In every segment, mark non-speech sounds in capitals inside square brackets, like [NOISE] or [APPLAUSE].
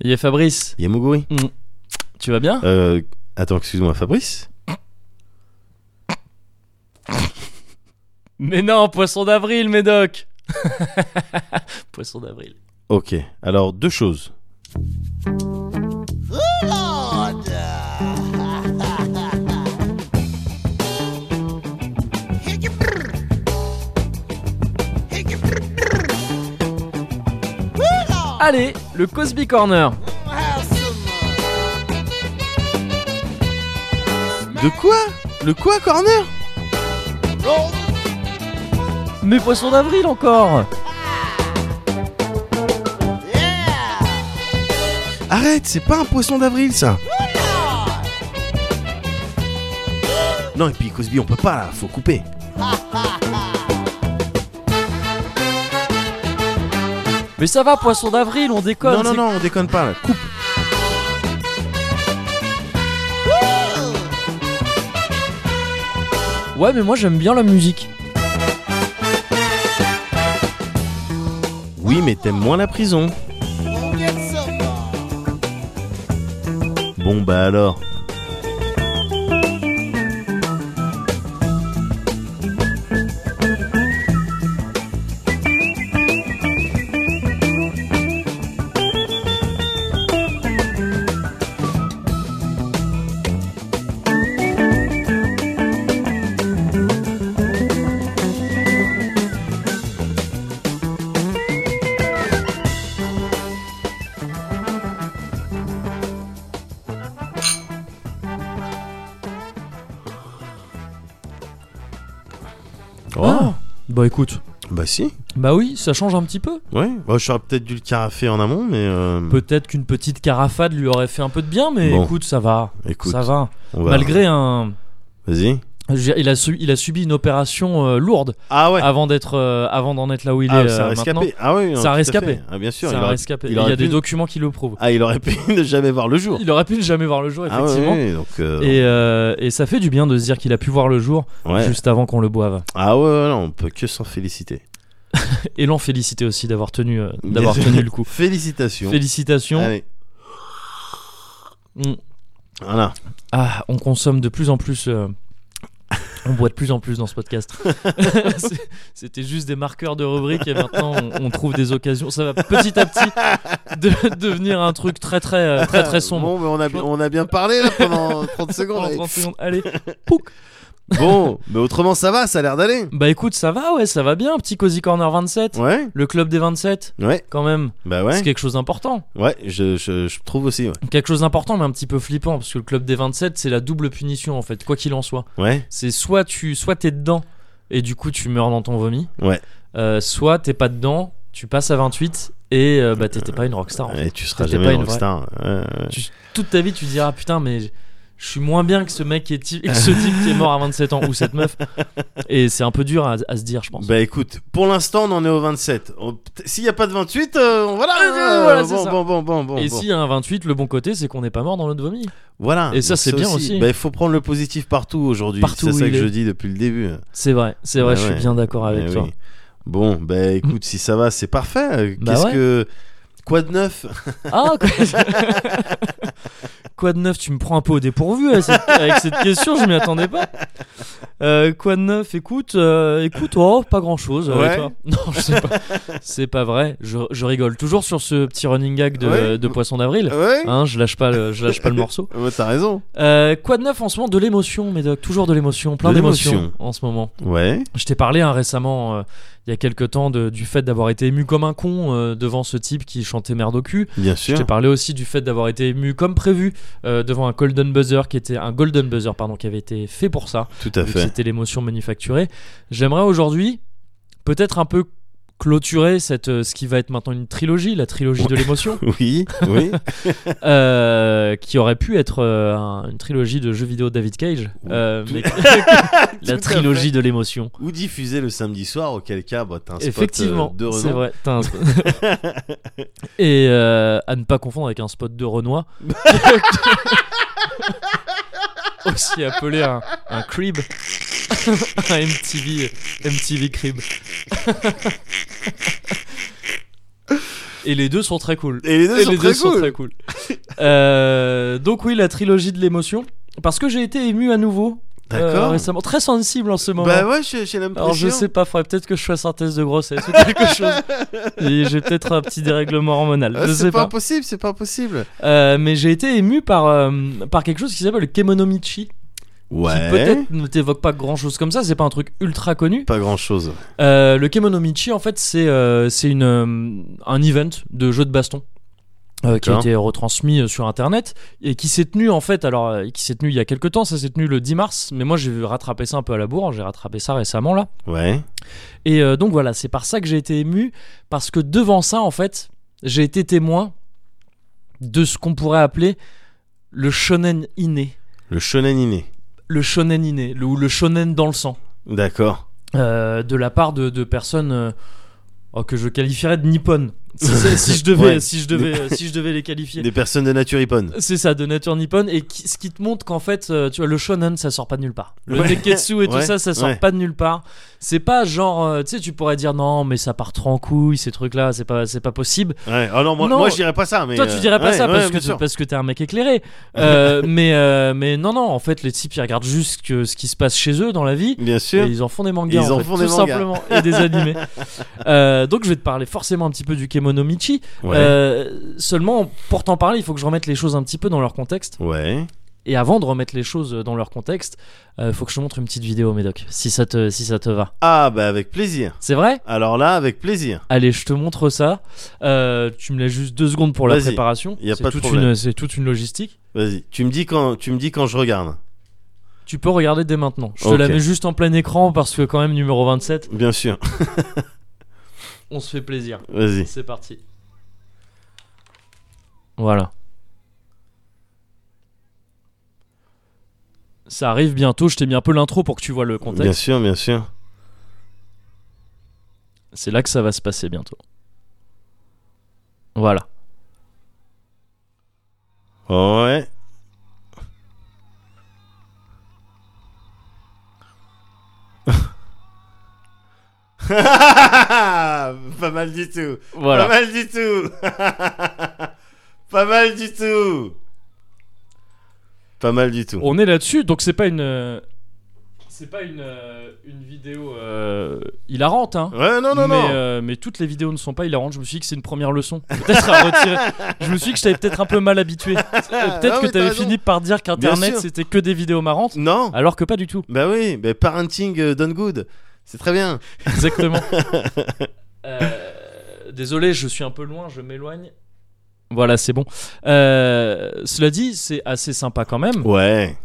Et Fabrice, Yamuguri. tu vas bien Euh, attends, excuse-moi, Fabrice Mais non, poisson d'avril, Médoc [LAUGHS] Poisson d'avril. Ok, alors deux choses. Allez, le Cosby Corner De quoi Le quoi, Corner Mais poisson d'avril encore Arrête, c'est pas un poisson d'avril, ça Non, et puis Cosby, on peut pas, là, faut couper. Mais ça va, poisson d'avril, on déconne non, non, c'est- non, on déconne pas, là, coupe. Ouais, mais moi j'aime bien la musique. Oui, mais t'aimes moins la prison. Bon, bah alors. Oh Oh. Ah, bah écoute. Bah si, Bah oui, ça change un petit peu. ouais. Bah, j'aurais peut-être dû le carafer en amont, mais... euh, Peut-être qu'une petite carafade lui aurait fait un peu de bien, mais Bon. écoute, ça va. Écoute, Ça va. on va... Malgré un. Vas-y. je veux dire, Il a, su- il a subi une opération euh, lourde Ah ouais avant d'être euh, avant d'en être là où il Ah, est c'est euh, un maintenant. rescapé. Ah oui, C'est non, un tout à rescapé. fait. Ah bien sûr, C'est il un aurait- rescapé. il Il, y aurait a des pu- documents qui le prouvent. Ah, il aurait pu [LAUGHS] ne jamais voir le jour. Il aurait pu ne jamais voir le jour, Ah ouais, effectivement. ouais, donc, euh, Et, euh, et ça fait du bien de se dire qu'il a pu voir le jour ouais. juste avant qu'on le boive. Ah ouais, ouais, non, on peut que s'en féliciter. Et l'en féliciter aussi d'avoir tenu, euh, Bien d'avoir sûr. tenu le coup. Félicitations. Félicitations. Allez, Mm. voilà. Ah, on consomme de plus en plus. euh, On boit de plus en plus dans ce [LAUGHS] podcast. C'est- C'était juste des marqueurs de rubrique et maintenant on, on trouve des occasions. Ça va petit à petit de- devenir un truc très très euh, très très sombre. Bon, mais on a, bi- on a bien parlé là, [LAUGHS] pendant 30 secondes. En allez. 30 secondes. Allez, pouc. Bon, mais autrement, ça va, ça a l'air d'aller. Bah écoute, ça va, ouais, ça va bien. Petit Cozy Corner 27. Ouais, Le club des 27, ouais, quand même. bah C'est ouais. quelque chose d'important. Ouais, je, je, je trouve aussi, ouais. Quelque chose d'important, mais un petit peu flippant, parce que le club des 27, c'est la double punition, en fait, quoi qu'il en soit. Ouais, C'est soit tu soit t'es dedans, et du coup tu meurs dans ton vomi, Ouais. Euh, soit t'es pas dedans, tu passes à 28, et euh, bah t'étais pas une rockstar. en fait. et tu seras T'étais jamais pas une une vraie- rockstar. Ouais, ouais. Tu- toute ta vie, tu te diras, putain, mais je- je suis moins bien que ce mec qui est, ti- que ce type qui est mort à 27 ans, ou cette meuf. Et c'est un peu dur à, à se dire, je pense. Bah écoute, pour l'instant, on en est au 27. On- peut- S'il n'y a pas de 28, euh, on- voilà. Ah, voilà, c'est bon, ça. bon, bon, bon, bon, et bon. s'il y a un 28, le bon côté, c'est qu'on n'est pas mort dans notre vomi. Voilà. Et ça, c'est bien aussi. Bah, il faut prendre le positif partout aujourd'hui. Partout C'est où ça il que je est. dis depuis le début. C'est vrai, c'est vrai, Ouais, je suis ouais. bien d'accord avec Eh toi. Mm. oui. Bon, bah écoute, si ça va, c'est parfait. Euh, Bah Qu'est-ce ouais. que. Quoi [LAUGHS] de neuf Ah, quoi, [LAUGHS] Quoi de neuf Tu me prends un peu au dépourvu avec cette, avec cette question, je m'y attendais pas. Euh, quoi de neuf Écoute, euh, écoute, oh, pas grand chose. Ouais. [LAUGHS] Non, je sais pas. C'est pas vrai. Je, je rigole toujours sur ce petit running gag de, Ouais. de Poisson d'avril. Ah Ouais Hein, je lâche pas le, je lâche pas le morceau. Ouais, T'as raison. Euh, quoi de neuf en ce moment De l'émotion, Médoc. Toujours de l'émotion, plein De d'émotions l'émotion. en ce moment. Ouais. Je t'ai parlé hein, récemment, euh, il y a quelques temps, de- du fait d'avoir été ému comme un con euh, devant ce type qui chantait merde au cul. Bien Je t'ai sûr. parlé aussi du fait d'avoir été ému comme prévu euh, devant un golden buzzer qui était un golden buzzer pardon qui avait été fait pour ça. Tout à vu que fait. C'était l'émotion manufacturée. J'aimerais aujourd'hui peut-être un peu clôturer cette euh, ce qui va être maintenant une trilogie, la trilogie de [LAUGHS] l'émotion, Oui, [LAUGHS] oui. euh, qui aurait pu être euh, un- une trilogie de jeux vidéo de David Cage, euh, mais- [LAUGHS] Tout à la trilogie de l'émotion. Ou diffusé le samedi soir, auquel cas, bah, t'as un spot Effectivement, euh, de c'est renom. vrai. t'as un [LAUGHS] spot. Et euh, à ne pas confondre avec un spot de [LAUGHS] Renoir. aussi appelé un, un crib. [LAUGHS] un MTV, MTV crib. [LAUGHS] Et les deux sont très cool. Et les deux, Et sont, les très deux cool. sont très cool. Euh, donc oui, la trilogie de l'émotion. Parce que j'ai été ému à nouveau euh, D'accord. récemment. Très sensible en ce moment. bah ouais, je suis Alors je sais pas, faudrait peut-être que je fasse un test de grossesse ou quelque [LAUGHS] chose. Et j'ai peut-être un petit dérèglement hormonal. je sais Euh, Ah, c'est pas pas. possible, c'est pas possible. Euh, mais j'ai été ému par, euh, par quelque chose qui s'appelle le Kemonomichi. Qui peut-être ne t'évoque pas grand chose comme ça, c'est pas un truc ultra connu. Pas grand chose. Euh, le Kemonomichi, en fait, c'est euh, c'est une, euh, un event de jeu de baston. euh, qui a D'accord. été retransmis euh, sur internet et qui s'est tenu en fait alors euh, qui s'est tenu il y a quelques temps ça s'est tenu le 10 mars mais moi j'ai rattrapé ça un peu à la bourre j'ai rattrapé ça récemment là Ouais. et euh, donc voilà c'est par ça que j'ai été ému parce que devant ça en fait j'ai été témoin de ce qu'on pourrait appeler le shonen inné Le shonen inné. le shonen inné le- ou le shonen dans le sang D'accord. euh, de la part de, de personnes euh, oh, que je qualifierais de nippones. Si, c'est- si je devais, Ouais. si je devais, euh, si je devais les qualifier. Des personnes de nature hippone. C'est ça, de nature nippone, et qui- ce qui te montre qu'en fait, euh, tu vois, le shonen, ça sort pas de nulle part. Le Ouais. neketsu et tout Ouais. ça, ça sort Ouais. pas de nulle part. C'est pas genre, euh, tu sais, tu pourrais dire non, mais ça part trop en couille, ces trucs-là, c'est pas, c'est pas possible. Ouais. Oh non, moi, Non. moi je dirais pas ça. Mais Toi, euh, tu dirais pas ouais, ça ouais, parce, bien que, sûr. parce que t'es un mec [LAUGHS] éclairé. Euh, mais, euh, mais non, non, en fait, les types, ils regardent juste que ce qui se passe chez eux dans la vie. Bien Et sûr. ils en font des mangas, Ils en en fait, font tout des mangas. simplement, et des [LAUGHS] animés. Euh, donc je vais te parler forcément un petit peu du Kemono Michi. Ouais. Euh, seulement, pour t'en parler, il faut que je remette les choses un petit peu dans leur contexte. Ouais. Et avant de remettre les choses dans leur contexte, il faut que je te montre une petite vidéo, Médoc, si ça te, si ça te va. Ah bah avec plaisir. C'est vrai Alors là, avec plaisir. Allez, je te montre ça. Euh, tu me laisses juste deux secondes pour la Vas-y. préparation. Y a C'est pas de toute problème. une- C'est toute une logistique. Vas-y. Tu me dis quand, tu me dis quand je regarde. Tu peux regarder dès maintenant. Je te Ok. la mets juste en plein écran parce que quand même numéro 27, Bien sûr. on se fait plaisir. Vas-y. C'est parti. Voilà. Ça arrive bientôt, je t'ai mis un peu l'intro pour que tu vois le Bien contexte. sûr, bien sûr. C'est là que ça va se passer bientôt. Voilà. Ouais. [LAUGHS] Pas mal du tout. Pas Voilà. mal du tout. [LAUGHS] Pas mal du tout. Pas mal du tout. On est là-dessus, donc c'est pas une euh, c'est pas une euh, une vidéo euh, hilarante hein. Ouais, non, non, mais, non. euh, mais toutes les vidéos ne sont pas hilarantes. Je me suis dit que c'est une première leçon. Peut-être à retirer. Je me suis dit que je t'avais peut-être un peu mal habitué. Euh, Ah, Non, Peut-être que mais t'as t'avais raison. fini par dire Bien qu'Internet sûr. c'était que des vidéos marrantes, Non. alors que pas du tout. Bah oui, bah parenting euh, done good. C'est très bien. [LAUGHS] Exactement. Euh, désolé, je suis un peu loin, je m'éloigne. Voilà, c'est bon. Euh, cela dit, c'est assez sympa quand même. Ouais.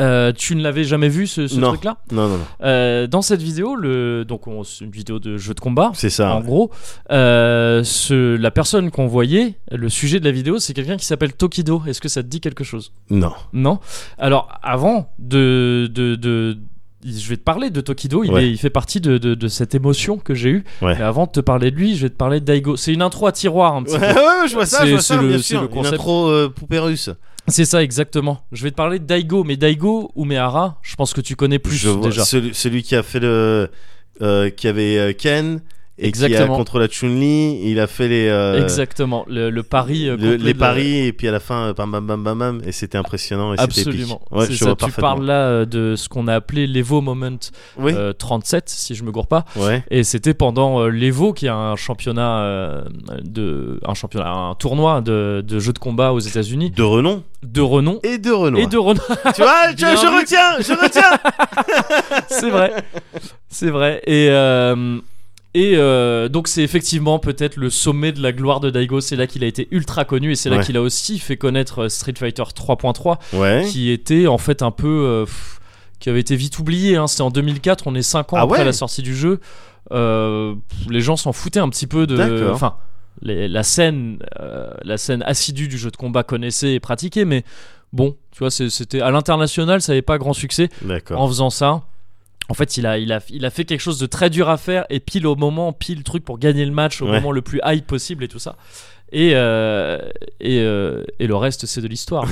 Euh, tu ne l'avais jamais vu ce, ce Non. truc-là. Non, non, non. Euh, dans cette vidéo, le... donc on- c'est une vidéo de jeu de combat. C'est ça. En gros, euh, ce- la personne qu'on voyait, le sujet de la vidéo, c'est quelqu'un qui s'appelle Tokido. Est-ce que ça te dit quelque chose Non. Non Alors, avant de, de, de- Je vais te parler de Tokido. Il, Ouais. est- il fait partie de, de- de cette émotion que j'ai eue. Ouais. Mais avant de te parler de lui, je vais te parler de Daigo. C'est une intro à tiroir un petit [LAUGHS] Ouais, peu. ouais, ouais, je vois ça, C'est- je vois c'est ça, le- bien c'est le sûr. Une concept. intro euh, poupée russe. C'est ça, exactement. Je vais te parler de Daigo. Mais Daigo ou Mehara, je pense que tu connais plus Je vois déjà. Celui, celui qui a fait le. euh, qui avait euh, Ken. Et qui a Exactement. contre la Chun-Li. Il a fait les. euh, Exactement. Le, le pari. euh, le- complet les de- paris. Et puis à la fin, euh, bam bam bam bam bam. Et c'était impressionnant. Et c'était épique. Absolument. Ouais, C'est je ça, vois tu parfaitement. parles là euh, de ce qu'on a appelé l'Evo Moment Oui, euh, 37, si je me gourre pas. ouais. Et c'était pendant euh, l'Evo, qui est un championnat, euh, de, un championnat, un tournoi de, de jeux de combat aux États-Unis De renom. de renom. Et de renom. Et de renom, [LAUGHS] Tu vois, je, Bien je vu. retiens, je [LAUGHS] retiens. c'est vrai, c'est vrai. Et euh, et euh, donc c'est effectivement peut-être le sommet de la gloire de Daigo. C'est là qu'il a été ultra connu et c'est là Ouais. qu'il a aussi fait connaître euh, Street Fighter 3.3. Ouais. qui était en fait un peu euh, pff, qui avait été vite oublié hein. c'était en 2004 on est 5 ans Ah après ouais la sortie du jeu Euh, pff, les gens s'en foutaient un petit peu de D'accord. enfin les- la scène euh, la scène assidue du jeu de combat connaissait et pratiquait mais bon tu vois c'est- c'était à l'international ça n'avait pas grand succès D'accord. en faisant ça en fait, il a, il, a, il a fait quelque chose de très dur à faire et pile au moment, pile truc pour gagner le match au Ouais. moment le plus high possible et tout ça. Et, euh, et, euh, et le reste, c'est de [LAUGHS] l'histoire.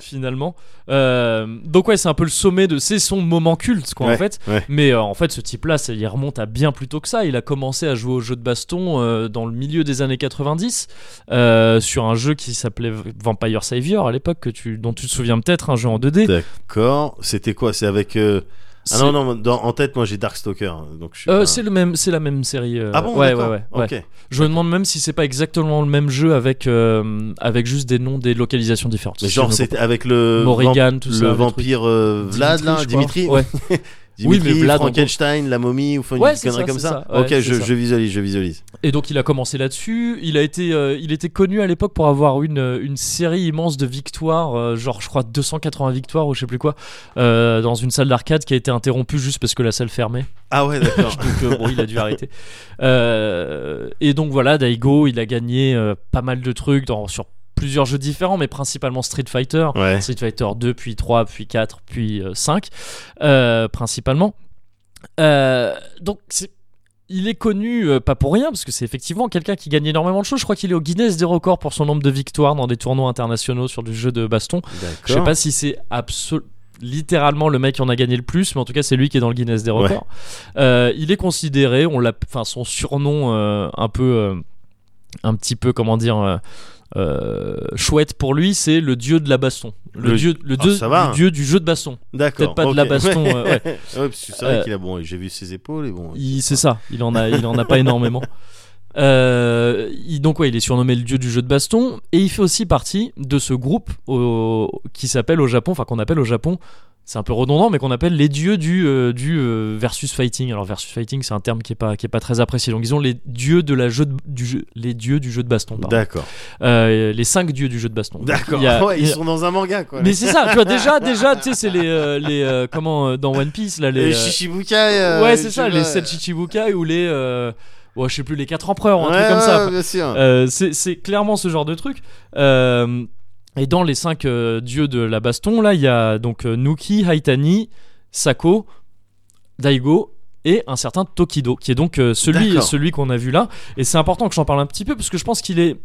Finalement. Euh, donc, ouais, c'est un peu le sommet de. C'est son moment culte, quoi, en Ouais, fait. ouais. Mais euh, en fait, ce type-là, c'est- il remonte à bien plus tôt que ça. Il a commencé à jouer au jeu de baston euh, dans le milieu des années 90 euh, sur un jeu qui s'appelait V- Vampire Savior à l'époque, que tu, dont tu te souviens peut-être, un jeu en 2D. D'accord. C'était quoi C'est avec. euh, Ah C'est- non, non, dans- en tête, moi j'ai Darkstalker. Donc je suis euh, pas- c'est le même, c'est la même série. euh, Ah bon ouais, ouais, d'accord. ouais, ouais. Ok. Je me demande même si c'est pas exactement le même jeu avec euh, avec juste des noms, des localisations différentes. Mais Si genre, je me c'était avec le. comprends. vamp- Morrigan, tout Le ça. des trucs. vampire euh, Vlad, Dimitri, là, je crois. Dimitri. Ouais. [LAUGHS] Dimitri, Oui, mais Vlad, en Frankenstein, la momie, ou enfin, Ouais, une c'est connerie ça, comme c'est ça. ça. Ouais, ok, c'est je, ça. je visualise, je visualise. Et donc il a commencé là-dessus. Il a été, euh, il était connu à l'époque pour avoir une, euh, une série immense de victoires, euh, genre je crois 280 victoires ou je sais plus quoi, euh, dans une salle d'arcade qui a été interrompue juste parce que la salle fermait. Ah [LAUGHS] ouais, d'accord. Donc euh, bon, il a dû arrêter. Euh, et donc voilà, Daigo, il a gagné euh, pas mal de trucs dans, sur plusieurs jeux différents, mais principalement Street Fighter. ouais. Street Fighter 2, puis 3, puis 4, puis 5, euh, principalement. Euh, donc, c'est- il est connu euh, pas pour rien, parce que c'est effectivement quelqu'un qui gagne énormément de choses. Je crois qu'il est au Guinness des records pour son nombre de victoires dans des tournois internationaux sur du jeu de baston. D'accord. Je sais pas si c'est absolument littéralement le mec qui en a gagné le plus mais en tout cas c'est lui qui est dans le Guinness des records Euh, il est considéré on l'a enfin son surnom euh, un peu euh, un petit peu comment dire euh, euh, chouette pour lui c'est le dieu de la baston le, Le- dieu le Ah, dieu- ça va. le dieu du jeu de baston D'accord. peut-être pas de ok. la baston, euh, ouais. [LAUGHS] Ouais, parce que c'est vrai Euh, qu'il a bon. J'ai vu ses épaules et bon. Il- c'est ça, il en a, il en [LAUGHS] a pas énormément. Euh, il- donc ouais, il est surnommé le dieu du jeu de baston et il fait aussi partie de ce groupe au- qui s'appelle au Japon, enfin qu'on appelle au Japon, c'est un peu redondant, mais qu'on appelle les dieux du, euh, du euh, versus fighting. Alors versus fighting, c'est un terme qui est pas, qui est pas très apprécié. Donc ils ont les dieux de la jeu de- du jeu, les dieux du jeu de baston, pardon. D'accord. Euh, les cinq dieux du jeu de baston. D'accord. Il y a- [LAUGHS] Ouais, il ils y a- sont dans un manga quoi. Mais c'est ça, tu vois déjà, déjà, tu sais, c'est les, euh, les euh, comment euh, dans One Piece là, les, les euh, Shichibukai. euh, ouais, c'est je ça, sais les pas. 7 Chichibukai ou les. euh, ouais, je sais plus, les 4 empereurs, ou un Ouais, truc comme ouais, ça. bien sûr. Euh, c'est c'est clairement ce genre de truc. Euh, et dans les 5 dieux de la baston, là, il y a donc euh, Nuki, Haitani, Sako, Daigo et un certain Tokido, qui est donc euh, celui, D'accord. celui qu'on a vu là. Et c'est important que j'en parle un petit peu parce que je pense qu'il est.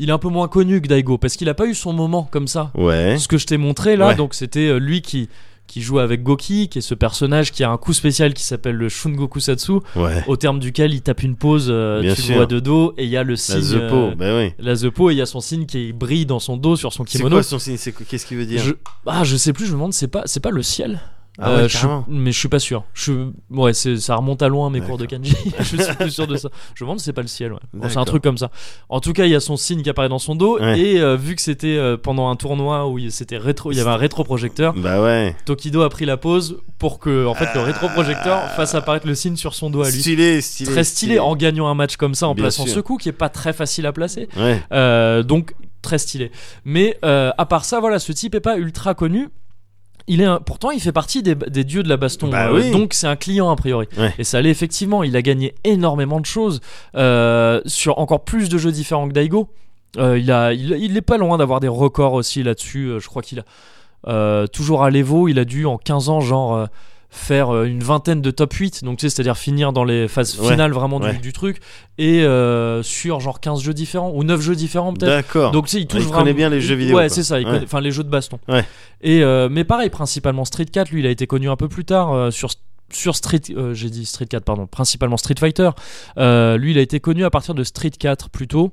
Il est un peu moins connu que Daigo parce qu'il a pas eu son moment comme ça ouais. ce que je t'ai montré là, Ouais. donc c'était euh, lui qui qui joue avec Goki, qui est ce personnage qui a un coup spécial qui s'appelle le Shungoku Satsu, Ouais. au terme duquel il tape une pause, euh, Bien tu sûr. le vois de dos, et il y a le La signe... Zepo. euh, Bah oui. la Zepo, et il y a son signe qui brille dans son dos sur son C'est kimono. quoi son signe C'est quoi- Qu'est-ce qu'il veut dire Je, ah, je sais plus, je me demande, c'est pas, c'est pas le ciel Ah Euh, ouais, je suis- carrément. Mais je suis pas sûr. Je, suis- ouais, c'est- ça remonte à loin mes cours de kanji. [LAUGHS] je suis plus sûr de ça. Je me demande si c'est pas le ciel. ouais. Bon, c'est un D'accord. truc comme ça. En tout cas, il y a son signe qui apparaît dans son dos. Ouais. Et euh, vu que c'était euh, pendant un tournoi où il, c'était rétro, il y avait un rétroprojecteur, Bah ouais. Tokido a pris la pause pour que en fait, Ah. le rétroprojecteur fasse apparaître le signe sur son dos à lui. Stylé, stylé. très stylé, en gagnant un match comme ça, en Bien plaçant sûr. ce coup qui est pas très facile à placer. Ouais. Euh, donc très stylé. Mais euh, à part ça, voilà, ce type est pas ultra connu. Il est un- pourtant il fait partie des, des dieux de la baston. euh, Bah oui. Donc c'est un client a priori. Ouais. Et ça l'est effectivement. Il a gagné énormément de choses euh, sur encore plus de jeux différents que Daigo. Euh, il a, il, il est pas loin d'avoir des records aussi là-dessus. Euh, je crois qu'il a euh, toujours à l'Evo, il a dû en 15 ans genre euh, faire euh, une vingtaine de top 8, donc tu sais, c'est-à-dire finir dans les phases Ouais, finales vraiment du- ouais. du, truc, et euh, sur genre 15 jeux différents, ou 9 jeux différents peut-être. D'accord. Donc tu sais, il touche il vraiment- connaît bien les jeux vidéo, Ouais, quoi. c'est ça, il Ouais. connaît- enfin les jeux de baston. Ouais. Et euh, mais pareil, principalement Street 4, lui, il a été connu un peu plus tard euh, sur sur Street, euh, j'ai dit Street 4, pardon, principalement Street Fighter. Euh, lui, il a été connu à partir de Street 4 plutôt,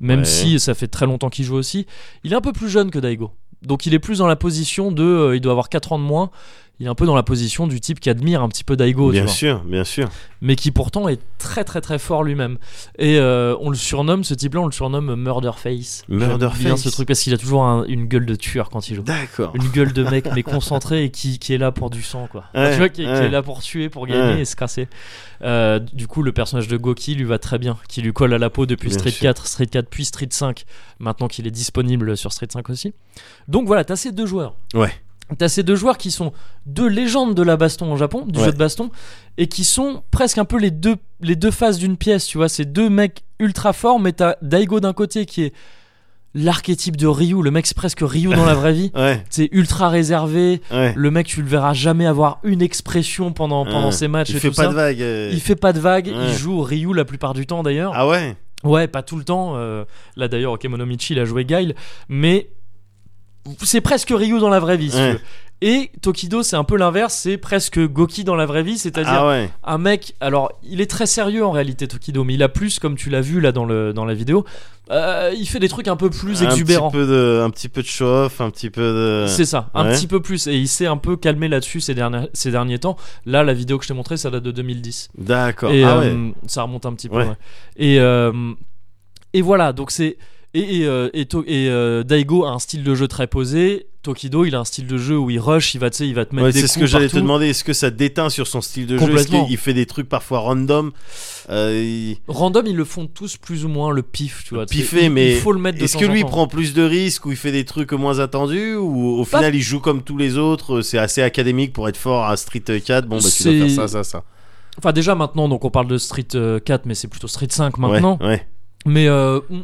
même Ouais. si ça fait très longtemps qu'il joue aussi. Il est un peu plus jeune que Daigo, donc il est plus dans la position de, euh, il doit avoir 4 ans de moins. Il est un peu dans la position du type qui admire un petit peu Daigo, tu bien vois sûr, bien sûr. mais qui pourtant est très très très fort lui-même. Et euh, on le surnomme, ce type-là, on le surnomme Murderface. Murderface. J'aime bien ce truc parce qu'il a toujours un- une gueule de tueur quand il joue. D'accord. Une gueule de mec mais concentré et qui, qui est là pour du sang quoi. Ouais, tu vois, qui, qui ouais. est là pour tuer, pour gagner Ouais. et se casser. Euh, du coup, le personnage de Goki lui va très bien, qui lui colle à la peau depuis Bien Street sûr. 4, Street 4 puis Street 5, maintenant qu'il est disponible sur Street 5 aussi. Donc voilà, t'as ces deux joueurs. Ouais. T'as ces deux joueurs qui sont deux légendes de la baston au Japon, du Ouais. jeu de baston, et qui sont presque un peu les deux, les deux faces d'une pièce, tu vois. Ces deux mecs ultra forts, mais t'as Daigo d'un côté qui est l'archétype de Ryu, le mec c'est presque Ryu dans la vraie [LAUGHS] vie. Ouais, C'est ultra réservé, ouais. le mec tu le verras jamais avoir une expression pendant, pendant Ouais. ses matchs Mmh. il et fait tout pas ça. de vagues. euh. Il fait pas de vagues, Ouais. il joue Ryu la plupart du temps d'ailleurs. Ah ouais Ouais, pas tout le temps. euh, là d'ailleurs, Okemono Michi, il a joué Guile, mais c'est presque Ryu dans la vraie vie. si tu Ouais. veux. Et Tokido, c'est un peu l'inverse, c'est presque Goki dans la vraie vie, c'est-à-dire Ah ouais. un mec, alors il est très sérieux en réalité Tokido, mais il a plus, comme tu l'as vu là dans, le, dans la vidéo, euh, il fait des trucs un peu plus Un exubérants. petit peu de, un petit peu de show off, un petit peu de. C'est ça, un Ouais. petit peu plus. Et il s'est un peu calmé là-dessus ces, derniers- ces derniers temps. Là, la vidéo que je t'ai montrée, ça date de 2010. D'accord. Et ah ouais. euh, ça remonte un petit peu. Ouais. ouais. Et, euh, et voilà, donc c'est. Et, et, euh, et To- et, euh, Daigo a un style de jeu très posé. Tokido, il a un style de jeu où il rush, il va, tu sais, il va te mettre Ouais, des c'est coups ce que j'allais te partout. demander. Est-ce que ça déteint sur son style de jeu Est-ce Complètement. qu'il fait des trucs parfois random Euh, il- Random, ils le font tous plus ou moins le pif, tu vois. Piffé, Il- il mais faut le mettre de Est-ce temps que en lui temps. prend plus de risques ou il fait des trucs moins attendus ou au final il joue comme tous les autres euh, C'est assez académique pour être fort à Street 4. Bon, bah tu dois C'est- faire ça, ça, ça. Enfin, déjà maintenant, donc on parle de Street euh, 4, mais c'est plutôt Street 5 maintenant. Ouais, ouais. Mais euh, mm,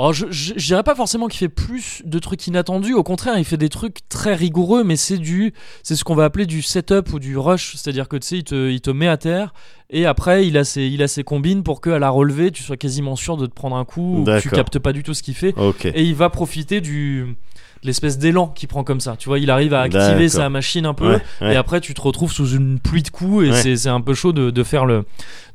oh, je, je- je dirais pas forcément qu'il fait plus de trucs inattendus. Au contraire, il fait des trucs très rigoureux, mais c'est du, c'est ce qu'on va appeler du setup ou du rush. C'est-à-dire que tu sais, il te, il te met à terre et après il a ses, il a ses combines pour que à la relevée, tu sois quasiment sûr de te prendre un coup ou que tu D'accord. captes pas du tout ce qu'il fait. Ok. Et il va profiter du de l'espèce d'élan qu'il prend comme ça. Tu vois, il arrive à activer D'accord. sa machine un peu Ouais, ouais. et après tu te retrouves sous une pluie de coups et Ouais. c'est- c'est un peu chaud de, de faire le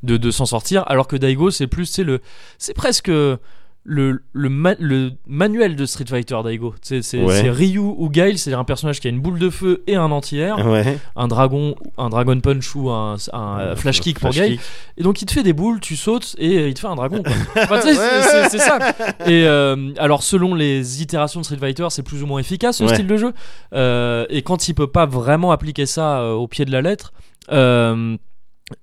de, de s'en sortir alors que Daigo c'est plus c'est le c'est presque le, le, ma- le manuel de Street Fighter Daigo c'est c'est- Ouais. c'est Ryu ou Guile c'est un personnage qui a une boule de feu et un anti-air Ouais. un dragon un dragon punch ou un, un, euh, flash kick pour Guile kick. et donc il te fait des boules, tu sautes et euh, il te fait un dragon. [LAUGHS] quoi. Enfin, tu sais, c'est- c'est Ouais, c'est ça. Et euh, alors selon les itérations de Street Fighter, c'est plus ou moins efficace ce Ouais. style de jeu. Euh, et quand il peut pas vraiment appliquer ça euh, au pied de la lettre. euh,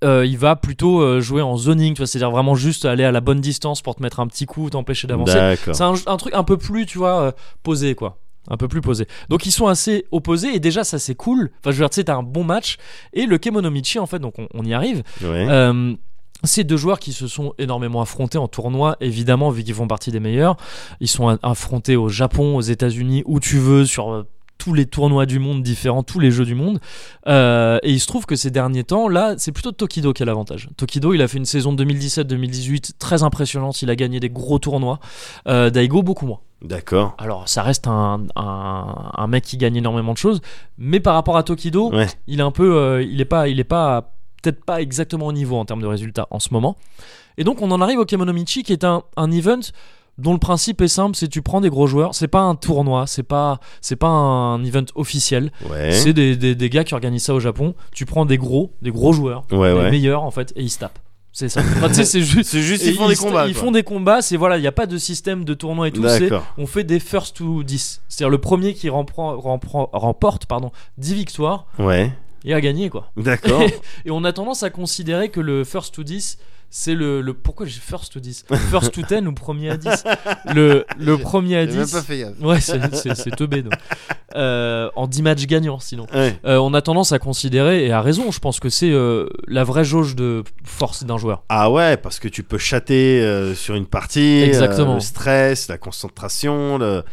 euh, il va plutôt euh, jouer en zoning, tu vois, c'est-à-dire vraiment juste aller à la bonne distance pour te mettre un petit coup, t'empêcher d'avancer. D'accord. C'est un, un truc un peu plus, tu vois, euh, posé, quoi. Un peu plus posé. Donc ils sont assez opposés et déjà ça c'est cool. Enfin je veux dire, tu sais, t'as un bon match. Et le Kemonomichi, en fait, donc on- on y arrive. Ouais. Euh, ces deux joueurs qui se sont énormément affrontés en tournoi, évidemment, vu qu'ils font partie des meilleurs, ils sont a- affrontés au Japon, aux États-Unis, où tu veux, sur euh, tous les tournois du monde différents, tous les jeux du monde. Euh, et il se trouve que ces derniers temps, là, c'est plutôt Tokido qui a l'avantage. Tokido, il a fait une saison 2017-2018 très impressionnante, il a gagné des gros tournois. Euh, Daigo, beaucoup moins. D'accord. Alors, ça reste un, un- un mec qui gagne énormément de choses, mais par rapport à Tokido, Ouais. il est un peu, euh, il est pas, il est pas, peut-être pas exactement au niveau en termes de résultats en ce moment. Et donc on en arrive au Kemonomichi qui est un, un event dont le principe est simple, c'est tu prends des gros joueurs, c'est pas un tournoi, c'est pas, c'est pas un event officiel, Ouais. c'est des, des- des gars qui organisent ça au Japon. Tu prends des gros, des gros joueurs, Ouais, les Eh ouais. meilleurs en fait, et ils se tapent. C'est ça. Enfin, tu sais, c'est juste. [LAUGHS] C'est juste et ils font des se- combats. Ils quoi. font des combats, c'est voilà, il n'y a pas de système de tournoi et tout. c'est- D'accord. on fait des first to 10. C'est-à-dire le premier qui remprend- remprend- remporte pardon, 10 victoires Ouais. et a gagné quoi. [LAUGHS] D'accord. Et on a tendance à considérer que le first to 10 c'est le, le- pourquoi j'ai first to 10 first to 10 ou premier à 10 le, le premier à J'ai même pas 10 fait gaffe. ouais c'est- c'est c'est teubé donc. Euh, en 10 matchs gagnants sinon Ouais. Euh, on a tendance à considérer et à raison je pense que c'est euh, la vraie jauge de force d'un joueur Ah ouais, parce que tu peux chatter euh, sur une partie, euh, Exactement. le stress, la concentration, le,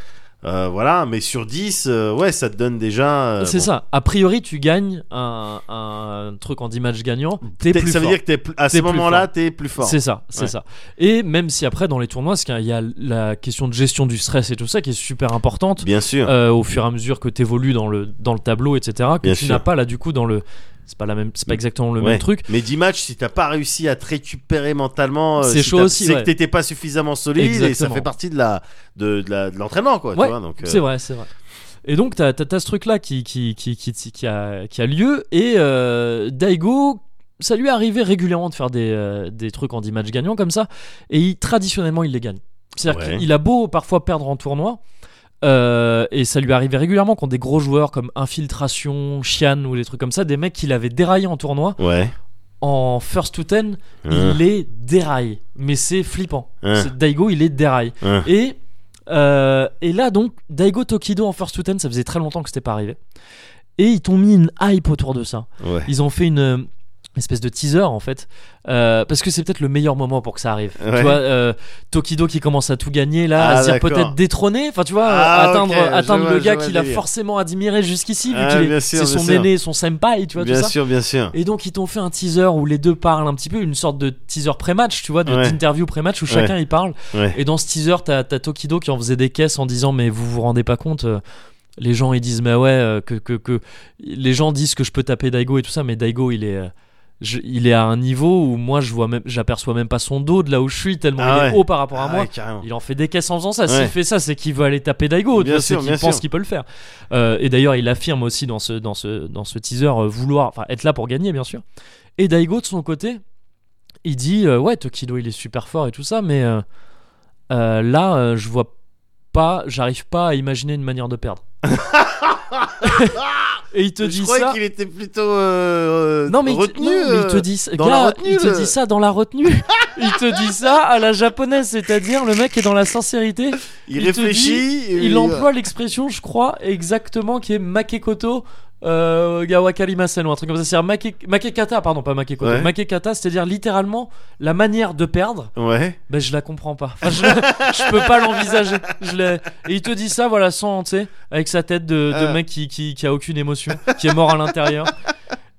euh, voilà, mais sur 10, euh, ouais, ça te donne déjà... euh, c'est bon. ça a priori tu gagnes un, un truc en 10 matchs gagnants t'es T'es- plus ça veut fort. dire que t'es pl- à T'es ce plus moment-là, fort. t'es plus fort. C'est ça, c'est Ouais. ça. Et même si après dans les tournois, ce qu'il y a- il y a la question de gestion du stress et tout ça qui est super importante Bien sûr. euh, au fur et à mesure que tu évolues dans le, dans le tableau, etc. Que Bien tu sûr. Mm. n'as pas là du coup dans le. C'est pas, la même, c'est pas exactement le Ouais. même truc. Mais 10 matchs, si t'as pas réussi à te récupérer mentalement, euh, C'est si chaud t'as- aussi, c'est ouais. que t'étais pas suffisamment solide et ça Exactement. fait partie de la de, de la- de l'entraînement quoi. tu Ouais, vois, donc, euh, C'est vrai, c'est vrai. Et donc, t'as as, ce truc-là qui, qui, qui, qui, qui a, qui a lieu. Et euh, Daigo, ça lui arrivait régulièrement de faire des, euh, des trucs en 10 matchs gagnants comme ça. Et il- traditionnellement, il les gagne. C'est-à-dire Ouais. qu'il a beau parfois perdre en tournoi. euh, et ça lui arrivait régulièrement quand des gros joueurs comme Infiltration, Chian ou des trucs comme ça, des mecs qu'il avait déraillé en tournoi, Ouais. en first to ten, Hein, il les déraille. Mais c'est flippant. hein, C'est- Daigo, il les déraille. hein. Et, euh, et là, donc, Daigo Tokido en First to Ten, ça faisait très longtemps que c'était pas arrivé. Et ils t'ont mis une hype autour de ça. Ouais. Ils ont fait une, espèce de teaser en fait Euh, parce que c'est peut-être le meilleur moment pour que ça arrive Ouais. tu vois euh, Tokido qui commence à tout gagner là Ah, à se dire d'accord. peut-être détrôner enfin tu vois euh, Ah, atteindre, ok, je atteindre vois, le je gars vois le qu'il a délire. forcément admiré jusqu'ici vu Ah, qu'il est- bien sûr, c'est bien son sûr. aîné son senpai tu vois tout bien ça sûr, bien sûr. et donc ils t'ont fait un teaser où les deux parlent un petit peu, une sorte de teaser pré-match, tu vois, de- Ouais. d'interview pré-match où Ouais. chacun y parle. Ouais. Et dans ce teaser, t'as t'as Tokido qui en faisait des caisses en disant mais vous vous rendez pas compte. euh, les gens ils disent mais ouais euh, que, que que les gens disent que je peux taper Daigo et tout ça mais Daigo il est euh, je- il est à un niveau où moi je vois même j'aperçois même pas son dos de là où je suis tellement Ah il est ouais. haut par rapport à Ah moi ouais, carrément. il en fait des caisses en faisant ça. Ouais. S'il fait ça, c'est qu'il veut aller taper Daigo. tu Bien vois, C'est sûr, qu'il bien pense sûr. qu'il peut le faire. Euh, et d'ailleurs, il affirme aussi dans ce, dans ce, dans ce teaser euh, vouloir, enfin, être là pour gagner, bien sûr. Et Daigo, de son côté, il dit euh, Ouais, Tokido, il est super fort et tout ça, mais euh, euh, là, euh, je vois pas, j'arrive pas à imaginer une manière de perdre. [LAUGHS] et il te je dit croyais ça. qu'il était plutôt euh, euh, Non mais, il te- retenu. non, mais il te euh, dit ça, dans gars, la retenue, euh. il te le- dit ça dans la retenue. [LAUGHS] il te dit ça à la japonaise, c'est-à-dire le mec est dans la sincérité. il, il te réfléchit. et Il emploie l'expression, je crois, exactement qui est makekoto euh, gawakarimasen ou un truc comme ça. C'est-à-dire make- makekata, pardon, pas makekoto. Ouais. Makekata, c'est-à-dire littéralement la manière de perdre, Ouais. ben je la comprends pas. Enfin, je, je peux pas l'envisager. Je l'ai- Et il te dit ça, voilà, sans, tu sais, avec sa tête de, de Ah. mec qui, qui, qui a aucune émotion, qui est mort à l'intérieur.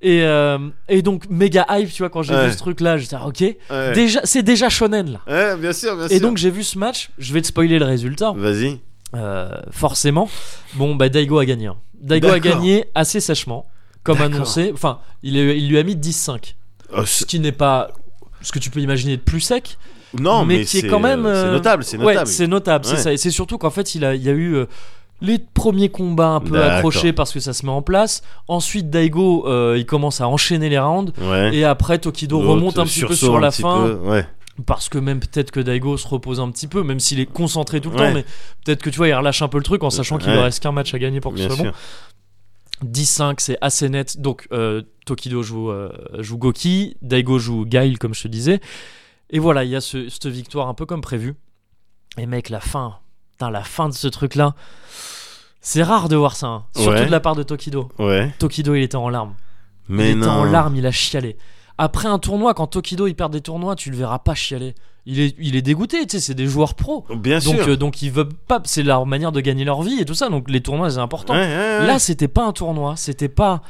Et, euh, et donc, méga hype, tu vois, quand j'ai Ouais. vu ce truc-là, j'étais, ah, ok, Ouais. déjà, c'est déjà shonen là. Ouais, bien sûr, bien sûr. Et donc, j'ai vu ce match, je vais te spoiler le résultat. vas-y. Euh, forcément. Bon, bah Daigo a gagné. hein. Daigo a D'accord. gagné assez sèchement, comme D'accord. annoncé. Enfin, il, est- il lui a mis 10-5. Oh, Ce c'est- qui n'est pas ce que tu peux imaginer de plus sec. non, mais mais, qui est c'est quand même, euh, euh, C'est notable, c'est Ouais, notable. c'est notable, c'est Ouais. ça. Et c'est surtout qu'en fait, il a, il y a eu. euh, les premiers combats un peu D'accord. accrochés parce que ça se met en place. Ensuite, Daigo, euh, il commence à enchaîner les rounds. Ouais. Et après, Tokido L'autre remonte un petit peu sursaut sur un la petit fin. peu, Ouais. Parce que même peut-être que Daigo se repose un petit peu, même s'il est concentré tout le Ouais. temps. Mais peut-être que tu vois, il relâche un peu le truc en sachant qu'il ne Ouais. reste qu'un match à gagner pour que Bien ce soit bon. sûr. 10-5, c'est assez net. Donc, euh, Tokido joue, euh, joue Goki, Daigo joue Gail, comme je te disais. Et voilà, il y a ce- cette victoire un peu comme prévu. Et mec, la fin, putain, la fin de ce truc-là, c'est rare de voir ça, hein. surtout Ouais. de la part de Tokido. Ouais. Tokido, il était en larmes. Mais il non. était en larmes, il a chialé. Après un tournoi, quand Tokido il perd des tournois, tu le verras pas chialer. Il est, il est dégoûté, tu sais, c'est des joueurs pros. Bien Donc, sûr. euh, donc ils veulent pas, c'est leur manière de gagner leur vie et tout ça. Donc les tournois, c'est important. Ouais, ouais, ouais. Là, c'était pas un tournoi, c'était pas,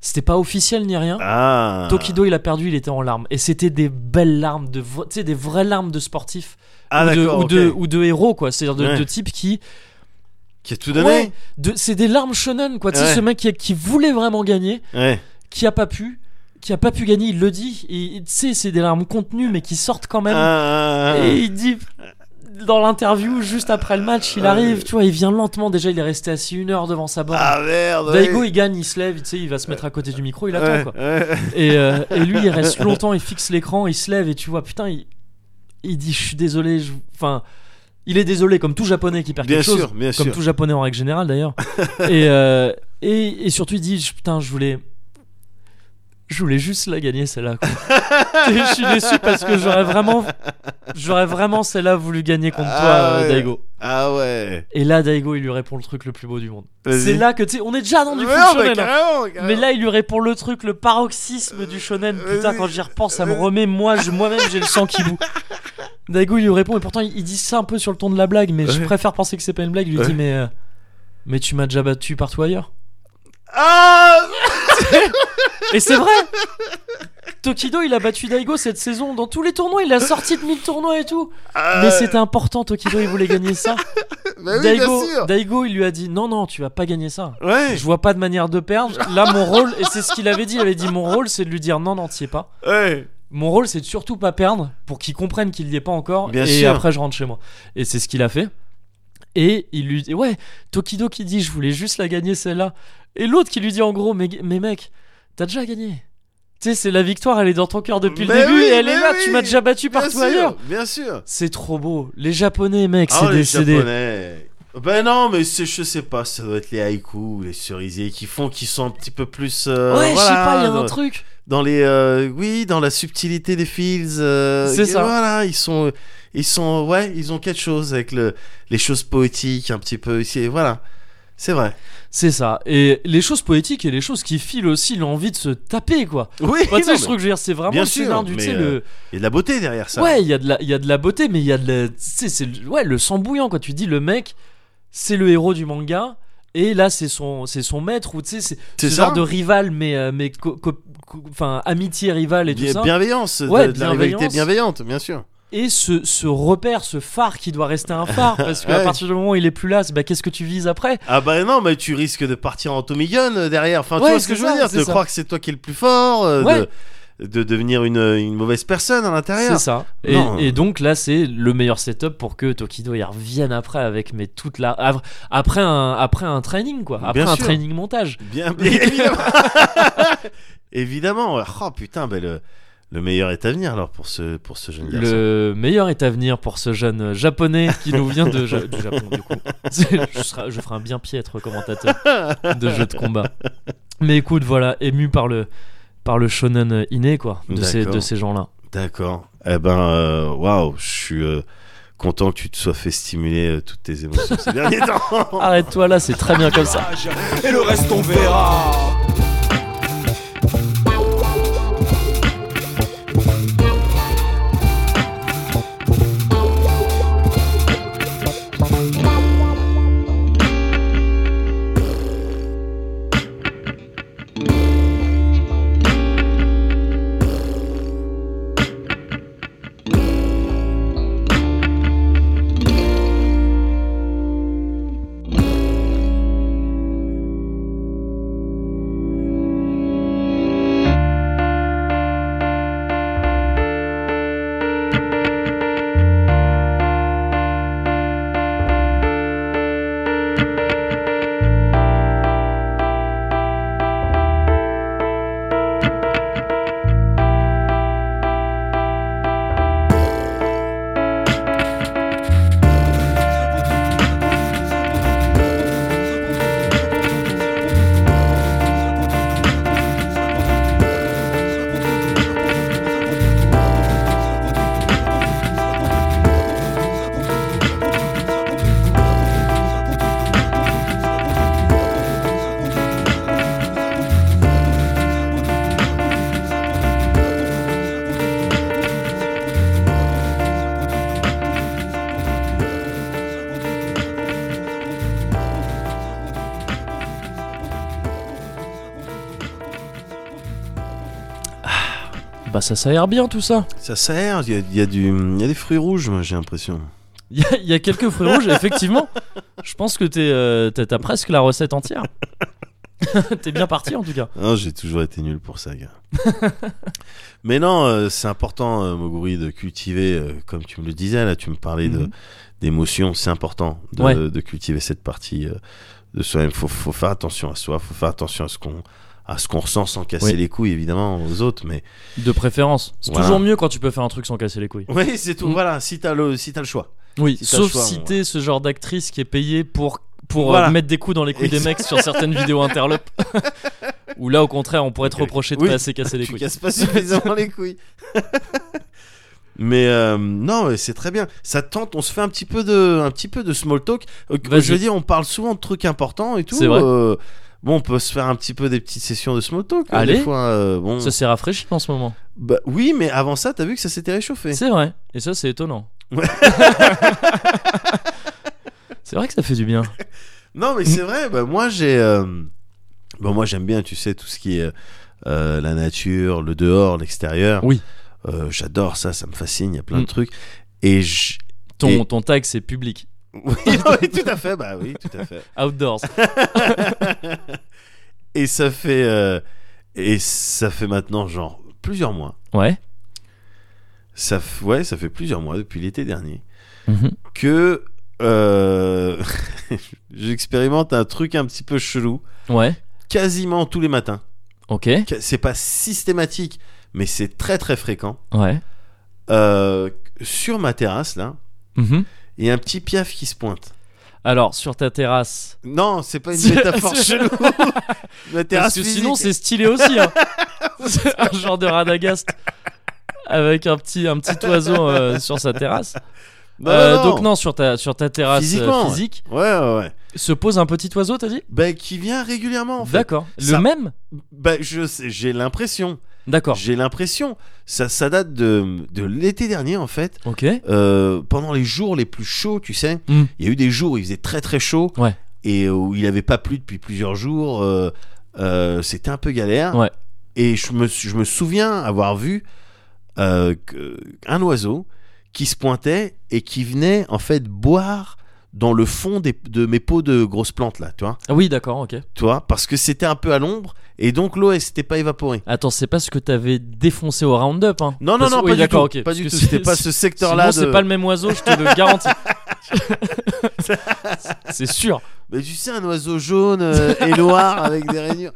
c'était pas officiel ni rien. ah. Tokido, il a perdu, il était en larmes. Et c'était des belles larmes, de, vra- tu sais, des vraies larmes de sportifs Ah, ou, de, d'accord. ou ok. de- ou de héros, quoi. C'est-à-dire de, Ouais. de types qui, Qui a tout donné. de- c'est des larmes shonen, quoi. Tu sais, Ouais. ce mec qui, qui voulait vraiment gagner, Ouais. qui a pas pu, qui a pas pu gagner, il le dit. Et et tu sais, c'est des larmes contenues, mais qui sortent quand même. Ah, ah, ah. Et il dit dans l'interview juste après le match, il Ouais. arrive, tu vois, il vient lentement. Déjà, il est resté assis une heure devant sa borne. Ah merde. Daigo ouais. il gagne, il se lève, tu sais, il va se mettre à côté du micro, il attend Ouais, quoi. ouais. Et, euh, et lui il reste longtemps, il fixe l'écran, il se lève et tu vois, putain, il, il dit je suis désolé, je- enfin, il est désolé comme tout japonais qui perd Bien quelque chose, sûr, bien comme sûr. tout japonais en règle générale [LAUGHS] d'ailleurs. et, euh, et, et surtout il dit je- putain, je voulais. Je voulais juste la gagner celle-là. quoi. [LAUGHS] Et je suis déçu parce que j'aurais vraiment, j'aurais vraiment celle-là voulu gagner contre toi, Ah euh, ouais. Daigo. Ah ouais. Et là, Daigo, il lui répond le truc le plus beau du monde. Vas-y. C'est là que tu sais, on est déjà dans du Ouais, foot bah, shonen, hein. carrément, carrément. Mais là, il lui répond le truc, le paroxysme du shonen. Euh, Putain, vas-y. quand j'y repense, ça me remet moi, je, moi-même, j'ai le sang qui [LAUGHS] bout. Daigo, il lui répond, et pourtant, il, il dit ça un peu sur le ton de la blague, mais je Ouais. préfère penser que c'est pas une blague. Il lui Ouais. dit, mais, euh, mais tu m'as déjà battu partout ailleurs. Ah Et c'est [LAUGHS] vrai Tokido, il a battu Daigo cette saison dans tous les tournois, il a sorti de 1000 tournois et tout. Ah, Mais c'était important, Tokido, il voulait gagner ça. [LAUGHS] bah oui, Daigo, bien sûr. Daigo, il lui a dit, non, non, tu vas pas gagner ça. Ouais. Je vois pas de manière de perdre. Là, mon rôle, et c'est ce qu'il avait dit, il avait dit, mon rôle, c'est de lui dire, non, non, t'y es pas. Ouais. Mon rôle, c'est de surtout pas perdre pour qu'il comprenne qu'il n'y est pas encore. Bien et sûr. après, je rentre chez moi. Et c'est ce qu'il a fait. Et il lui dit Ouais, Tokido qui dit Je voulais juste la gagner celle-là. Et l'autre qui lui dit En gros, mais, mais mec, t'as déjà gagné. Tu sais, c'est la victoire, elle est dans ton cœur depuis le Mais début oui, et elle est mais là, oui, tu m'as déjà battu Bien partout sûr. ailleurs. Bien sûr. C'est trop beau. Les Japonais, mec, Ah, c'est les des. c'est des- Japonais. Ben non, mais c'est- je sais pas, ça doit être les haïkus, les cerisiers qui font, qui sont un petit peu plus. euh, ouais, je sais voilà, pas, il y a un dans- truc. Dans les, euh, oui, dans la subtilité des fils. euh, C'est ça. Voilà, ils sont, ils sont, ouais, ils ont quelque chose avec le, les choses poétiques un petit peu ici. Voilà, C'est vrai. C'est ça. Et les choses poétiques et les choses qui filent aussi l'envie de se taper, quoi. Oui, Enfin, tu sais, non, je mais trouve que je veux dire, c'est vraiment Bien le sûr, scénar du. tu mais, sais, euh, le... Il y a de la beauté derrière ça. Ouais, il y, a de la- il y a de la beauté, mais il y a de la. Tu sais, c'est le- ouais, le sang bouillant, quoi. Tu dis, le mec, c'est le héros du manga. Et là, c'est son, c'est son maître, ou tu sais, c'est C'est ce ça. genre de rival, mais, euh, mais co- co- co- enfin, amitié rivale et tout Bien- ça. bienveillance, de- Ouais, de, la rivalité bienveillance. bienveillante, bien sûr. Et ce, ce repère, ce phare qui doit rester un [LAUGHS] phare, parce qu'à Ouais. partir du moment où il est plus là, c'est, bah, qu'est-ce que tu vises après Ah bah non, mais tu risques de partir en Tommy Gun euh, derrière. Enfin, Ouais, tu vois ce que c'est je veux ça, dire c'est De ça. croire que c'est toi qui es le plus fort, euh, Ouais. de, de devenir une, euh, une mauvaise personne à C'est l'intérieur. ça. Et, Non. et donc là, c'est le meilleur setup pour que Tokido y revienne après avec mais toute la av- après un après un training quoi, après Bien un sûr. training montage. [LAUGHS] Bien, évidemment. évidemment. Oh putain, bah, le, le meilleur est à venir alors pour ce, pour ce jeune garçon. Le meilleur est à venir pour ce jeune japonais qui nous vient de Ja- du Japon [LAUGHS] du coup. je, serai- je ferai un bien piètre commentateur de jeux de combat. Mais écoute, voilà, ému par le par le shonen inné quoi, de ces D'accord. de ces gens-là. D'accord. Eh ben, euh, waouh, je suis euh, content que tu te sois fait stimuler euh, toutes tes émotions [LAUGHS] ces derniers temps. Arrête-toi là, c'est très bien comme ça. Et le reste on verra Bah ça ça a l'air bien tout ça. Ça sert, il y a, il y a du- il y a des fruits rouges, moi j'ai l'impression. Il y, a- il y a quelques fruits rouges, effectivement. Je pense que t'es, euh, t'as, t'as presque la recette entière. [LAUGHS] t'es bien parti en tout cas. Non, j'ai toujours été nul pour ça, gars. [LAUGHS] Mais non, euh, c'est important, euh, Moguri, de cultiver, euh, comme tu me le disais, là, tu me parlais de Mhm. d'émotions, c'est important de, Ouais. de cultiver cette partie euh, de soi-même. Faut, faut faire attention à soi, faut faire attention à ce qu'on à ce qu'on ressent sans casser Oui. les couilles, évidemment, aux autres, mais... De préférence. C'est Voilà. toujours mieux quand tu peux faire un truc sans casser les couilles. Oui, c'est tout, Mhm. voilà, si t'as le, si t'as le choix. Oui, Si t'as le sauf choix, si bon, t'es ce genre d'actrice qui est payée pour, pour euh, Voilà. mettre des coups dans les couilles des mecs sur [LAUGHS] certaines vidéos interlopes. Ou là, au contraire, on pourrait te Ok. reprocher de Oui. pas assez casser les tu couilles. casses pas suffisamment les couilles. [LAUGHS] mais euh, non, mais c'est très bien. Ça tente, on se fait un petit peu de, un petit peu de small talk. Euh, Vas-y. Je veux dire, on parle souvent de trucs importants et tout. C'est vrai. Euh, bon, on peut se faire un petit peu des petites sessions de small talk. euh, Allez. Des fois, euh, bon. Ça s'est rafraîchi en ce moment. Bah, oui, mais avant ça, t'as vu que ça s'était réchauffé. C'est vrai. Et ça, c'est étonnant. Ouais. [LAUGHS] c'est vrai que ça fait du bien. Non, mais c'est vrai. Bah, moi, j'ai. euh, Bon, moi, j'aime bien, tu sais, tout ce qui est euh, la nature, le dehors, l'extérieur. Oui. Euh, J'adore ça, ça me fascine. Il y a plein Mm. de trucs. Et je. Ton, Et- ton tag, c'est public. Oui, Ah non, mais tout à fait. Bah oui, tout à fait. [LAUGHS] Outdoors. et ça fait euh, et ça fait maintenant genre plusieurs mois. Ouais. Ça f- ouais, ça fait plusieurs mois depuis l'été dernier Mhm. que euh, [LAUGHS] j'expérimente un truc un petit peu chelou Ouais. quasiment tous les matins. Ok. Qu- C'est pas systématique, mais c'est très très fréquent. Ouais. Euh, sur ma terrasse là, Mhm. il y a un petit piaf qui se pointe. Alors, sur ta terrasse. Non, c'est pas une [LAUGHS] C'est- métaphore c'est- chelou. Ma terrasse Parce que sinon, c'est physique. stylé aussi. [LAUGHS] hein. [LAUGHS] C'est un genre de radagast avec un petit, un petit oiseau euh, sur sa terrasse. Non, Euh, non, non. Donc non, sur ta, sur ta terrasse euh, Physiquement, ouais. physique, Ouais, ouais, ouais. se pose un petit oiseau, t'as dit Bah, qui vient régulièrement, en fait. D'accord. Le Ça- même Bah, je sais, j'ai l'impression. D'accord. J'ai l'impression. Ça, ça date de, de l'été dernier, en fait. Ok. Euh, pendant les jours les plus chauds, tu sais, il Mm. y a eu des jours où il faisait très très chaud Ouais. et où il n'avait pas plu depuis plusieurs jours. euh, euh, C'était un peu galère. Ouais. Et je me, je me souviens avoir vu euh, que- un oiseau qui se pointait et qui venait en fait boire dans le fond des- de mes pots de grosses plantes là, tu vois, Ah oui, d'accord, ok. tu vois parce que c'était un peu à l'ombre et donc l'eau elle s'était pas évaporée. Attends, c'est pas ce que t'avais défoncé au round-up. Hein. Non, non, Parce- non, oui, pas, du tout, d'accord, ok. pas Parce du que tout. c'est- C'était pas ce secteur-là. Sinon, de- c'est pas le même oiseau, je te le [LAUGHS] garantis. c'est sûr. Mais tu sais, un oiseau [LAUGHS] jaune euh, et noir avec des rainures.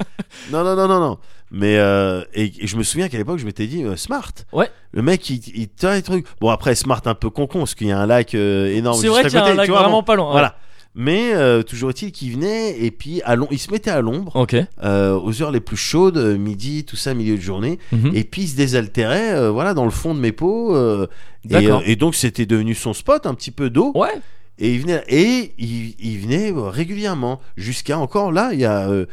Non, non, non, non, non. Mais euh, et, et je me souviens qu'à l'époque, je m'étais dit euh, smart. Ouais. Le mec, il, il tient les trucs. Bon, après, smart un peu con con, parce qu'il y a un lac euh, énorme. C'est juste vrai à qu'il y a côté, un lac tu vois, vraiment bon. pas loin. Voilà. Mais euh, toujours est-il qu'il venait et puis à l'om- il se mettait à l'ombre Ok. euh, aux heures les plus chaudes, euh, midi, tout ça, milieu de journée, Mhm. et puis il se désaltérait, euh, voilà, dans le fond de mes peaux. euh, et, D'accord. euh, et donc c'était devenu son spot, un petit peu d'eau. Ouais. Et il venait, et il, il venait euh, régulièrement, jusqu'à encore là, il y a euh,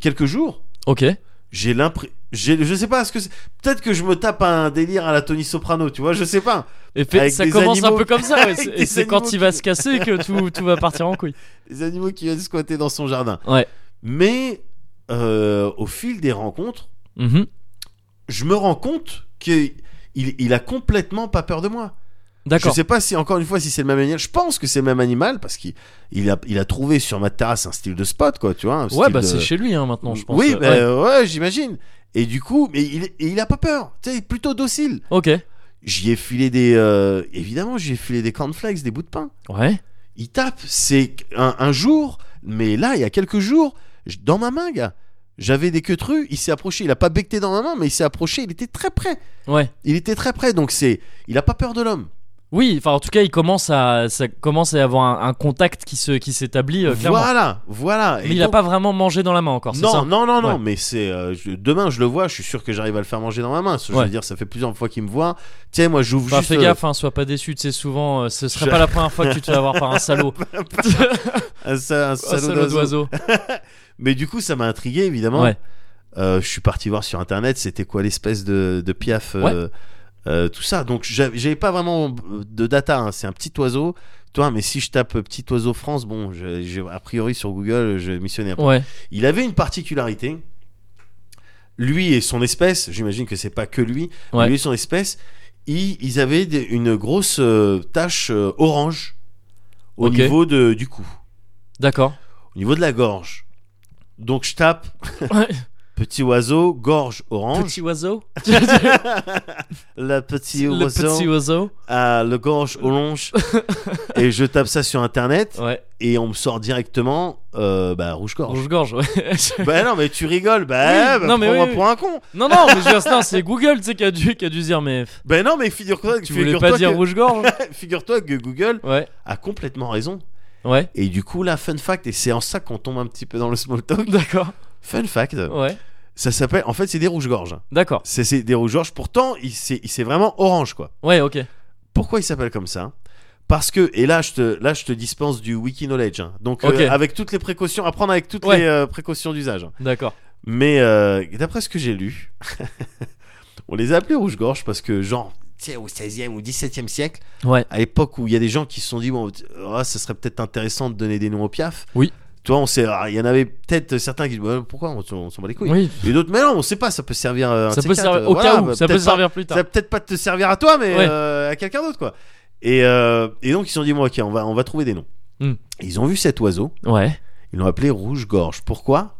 quelques jours. Ok. J'ai l'impression. Je sais pas ce que c'est. Peut-être que je me tape un délire à la Tony Soprano, tu vois, je sais pas. Et fait- Avec ça des commence un animaux- peu comme ça. ouais. [LAUGHS] Avec Et des c'est quand animaux il va qui- se casser que tout, tout va partir en couille. Les animaux qui viennent squatter dans son jardin. Ouais. Mais euh, au fil des rencontres, [LAUGHS] Mhm. je me rends compte qu'il il a complètement pas peur de moi. Je D'accord. sais pas si, encore une fois, si c'est le même animal. Je pense que c'est le même animal parce qu'il il a, il a trouvé sur ma terrasse un style de spot, quoi, tu vois. un Ouais, style bah de- c'est chez lui hein, maintenant, je pense. Oui, Euh, bah, ouais. ouais, j'imagine. Et du coup, mais il, et il a pas peur. Tu sais, il est plutôt docile. Ok. J'y ai filé des. euh, évidemment, j'y ai filé des cornflakes, des bouts de pain. Ouais. Il tape. C'est un, un jour, mais là, il y a quelques jours, j- dans ma main, gars, j'avais des queutrues. Il s'est approché. Il a pas becté dans ma main, mais il s'est approché. Il était très près. Ouais. Il était très près. Donc, c'est. Il a pas peur de l'homme. Oui, enfin en tout cas, il commence à ça commence à y avoir un, un contact qui se qui s'établit euh, clairement. Voilà, voilà. Et Mais il a donc- pas vraiment mangé dans la main encore, c'est Non, ça non, non, non, Ouais. mais c'est. euh, je- demain, je le vois, je suis sûr que j'arrive à le faire manger dans ma main. Je Ouais. veux dire, ça fait plusieurs fois qu'il me voit. Tiens, moi, j'ouvre Enfin, juste. fais euh, gaffe, hein, sois pas déçu, tu sais, souvent, euh, ce serait Je- pas la première fois que tu te fais avoir par un salaud. [LAUGHS] [LAUGHS] euh, un, sa- un un salaud salaud d'oiseau. d'oiseau. Mais du coup, ça m'a intrigué évidemment. Ouais. Euh, je suis parti voir sur internet, c'était quoi l'espèce de, de piaf, euh, euh, tout ça. Donc j'avais j'avais pas vraiment de data. hein. C'est un petit oiseau. Toi, mais si je tape euh, petit oiseau France, bon, je- je- a priori sur Google, je missionnaire. Ouais. Il avait une particularité. Lui et son espèce, j'imagine que c'est pas que lui, Ouais. lui et son espèce, ils, ils avaient des- une grosse euh, tache euh, orange au Ok. niveau de, du cou, D'accord. au niveau de la gorge. Donc je tape Ouais. [LAUGHS] petit oiseau, gorge orange, Petit oiseau. le petit [LAUGHS] Le oiseau, petit oiseau. à le gorge [LAUGHS] orange, et je tape ça sur internet Ouais. et on me sort directement euh, bah, rouge gorge. Rouge-gorge, ouais. [LAUGHS] bah non mais tu rigoles, bah, Oui, bah, non, mais prends-moi oui, oui. pour un con. non, non, mais je veux dire, non, c'est Google, tu sais, qui a dû, qui a dû dire, mais f- Bah non mais figure-toi tu figure voulais pas dire que, rouge-gorge hein [LAUGHS] figure-toi que Google Ouais. a complètement raison. Ouais. Et du coup là, fun fact, et c'est en ça qu'on tombe un petit peu dans le [LAUGHS] small talk. D'accord. Fun fact, Ouais. ça s'appelle, en fait c'est des rouges gorges. D'accord. C'est c'est des rouges gorges. Pourtant, il c'est il- c'est vraiment orange quoi. Ouais, ok. Pourquoi il s'appelle comme ça Parce que, et là je te, là, je te dispense du wiki knowledge. hein. Donc, euh, Ok. avec toutes les précautions, à prendre avec toutes Ouais. les euh, précautions d'usage. hein. D'accord. Mais euh, d'après ce que j'ai lu, [LAUGHS] on les a appelés rouge-gorge parce que, genre, tu sais, au 16e ou 17e siècle, Ouais. à l'époque où il y a des gens qui se sont dit, bon, t- ah, ça serait peut-être intéressant de donner des noms au piaf. Oui. Toi, on sait, ah, il y en avait peut-être certains qui disent, bah, pourquoi on, s'en- on s'en bat les couilles. Oui. Et d'autres, mais non, on sait pas, ça peut servir. euh, un Ça de peut ces servir quatre, au voilà, cas bah, où, ça peut peut-être pas- servir plus ça tard. va peut-être pas te servir à toi, mais Ouais. euh, à quelqu'un d'autre, quoi. Et, euh, et donc ils se sont dit, bon, ok, on va, on va trouver des noms. Hmm. Et Ils ont vu cet oiseau, Ouais. ils l'ont appelé rouge-gorge. Pourquoi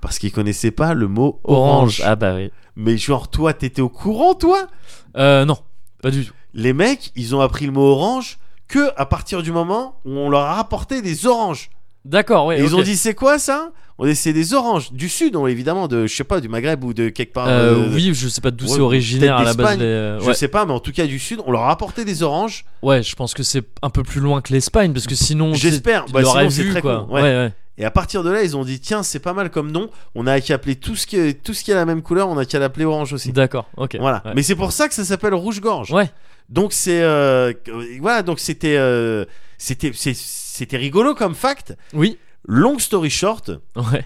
Parce qu'ils connaissaient pas le mot orange. Orange. Ah bah oui. Mais genre, toi, t'étais au courant, toi Euh, non. Pas du tout. Les mecs, ils ont appris le mot orange que à partir du moment où on leur a rapporté des oranges. D'accord, ouais. et ils ok. ont dit, c'est quoi ça On dit, c'est des oranges du sud, on- évidemment, de, je sais pas, du Maghreb ou de quelque part. Euh, euh, oui, je sais pas d'où ouais, c'est originaire à la base. d'Espagne, les, euh, Je ouais. sais pas, mais en tout cas du sud, on leur a apporté des oranges. Ouais, je pense que c'est un peu plus loin que l'Espagne parce que sinon J'espère. tu Bah, l'aurais sinon, c'est vu très quoi. con, Ouais, ouais. ouais. Et Et à partir de là, ils ont dit tiens, c'est pas mal comme nom. On a qu'à appeler tout ce qui est, tout ce qui a la même couleur, on a qu'à l'appeler orange aussi. D'accord, ok. Voilà. Ouais. Mais c'est pour ça que ça s'appelle rouge gorge. Ouais. Donc c'est euh, voilà, donc c'était euh, c'était c'est- c'était rigolo comme fact. Oui. Long story short, Ouais.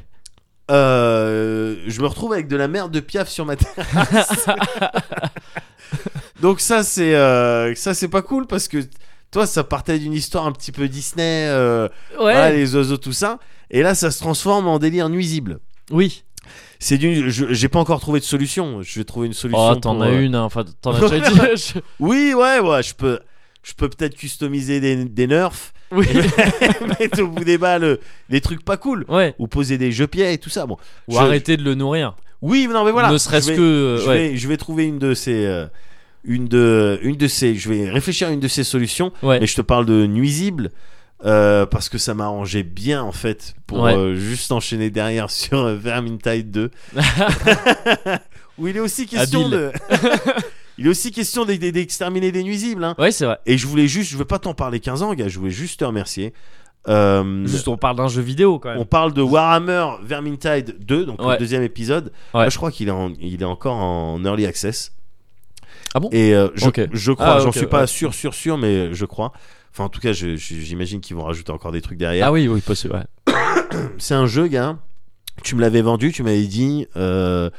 euh, je me retrouve avec de la merde de piaf sur ma [LAUGHS] terrasse. Donc ça c'est euh, ça c'est pas cool parce que toi ça partait d'une histoire un petit peu Disney, euh, voilà, les oiseaux tout ça, et là ça se transforme en délire nuisible. Oui. C'est d'une, je- j'ai pas encore trouvé de solution. Je vais trouver une solution. Oh, t'en pour, as euh, une, hein. enfin, t'en [LAUGHS] as déjà dit. Je- Oui ouais ouais, je peux je peux peut-être customiser des, des nerfs, [LAUGHS] Oui. mettre au bout des balles euh, des trucs pas cool, [LAUGHS] Ouais. ou poser des jeux pieds et tout ça. Bon, Ou Je- arrêter de le nourrir. oui non mais voilà. ne serait-ce je vais- que. euh, je, ouais. vais, je vais trouver une de ces euh, une de une de ces je vais réfléchir à une de ces solutions Ouais. mais je te parle de nuisible euh, parce que ça m'arrangeait bien en fait pour Ouais. euh, juste enchaîner derrière [LAUGHS] sur euh, [LAUGHS] Vermintide 2 où il est aussi question Habile. de [LAUGHS] il est aussi question d'e- d'e- d'exterminer des nuisibles hein. Ouais, c'est vrai. et je voulais juste je veux pas t'en parler 15 ans gars je voulais juste te remercier Euh, Juste, on parle d'un jeu vidéo quand on même. parle de Warhammer Vermintide 2, donc Ouais. le deuxième épisode. Ouais. Moi, je crois qu'il est, en- il est encore en early access. Ah bon Et euh, je, Ok. je Ah, crois, j'en ok, suis pas ouais. sûr, sûr, sûr, mais je crois. Enfin, en tout cas, je- je- j'imagine qu'ils vont rajouter encore des trucs derrière. Ah oui, oui, possible. ouais. C'est un jeu, gars. Tu me l'avais vendu, tu m'avais dit euh,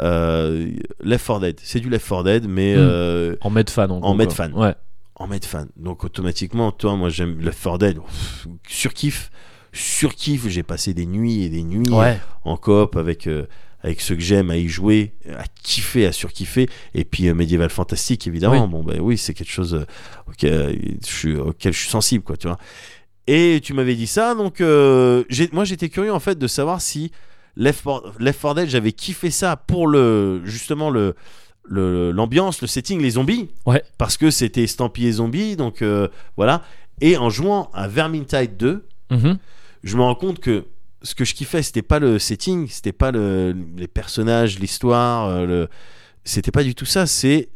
euh, Left 4 Dead. C'est du Left 4 Dead, mais Hmm. euh, En med fan. En med fan. Ouais. en mode fan. Donc automatiquement, toi, moi j'aime Left 4 Dead. Pff, Surkiff, surkiff. J'ai passé des nuits et des nuits Ouais. en coop avec euh, avec ceux que j'aime à y jouer à kiffer à surkiffer et puis euh, médiéval fantastique évidemment Oui. bon ben oui c'est quelque chose euh, auquel, je suis, auquel je suis sensible quoi tu vois et tu m'avais dit ça donc euh, j'ai- moi j'étais curieux en fait de savoir si Left 4 Left 4 Dead j'avais kiffé ça pour le justement le le- l'ambiance le setting les zombies Ouais. parce que c'était estampillé zombies donc euh, voilà et en jouant à Vermintide 2 Mhm. je me rends compte que ce que je kiffais, c'était pas le setting, c'était pas le- les personnages, l'histoire, euh, le... c'était pas du tout ça, c'est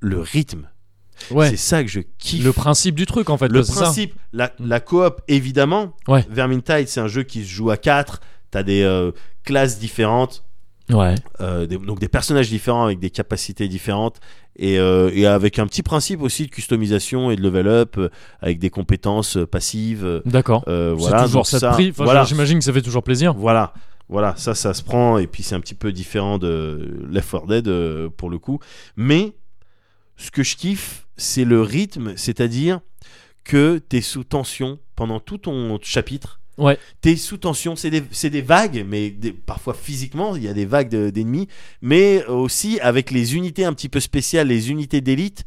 le rythme. Ouais. C'est ça que je kiffe. Le principe du truc en fait. quoi, Le c'est ça Mm. principe, la, la coop évidemment. Ouais. Vermintide, c'est un jeu qui se joue à 4, t'as des euh, classes différentes, Ouais. euh, des- donc des personnages différents avec des capacités différentes et, euh, et avec un petit principe aussi de customisation et de level up euh, avec des compétences euh, passives. euh, D'accord. euh, C'est voilà, toujours donc ça de ça- prix. Enfin, voilà, J'imagine que ça fait toujours plaisir. voilà, voilà, ça, ça se prend et puis c'est un petit peu différent de Left 4 Dead euh, pour le coup. Mais ce que je kiffe, c'est le rythme, c'est-à-dire que t'es sous tension pendant tout ton chapitre. Ouais. T'es sous tension, c'est des, c'est des vagues, mais des- parfois physiquement, il y a des vagues de- d'ennemis, mais aussi avec les unités un petit peu spéciales, les unités d'élite,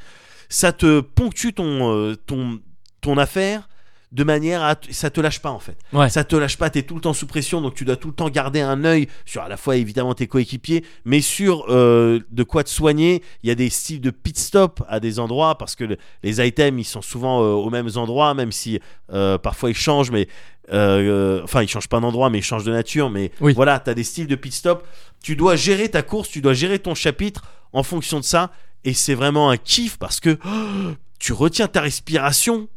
ça te ponctue ton, euh, ton, ton affaire de manière à... t- Ça te lâche pas en fait Ouais. ça te lâche pas, t'es tout le temps sous pression, donc tu dois tout le temps garder un œil sur à la fois évidemment tes coéquipiers, mais sur euh, de quoi te soigner. Il y a des styles de pit stop à des endroits parce que le- les items ils sont souvent euh, aux mêmes endroits, même si euh, parfois ils changent, mais euh, euh, enfin ils changent pas d'endroit, mais ils changent de nature. Mais Oui. voilà, t'as des styles de pit stop. Tu dois gérer ta course, tu dois gérer ton chapitre en fonction de ça, et c'est vraiment un kiff parce que oh, tu retiens ta respiration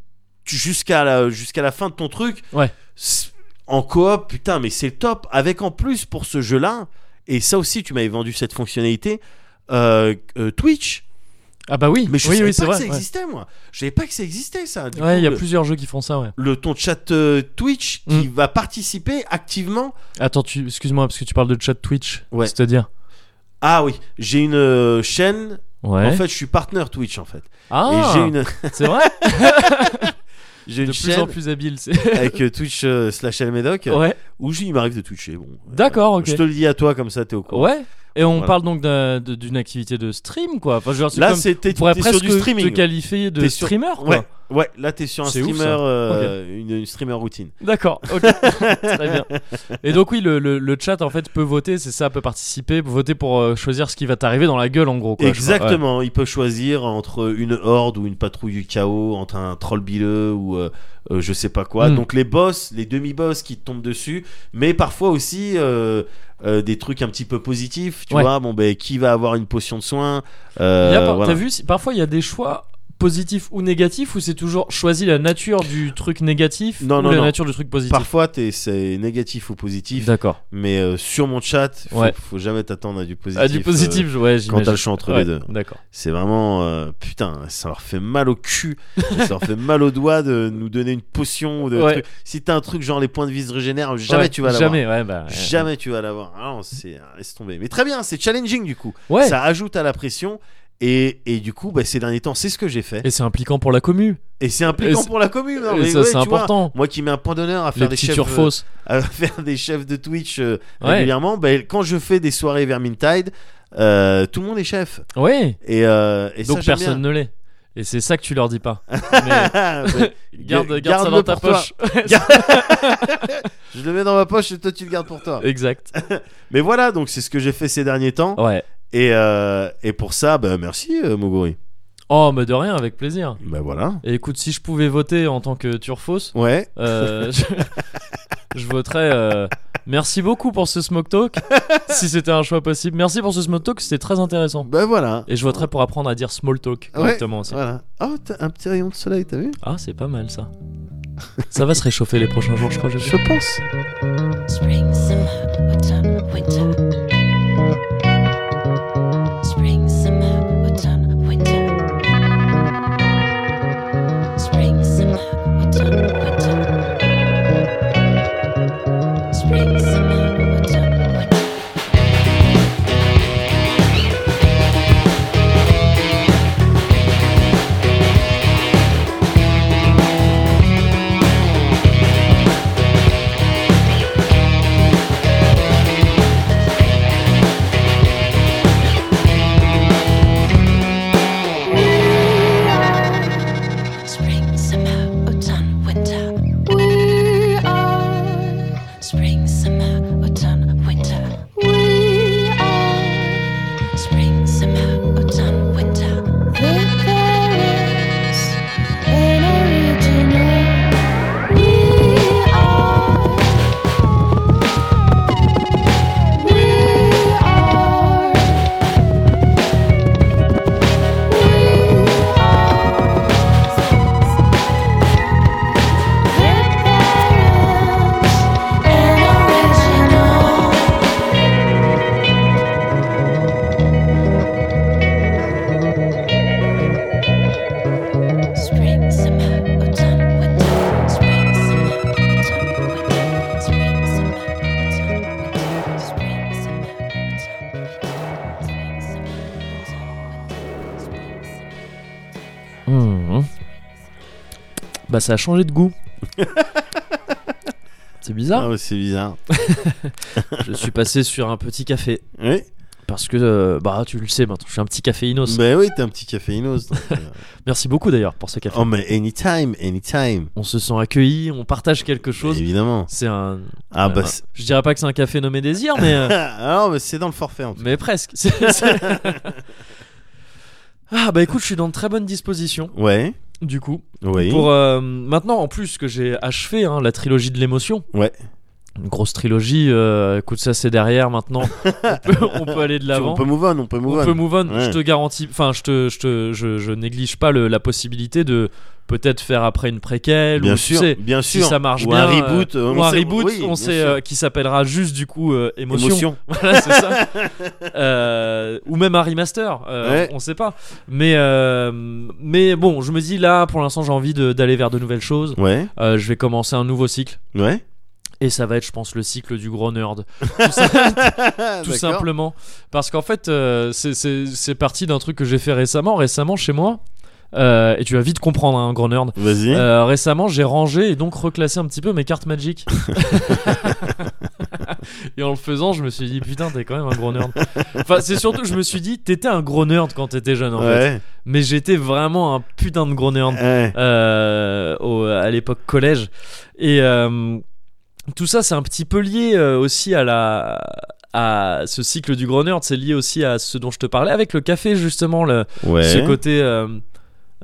tu- jusqu'à la, jusqu'à la fin de ton truc s- en coop, putain, mais c'est le top. Avec en plus pour ce jeu-là, et ça aussi, tu m'avais vendu cette fonctionnalité, euh, euh, Twitch. Ah bah oui. Mais je oui, oui, savais pas c'est que vrai. ça ouais. existait, moi. Je savais pas que ça existait, ça. Du Ouais, coup, il y a le, plusieurs jeux qui font ça, ouais. le- ton chat euh, Twitch Mm. qui va participer activement. Attends, tu... excuse-moi, parce que tu parles de chat Twitch. Ouais. C'est-à-dire Ah oui, j'ai une euh, chaîne. Ouais. En fait, je suis partenaire Twitch, en fait. ah, Et j'ai une, c'est vrai j'ai De [LAUGHS] une plus en chaîne plus habile. [LAUGHS] c'est- avec euh, Twitch euh, slash Elmedoc Ouais. où j'y- il m'arrive de twitcher. Bon, D'accord, ok. Je te le dis à toi, comme ça, t'es au courant. Ouais. Et on Voilà. parle donc d'un- de- d'une activité de stream, quoi. Enfin, je veux dire, c'est Là, comme- c'était on pourrait t'es sur presque du streaming. te qualifier de T'es sur- streamer, quoi. Ouais, ouais, là t'es sur un C'est ouf, streamer, ça. euh, une, une streamer routine. D'accord, [LAUGHS] ok. Très bien. Et donc, oui, le, le- le chat, en fait, peut voter, c'est ça, peut participer, peut voter pour euh, choisir ce qui va t'arriver dans la gueule, en gros. Quoi, je crois. Ouais. Exactement, il peut choisir entre une horde ou une patrouille du chaos, entre un troll bileux ou euh, euh, je sais pas quoi. Mm. Donc les boss, les demi-boss qui te tombent dessus, mais parfois aussi euh, euh, des trucs un petit peu positifs. Tu Ouais. vois, bon ben qui va avoir une potion de soin Il y a par- euh, voilà. T'as vu, si- parfois il y a des choix positif ou négatif ou c'est toujours choisi la nature du truc négatif Non, ou non, la non. nature du truc positif Parfois, t'es- c'est négatif ou positif, D'accord. mais euh, sur mon chat, faut, Ouais. faut jamais t'attendre à du positif. Ah, du positif, je- ouais, euh, quand j'imagine. t'as le choix entre Ouais, les deux. D'accord. C'est vraiment. euh, putain, ça leur fait mal au cul, ça leur fait mal aux doigts de nous donner une potion ou de Ouais. truc. Si t'as un truc genre les points de vie se régénèrent, jamais Ouais, tu vas l'avoir. Jamais, ouais, bah. ouais. Jamais tu vas l'avoir. Ah non, c'est. ah, Laisse tomber. Mais très bien, c'est challenging du coup. Ouais. Ça ajoute à la pression. Et, et du coup, bah, ces derniers temps, c'est ce que j'ai fait. Et c'est impliquant pour la commu. Et c'est impliquant et c'est- pour la commune. hein, Et mais ça, ouais, c'est tu vois, important. moi qui mets un point d'honneur à Les faire des petites chefs sur fausses. [LAUGHS] à faire des chefs de Twitch euh, Ouais. régulièrement, ben, quand je fais des soirées Vermintide, euh, tout le monde est chef. Ouais. Et, euh, et Donc ça, j'aime personne ne bien. l'est. Et c'est ça que tu leur dis [LAUGHS] pas. Mais Ouais. garde, Garde-le garde, ça dans ta pour toi. poche. [LAUGHS] je le mets dans ma poche et toi tu le gardes pour toi. exact. Mais voilà, donc c'est ce que j'ai fait ces derniers temps. Ouais. Et, euh, et pour ça, ben, merci euh, Moguri. Oh, mais de rien, avec plaisir. Ben voilà. Et écoute, si je pouvais voter en tant que Turfos, Ouais. [LAUGHS] euh, je, je voterais. euh, merci beaucoup pour ce smoke talk. si c'était un choix possible. Merci pour ce smoke talk, c'était très intéressant. Ben voilà. Et je voterais pour apprendre à dire small talk Ouais. correctement aussi. Voilà. Oh, t'as un petit rayon de soleil, t'as vu Ah, c'est pas mal ça. ça va se réchauffer les prochains jours, je crois. Je Jésus. pense. Spring, summer, autumn, winter. Spring, summer, autumn, winter. Spring, summer, autumn, winter. Spring, summer, autumn, winter. Spring, summer, autumn, winter. We are. Spring, summer, autumn, winter. We are. Spring, summer, autumn, winter. There is an original. We are. We are. Spring, summer, autumn, winter. Spring, summer, autumn, winter. Spring, summer, autumn, winter. Spring, summer, autumn, winter. Spring, summer, autumn, winter. Spring, summer. Mmh. Bah, ça a changé de [LAUGHS] goût. c'est bizarre. Ah, ouais, c'est bizarre. Je suis passé sur un petit café. Oui. Parce que, euh, bah, tu le sais, maintenant, je suis un petit caféinos. Ben oui, t'es un petit caféinos. donc, [LAUGHS] euh, Merci beaucoup d'ailleurs pour ce café. oh, mais anytime, anytime. On se sent accueilli, on partage quelque chose. Évidemment. C'est un. Ah, bah. un- c'est- [LAUGHS] je dirais pas que c'est un café nommé désir, mais, euh, Ah non, mais c'est dans le forfait en tout mais presque. C'est- c'est- [LAUGHS] ah bah écoute, je suis dans de très bonnes dispositions, cas. Ouais. du coup. Oui. Pour euh, maintenant, en plus que j'ai achevé hein, la trilogie de l'émotion. Ouais. Une grosse trilogie. euh, écoute, ça c'est derrière [LAUGHS] maintenant. on, peut, on peut aller de Tu- l'avant. On peut move on, on peut move On on. peut move on. Ouais. Je te garantis, enfin, je te, je te, je, je néglige pas le- la possibilité de peut-être faire après une préquelle bien ou sûr, tu sais, bien si sûr. ça marche ou bien, un reboot, euh, euh, ou on un sait- reboot, oui, on bien sait sûr. euh, qui s'appellera juste du coup euh, émotion. Émotion. [LAUGHS] Voilà, c'est ça. Euh, ou même un remaster, euh, Ouais. on sait pas. Mais euh, mais bon, je me dis là, pour l'instant, j'ai envie de- d'aller vers de nouvelles choses. Ouais, Euh, je vais commencer un nouveau cycle. [LAUGHS] ouais. Et ça va être, je pense, le cycle du gros nerd. Tout Ah, D'accord. simplement. Parce qu'en fait, euh, c'est- c'est c'est parti d'un truc que j'ai fait récemment, récemment chez moi. Euh, et tu vas vite comprendre, hein, grand nerd. Vas-y. Euh, récemment, j'ai rangé et donc reclassé un petit peu mes cartes [LAUGHS] Magic. et en le faisant, je me suis dit, putain, t'es quand même un gros nerd. Enfin, c'est surtout, je me suis dit, t'étais un gros nerd quand t'étais jeune, en fait. ouais. Mais j'étais vraiment un putain de gros nerd Ouais. euh, au- à l'époque collège. Et euh, tout ça, c'est un petit peu lié euh, aussi à la à ce cycle du gros nerd. C'est lié aussi à ce dont je te parlais avec le café justement, le, Ouais. ce côté. euh,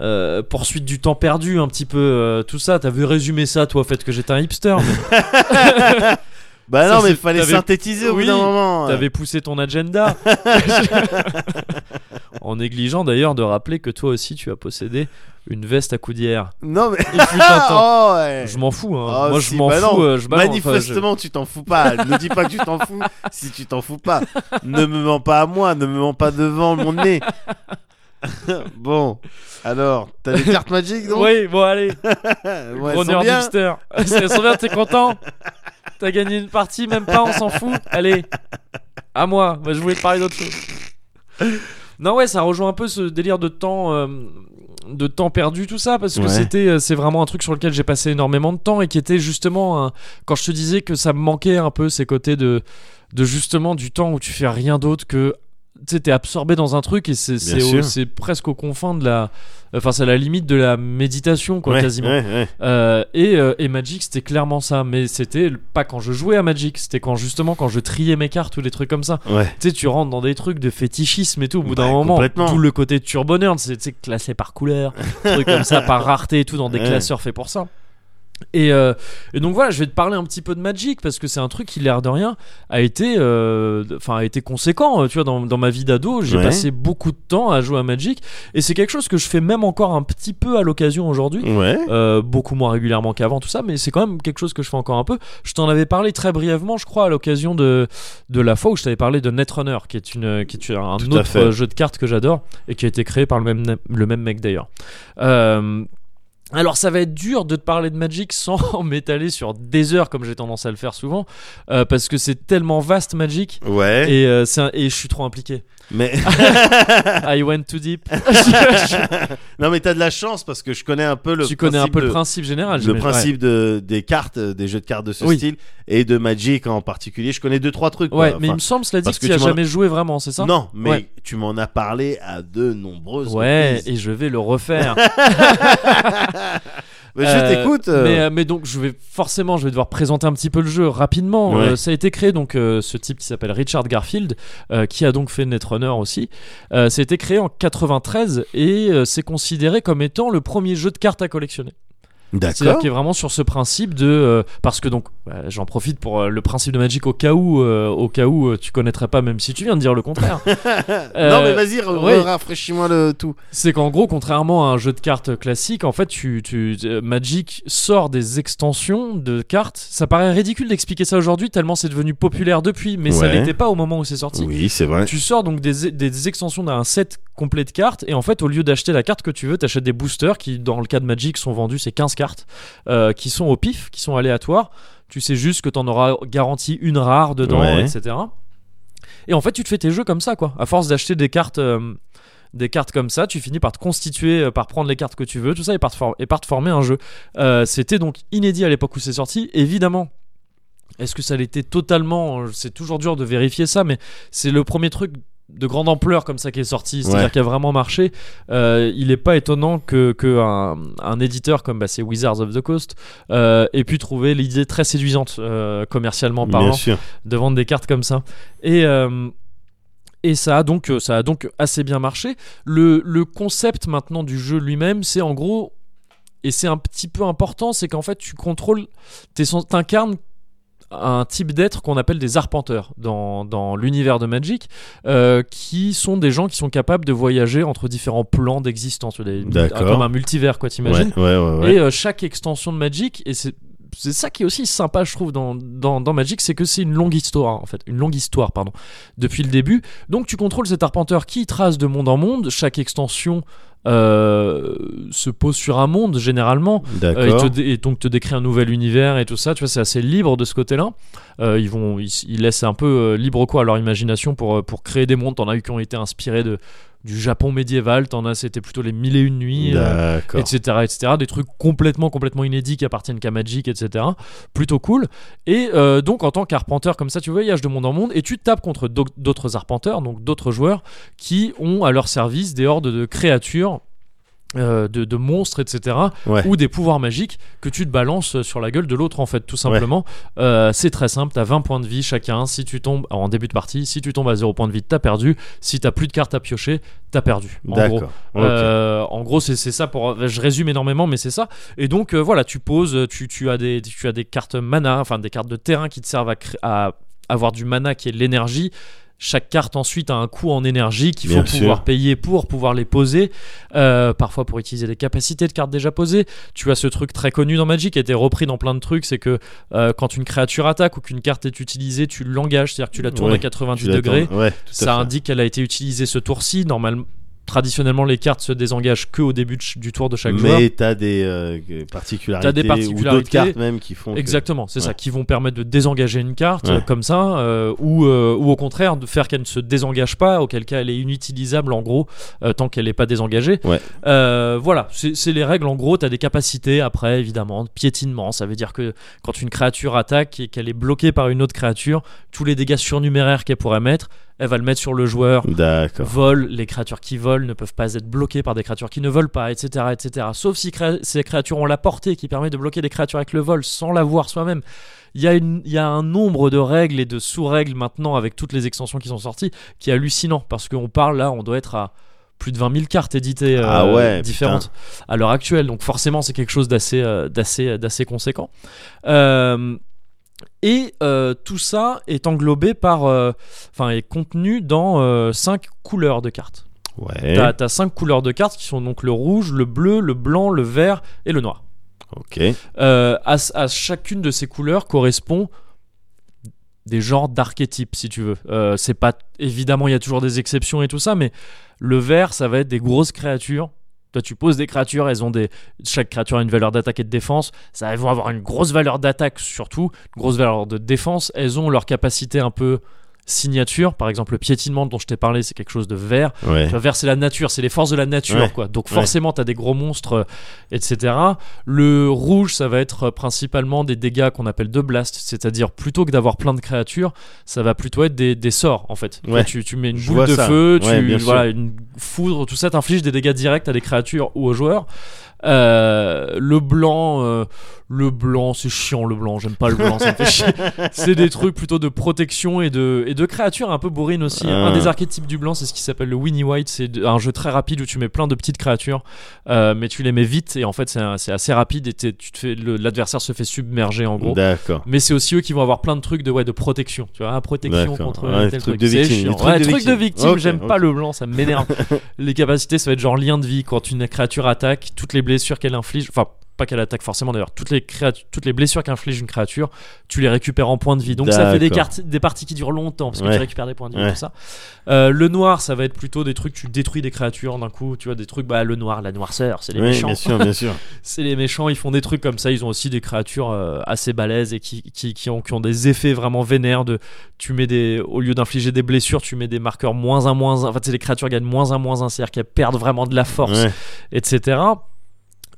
euh, poursuite du temps perdu un petit peu euh, tout ça t'avais résumé ça toi au fait que j'étais un hipster mais Bah ça, non, c'est- mais il fallait t'avais- synthétiser au Oui, bout d'un moment. t'avais poussé ton agenda en négligeant d'ailleurs de rappeler que toi aussi tu as possédé une veste à coudière. Non, mais. Il fut [LAUGHS] un temps. Oh, ouais. Je m'en fous, hein. Ah, moi si, je m'en bah non. fous. euh, je balance, enfin, je- Manifestement, tu t'en fous pas. ne dis pas que tu [LAUGHS] t'en fous si tu t'en fous pas. Ne me mens pas à moi, ne me mens pas devant mon nez. [LAUGHS] bon, alors, t'as des cartes magiques donc Oui, bon allez, Ouais, elles sont Runner bien. Dipster. C'est t'es content T'as gagné une partie, même pas, on s'en fout. Allez, à moi. Moi, je voulais te parler d'autre chose. Non, ouais, ça rejoint un peu ce délire de temps, euh, de temps perdu, tout ça, parce que Ouais. c'était, euh, c'est vraiment un truc sur lequel j'ai passé énormément de temps et qui était justement, un- quand je te disais que ça me manquait un peu ces côtés de, de justement du temps où tu fais rien d'autre que tu sais, t'es absorbé dans un truc et c'est, c'est, au- sûr. c'est presque aux confins de la, enfin c'est à la limite de la méditation quoi Ouais, quasiment. ouais, ouais. Euh, et, euh, et Magic, c'était clairement ça. Mais c'était le- pas quand je jouais à Magic, c'était quand justement quand je triais mes cartes ou des trucs comme ça. Ouais. Tu sais, tu rentres dans des trucs de fétichisme et tout. Au bout d'un Ouais, moment, Bah, complètement. tout le côté turbo nerd, c'est tu sais, classé par [LAUGHS] couleur, trucs comme ça, par rareté et tout, dans des Ouais. classeurs faits pour ça. Et, euh, et donc voilà, je vais te parler un petit peu de Magic parce que c'est un truc qui l'air de rien a été, euh, enfin a été conséquent. euh, Tu vois, dans, dans ma vie d'ado, j'ai Ouais. passé beaucoup de temps à jouer à Magic et c'est quelque chose que je fais même encore un petit peu à l'occasion aujourd'hui. Ouais. Euh, beaucoup moins régulièrement qu'avant tout ça mais c'est quand même quelque chose que je fais encore un peu je t'en avais parlé très brièvement je crois à l'occasion de, de la fois où je t'avais parlé de Netrunner qui est, une, qui est un Tout à autre fait. euh, jeu de cartes que j'adore et qui a été créé par le même, le même mec d'ailleurs Euh, alors ça va être dur de te parler de Magic sans [LAUGHS] m'étaler sur des heures comme j'ai tendance à le faire souvent euh, parce que c'est tellement vaste Magic Ouais. et, euh, c'est un- et je suis trop [LAUGHS] impliqué Mais... I went too deep non, mais t'as de la chance parce que je connais un peu le [LAUGHS] tu connais un peu de- le principe général le j'imagine. principe de, des cartes, euh, des jeux de cartes de ce Oui. style et de Magic en particulier. Je connais deux trois trucs. Ouais, quoi. mais il Enfin, me semble, cela dit, parce que tu que as tu m'en- jamais joué vraiment, c'est ça non, mais Ouais. tu m'en as parlé à de nombreuses Ouais, reprises. et je vais le refaire. Mais Euh, je t'écoute. [LAUGHS] euh, Mais, euh, mais donc, je vais forcément, je vais devoir présenter un petit peu le jeu rapidement. Ouais. Euh, ça a été créé, donc, euh, ce type qui s'appelle Richard Garfield, euh, qui a donc fait Netrunner aussi. Euh, ça a été créé en 93 et euh, c'est considéré comme étant le premier jeu de cartes à collectionner. C'est-à-dire D'accord. qu'il est vraiment sur ce principe de euh, parce que donc bah, j'en profite pour euh, le principe de Magic au cas où euh, au cas où euh, tu connaîtrais pas même si tu viens de dire le [LAUGHS] contraire. non, Euh, mais vas-y, re- ouais. rafraîchis-moi le tout. C'est qu'en gros, contrairement à un jeu de cartes classique, en fait, tu, tu- euh, Magic sort des extensions de cartes. Ça paraît ridicule d'expliquer ça aujourd'hui, tellement c'est devenu populaire depuis, mais ça Ouais. l'était pas au moment où c'est sorti. Oui, c'est vrai. Tu sors donc des, des extensions d'un set complet de cartes, et en fait, au lieu d'acheter la carte que tu veux, t'achètes des boosters qui, dans le cas de Magic, sont vendus, c'est 15 cartes, euh, qui sont au pif, qui sont aléatoires. Tu sais juste que t'en auras garanti une rare dedans, Ouais. etc. Et en fait, tu te fais tes jeux comme ça, quoi. À force d'acheter des cartes. euh, des cartes comme ça, tu finis par te constituer, euh, par prendre les cartes que tu veux, tout ça, et par te, for- et par te former un jeu. Euh, C'était donc inédit à l'époque où c'est sorti, évidemment. Est-ce que ça l'était totalement C'est toujours dur de vérifier ça, mais c'est le premier truc de grande ampleur comme ça qui est sorti, c'est-à-dire Ouais. qui a vraiment marché. Euh, il n'est pas étonnant que, que un, un éditeur comme bah, c'est Wizards of the Coast euh, ait pu trouver l'idée très séduisante euh, commercialement parlant Bien sûr. de vendre des cartes comme ça. Et, euh, et ça, a donc, euh, ça a donc assez bien marché. Le, le concept maintenant du jeu lui-même, c'est en gros, et c'est un petit peu important, c'est qu'en fait tu contrôles, t'es sen- t'incarnes un type d'être qu'on appelle des arpenteurs dans, dans l'univers de Magic, euh, qui sont des gens qui sont capables de voyager entre différents plans d'existence, des- D'accord. comme un multivers quoi, t'imagines Ouais, ouais, ouais. ouais. et euh, chaque extension de Magic, et c'est c'est ça qui est aussi sympa, je trouve, dans, dans, dans Magic, c'est que c'est une longue histoire, en fait. Une longue histoire, pardon. Depuis le début. Donc, tu contrôles cet arpenteur qui trace de monde en monde. Chaque extension euh, se pose sur un monde, généralement. Euh, D'accord. et, te dé- et donc te décrit un nouvel univers et tout ça, tu vois, c'est assez libre de ce côté-là. Euh, ils vont, ils, ils laissent un peu euh, libre quoi à leur imagination pour euh, pour créer des mondes. T'en as eu qui ont été inspirés de du Japon médiéval, t'en as c'était plutôt les mille et une nuits. euh, D'accord. etc., etc. Des trucs complètement, complètement inédits qui appartiennent qu'à Magic, etc. Plutôt cool. Et euh, donc, en tant qu'arpenteur, comme ça, tu voyages de monde en monde et tu tapes contre d'au- d'autres arpenteurs, donc d'autres joueurs, qui ont à leur service des hordes de créatures. euh, de, de monstres etc Ouais. ou des pouvoirs magiques que tu te balances sur la gueule de l'autre en fait tout simplement Euh, c'est très simple t'as 20 points de vie chacun si tu tombes alors, en début de partie si tu tombes à 0 points de vie t'as perdu si t'as plus de cartes à piocher t'as perdu en gros D'accord. Ok. euh, en gros, c'est c'est ça pour. Je résume énormément, mais c'est ça. Et donc, euh, voilà, tu poses, tu, tu, as des, tu as des cartes mana, enfin des cartes de terrain qui te servent à, cré- à avoir du mana qui est de l'énergie. Chaque carte ensuite a un coût en énergie qu'il faut Bien pouvoir sûr. payer pour pouvoir les poser, euh, parfois pour utiliser les capacités de cartes déjà posées. Tu as ce truc très connu dans Magic qui a été repris dans plein de trucs, c'est que euh, quand une créature attaque ou qu'une carte est utilisée, tu l'engages, c'est-à-dire que tu la tournes Ouais, à 90 Tu l'attends. degrés. Ouais, tout Ça à fait. indique qu'elle a été utilisée ce tour-ci. Normalement, traditionnellement, les cartes se désengagent que au début de ch- du tour de chaque joueur. Mais t'as des euh, particularités, ou particularités. d'autres cartes même qui font. que- Exactement, c'est ça, euh, Ouais. qui vont permettre de désengager une carte Ouais. euh, comme ça, euh, ou, euh, ou au contraire de faire qu'elle ne se désengage pas, auquel cas elle est inutilisable en gros, euh, tant qu'elle n'est pas désengagée. Ouais. Euh, voilà, c'est c'est les règles en gros, tu as des capacités après évidemment, de piétinement, ça veut dire que quand une créature attaque et qu'elle est bloquée par une autre créature, tous les dégâts surnuméraires qu'elle pourrait mettre, elle va le mettre sur le joueur. D'accord. Vol, les créatures qui volent ne peuvent pas être bloquées par des créatures qui ne volent pas, etc. etc. Sauf si créa- ces créatures ont la portée qui permet de bloquer des créatures avec le vol sans l'avoir soi-même. Il y, a une- il y a un nombre de règles et de sous-règles maintenant avec toutes les extensions qui sont sorties qui est hallucinant parce qu'on parle là, on doit être à plus de 20 000 cartes éditées euh, Ah ouais, différentes à l'heure actuelle. Donc forcément, c'est quelque chose d'assez euh, d'assez d'assez conséquent. Euh, et euh, tout ça est englobé par, euh, enfin, est contenu dans 5 couleurs de cartes. Ouais. T'as- T'as 5 couleurs de cartes qui sont donc le rouge, le bleu, le blanc, le vert et le noir. Ok. Euh, à, à chacune de ces couleurs correspond des genres d'archétypes, si tu veux. Euh, c'est pas évidemment, il y a toujours des exceptions et tout ça, mais le vert, ça va être des grosses créatures. Toi, tu poses des créatures, elles ont des. Chaque créature a une valeur d'attaque et de défense. Ça, elles vont avoir une grosse valeur d'attaque, surtout, une grosse valeur de défense. Elles ont leur capacité un peu signature. Par exemple, le piétinement dont je t'ai parlé, c'est quelque chose de vert. Ouais. Tu vois, vert, c'est la nature, c'est les forces de la nature, Ouais. quoi. Donc Ouais. forcément, t'as des gros monstres, euh, etc. Le rouge, ça va être euh, principalement des dégâts qu'on appelle de blast, c'est-à-dire plutôt que d'avoir plein de créatures, ça va plutôt être des, des sorts, en fait. Tu vois, Ouais. Tu, tu mets une Je boule vois de ça. feu, tu, Ouais, bien sûr. voilà, une foudre, tout ça, t'inflige des dégâts directs à des créatures ou aux joueurs. Euh, le blanc, euh, le blanc, c'est chiant le blanc, j'aime pas le blanc, ça me fait chier c'est des trucs plutôt de protection et de, et de créatures un peu bourrines aussi. Ah. Un des archétypes du blanc, c'est ce qui s'appelle le Winnie White. C'est de- un jeu très rapide où tu mets plein de petites créatures, euh, mais tu les mets vite et en fait c'est un- c'est assez rapide et t'es- tu te fais le- l'adversaire se fait submerger en gros. D'accord. Mais c'est aussi eux qui vont avoir plein de trucs de, ouais, de protection. Tu vois, ah, protection D'accord. contre Ouais, tel truc truc. de C'est victime, chiant. les trucs Ouais, de truc victime. de victime, Ok, j'aime ok. pas le blanc, ça [LAUGHS] m'énerve. les capacités, ça va être genre lien de vie. Quand une créature attaque, toutes les blessures qu'elle inflige, enfin, pas qu'elle attaque forcément d'ailleurs, toutes les, créatu- toutes les blessures qu'inflige une créature, tu les récupères en points de vie. Donc ça fait des, D'accord. cartes, des parties qui durent longtemps parce que Ouais. tu récupères des points de vie et Ouais. tout ça. Euh, le noir, ça va être plutôt des trucs, tu détruis des créatures d'un coup, tu vois, des trucs, bah le noir, la noirceur, c'est les Oui, méchants bien sûr, bien sûr. c'est les méchants, ils font des trucs comme ça, ils ont aussi des créatures euh, assez balèzes et qui, qui, qui ont, qui ont des effets vraiment vénères de tu mets des au lieu d'infliger des blessures, tu mets des marqueurs moins un moins un. En fait, c'est les créatures gagnent moins un moins un, c'est-à-dire qu'elles perdent vraiment de la [LAUGHS] force, Ouais. etc.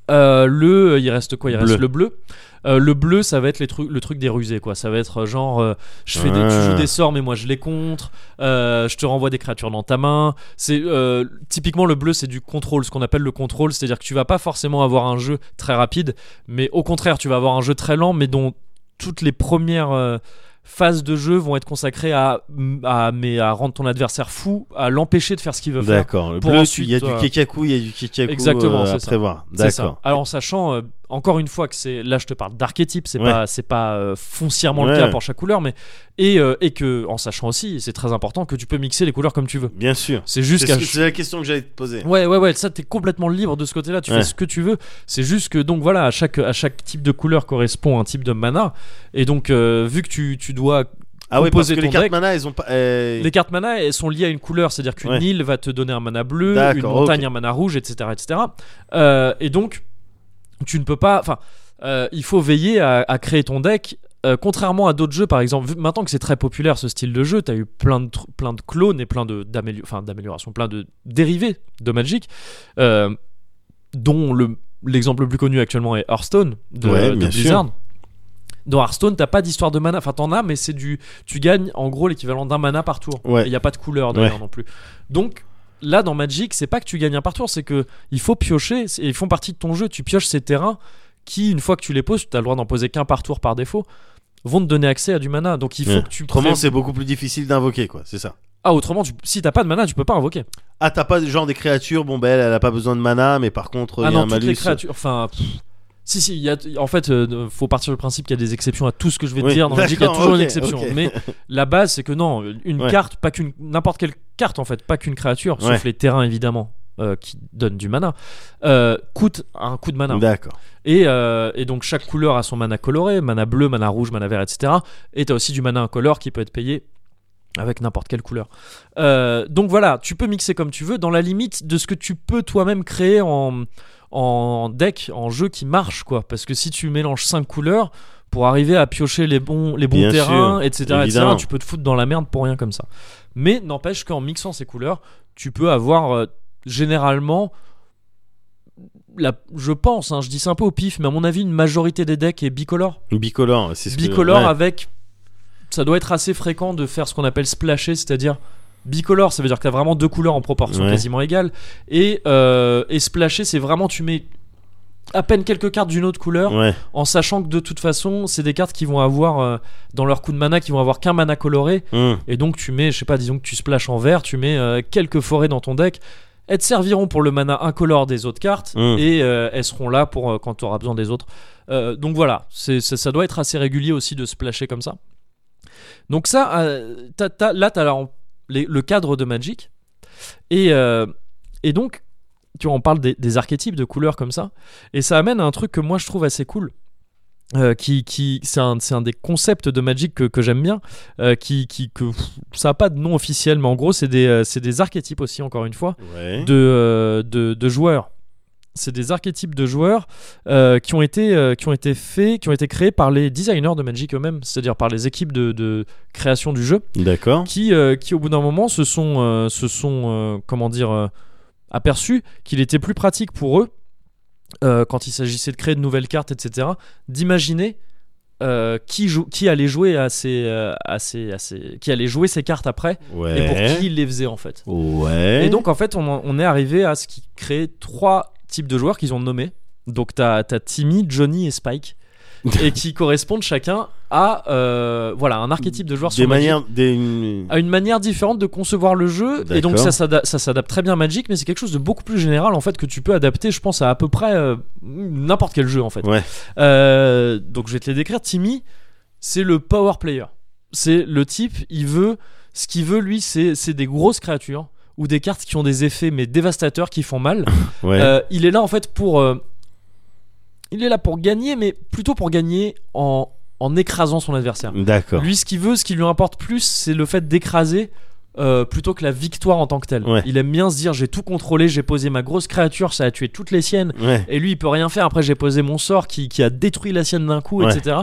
Euh, le il reste quoi il reste Bleu. le bleu Euh, le bleu ça va être les trucs le truc des rusés quoi ça va être euh, genre euh, je fais des, tu Ah. joues des sorts mais moi je les contre euh, je te renvoie des créatures dans ta main c'est euh, typiquement le bleu c'est du contrôle ce qu'on appelle le contrôle c'est à dire que tu vas pas forcément avoir un jeu très rapide mais au contraire tu vas avoir un jeu très lent mais dont toutes les premières euh, phases de jeu vont être consacrées à, à, mais à rendre ton adversaire fou à l'empêcher de faire ce qu'il veut faire D'accord. Le Pour bleu, ensuite, il y a du toi- kekaku, il y a du kekaku Exactement, euh, c'est à ça. prévoir. C'est ça. D'accord. Alors en sachant, euh, encore une fois que c'est, là je te parle d'archétype, c'est Ouais. pas, c'est pas euh, foncièrement le Ouais. cas pour chaque couleur, mais et, euh, et que en sachant aussi, c'est très important que tu peux mixer les couleurs comme tu veux. Bien sûr. C'est C'est juste ce qu'à que- c'est la question que j'allais te poser. Ouais, ouais, ouais, ça, t'es complètement libre de ce côté-là, tu fais Ouais. ce que tu veux. C'est juste que, donc voilà, à chaque, à chaque type de couleur correspond un type de mana. Et donc, euh, vu que tu, tu dois. Ah oui, parce Composer que les ton cartes deck. mana, elles ont pas. euh, Les cartes mana, elles sont liées à une couleur, c'est-à-dire qu'une Ouais. île va te donner un mana bleu, une D'accord, montagne ok. un mana rouge, etc. etc. Euh, et donc, tu ne peux pas. Enfin, euh, il faut veiller à, à créer ton deck. Euh, contrairement à d'autres jeux, par exemple, vu- maintenant que c'est très populaire ce style de jeu, t'as eu plein de, tr- plein de clones et plein de- d'amélio- enfin, d'améliorations, plein de dérivés de Magic, euh, dont le- l'exemple le plus connu actuellement est Hearthstone de, Ouais, de bien sûr. Blizzard. Dans Hearthstone, t'as pas d'histoire de mana, enfin t'en as, mais c'est du, tu gagnes en gros l'équivalent d'un mana par tour. Ouais. Il y a pas de couleur d'ailleurs Ouais. non plus. Donc là dans Magic, c'est pas que tu gagnes un par tour, c'est que il faut piocher, c'est- ils font partie de ton jeu, tu pioches ces terrains qui, une fois que tu les poses, tu as le droit d'en poser qu'un par tour par défaut, vont te donner accès à du mana. Donc il faut Ouais. que tu Autrement, pré- c'est beaucoup plus difficile d'invoquer, quoi. C'est ça. Ah, autrement, tu- si t'as pas de mana, tu peux pas invoquer. Ah, t'as pas genre des créatures. Bon, ben elle, elle a pas besoin de mana, mais par contre, ah il y non, a un toutes les malus. créatures. Enfin, pff, Si, si, il y a, en fait, euh, faut partir du principe qu'il y a des exceptions à tout ce que je vais te Oui, dire. Dans la musique, il y a d'accord, toujours une ok, exception. ok. Mais la base, c'est que non, une Ouais. carte, pas qu'une, n'importe quelle carte, en fait, pas qu'une créature, sauf Ouais. les terrains, évidemment, euh, qui donnent du mana, euh, coûte un coup de mana. D'accord. Et, euh, et donc, chaque couleur a son mana coloré, mana bleu, mana rouge, mana vert, etc. Et t'as aussi du mana incolore qui peut être payé avec n'importe quelle couleur. Euh, donc voilà, tu peux mixer comme tu veux, dans la limite de ce que tu peux toi-même créer en, en deck, en jeu qui marche, quoi. Parce que si tu mélanges cinq couleurs, pour arriver à piocher les bons, les bons Bien terrains, sûr, etc., etc., évidemment. tu peux te foutre dans la merde pour rien comme ça. Mais n'empêche qu'en mixant ces couleurs, tu peux avoir euh, généralement, la, je pense, hein, je dis ça un peu au pif, mais à mon avis, une majorité des decks est bicolore. Bicolore, c'est ce que- Bicolore ouais. avec. Ça doit être assez fréquent de faire ce qu'on appelle splasher, c'est-à-dire bicolore, ça veut dire que t'as vraiment deux couleurs en proportion Ouais. quasiment égale. Et, euh, et splasher, c'est vraiment tu mets à peine quelques cartes d'une autre couleur Ouais, en sachant que de toute façon, c'est des cartes qui vont avoir euh, dans leur coup de mana qui vont avoir qu'un mana coloré. hum, Et donc tu mets, je sais pas, disons que tu splashes en vert, tu mets euh, quelques forêts dans ton deck. Elles te serviront pour le mana incolore des autres cartes Mm. et euh, elles seront là pour euh, quand tu auras besoin des autres. Euh, donc voilà, c'est- ça, ça doit être assez régulier aussi de splasher comme ça. Donc ça, euh, t'as- t'as- là, tu as le cadre de Magic. Et, euh, et donc, tu vois, on parle des, des archétypes de couleurs comme ça. Et ça amène à un truc que moi je trouve assez cool. euh, qui, qui, c'est un, c'est un des concepts de Magic que, que j'aime bien. euh, qui, qui, que, pff, ça n'a pas de nom officiel, mais en gros, c'est des, euh, c'est des archétypes aussi, encore une fois ouais. de, euh, de, de joueurs. C'est des archétypes de joueurs euh, qui, ont été, euh, qui ont été faits, qui ont été créés par les designers de Magic eux-mêmes, c'est-à-dire par les équipes de, de création du jeu, D'accord. qui, euh, qui au bout d'un moment se sont, euh, se sont euh, comment dire, euh, aperçus qu'il était plus pratique pour eux, euh, quand il s'agissait de créer de nouvelles cartes, etc., d'imaginer euh, qui, jou- qui allait jouer à ces, euh, à ces- à ces- qui allait jouer ces cartes après Ouais. et pour qui il les faisait en fait. Ouais. Et donc en fait, on, en- on est arrivé à ce qui crée trois types de joueurs qu'ils ont nommés. Donc t'as as Timmy, Johnny et [LAUGHS] Spike, et qui correspondent chacun à euh, voilà un archétype de joueur des sur Magic, manières, des. une- à une manière différente de concevoir le jeu. Et donc D'accord. ça s'ada- ça s'adapte très bien à Magic, mais c'est quelque chose de beaucoup plus général en fait que tu peux adapter, je pense, à à peu près euh, n'importe quel jeu en fait. Ouais. Euh, donc je vais te les décrire. Timmy, c'est le power player. C'est le type, il veut, ce qu'il veut lui, c'est c'est des grosses créatures ou des cartes qui ont des effets mais dévastateurs qui font mal. Ouais. Euh, il est là en fait pour, euh, il est là pour gagner, mais plutôt pour gagner en, en écrasant son adversaire. D'accord. Lui, ce qu'il veut, ce qui lui importe plus, c'est le fait d'écraser euh, plutôt que la victoire en tant que telle. Ouais. Il aime bien se dire j'ai tout contrôlé, j'ai posé ma grosse créature, ça a tué toutes les siennes. Ouais. Et lui, il peut rien faire. Après, j'ai posé mon sort qui, qui a détruit la sienne d'un coup, Ouais. etc.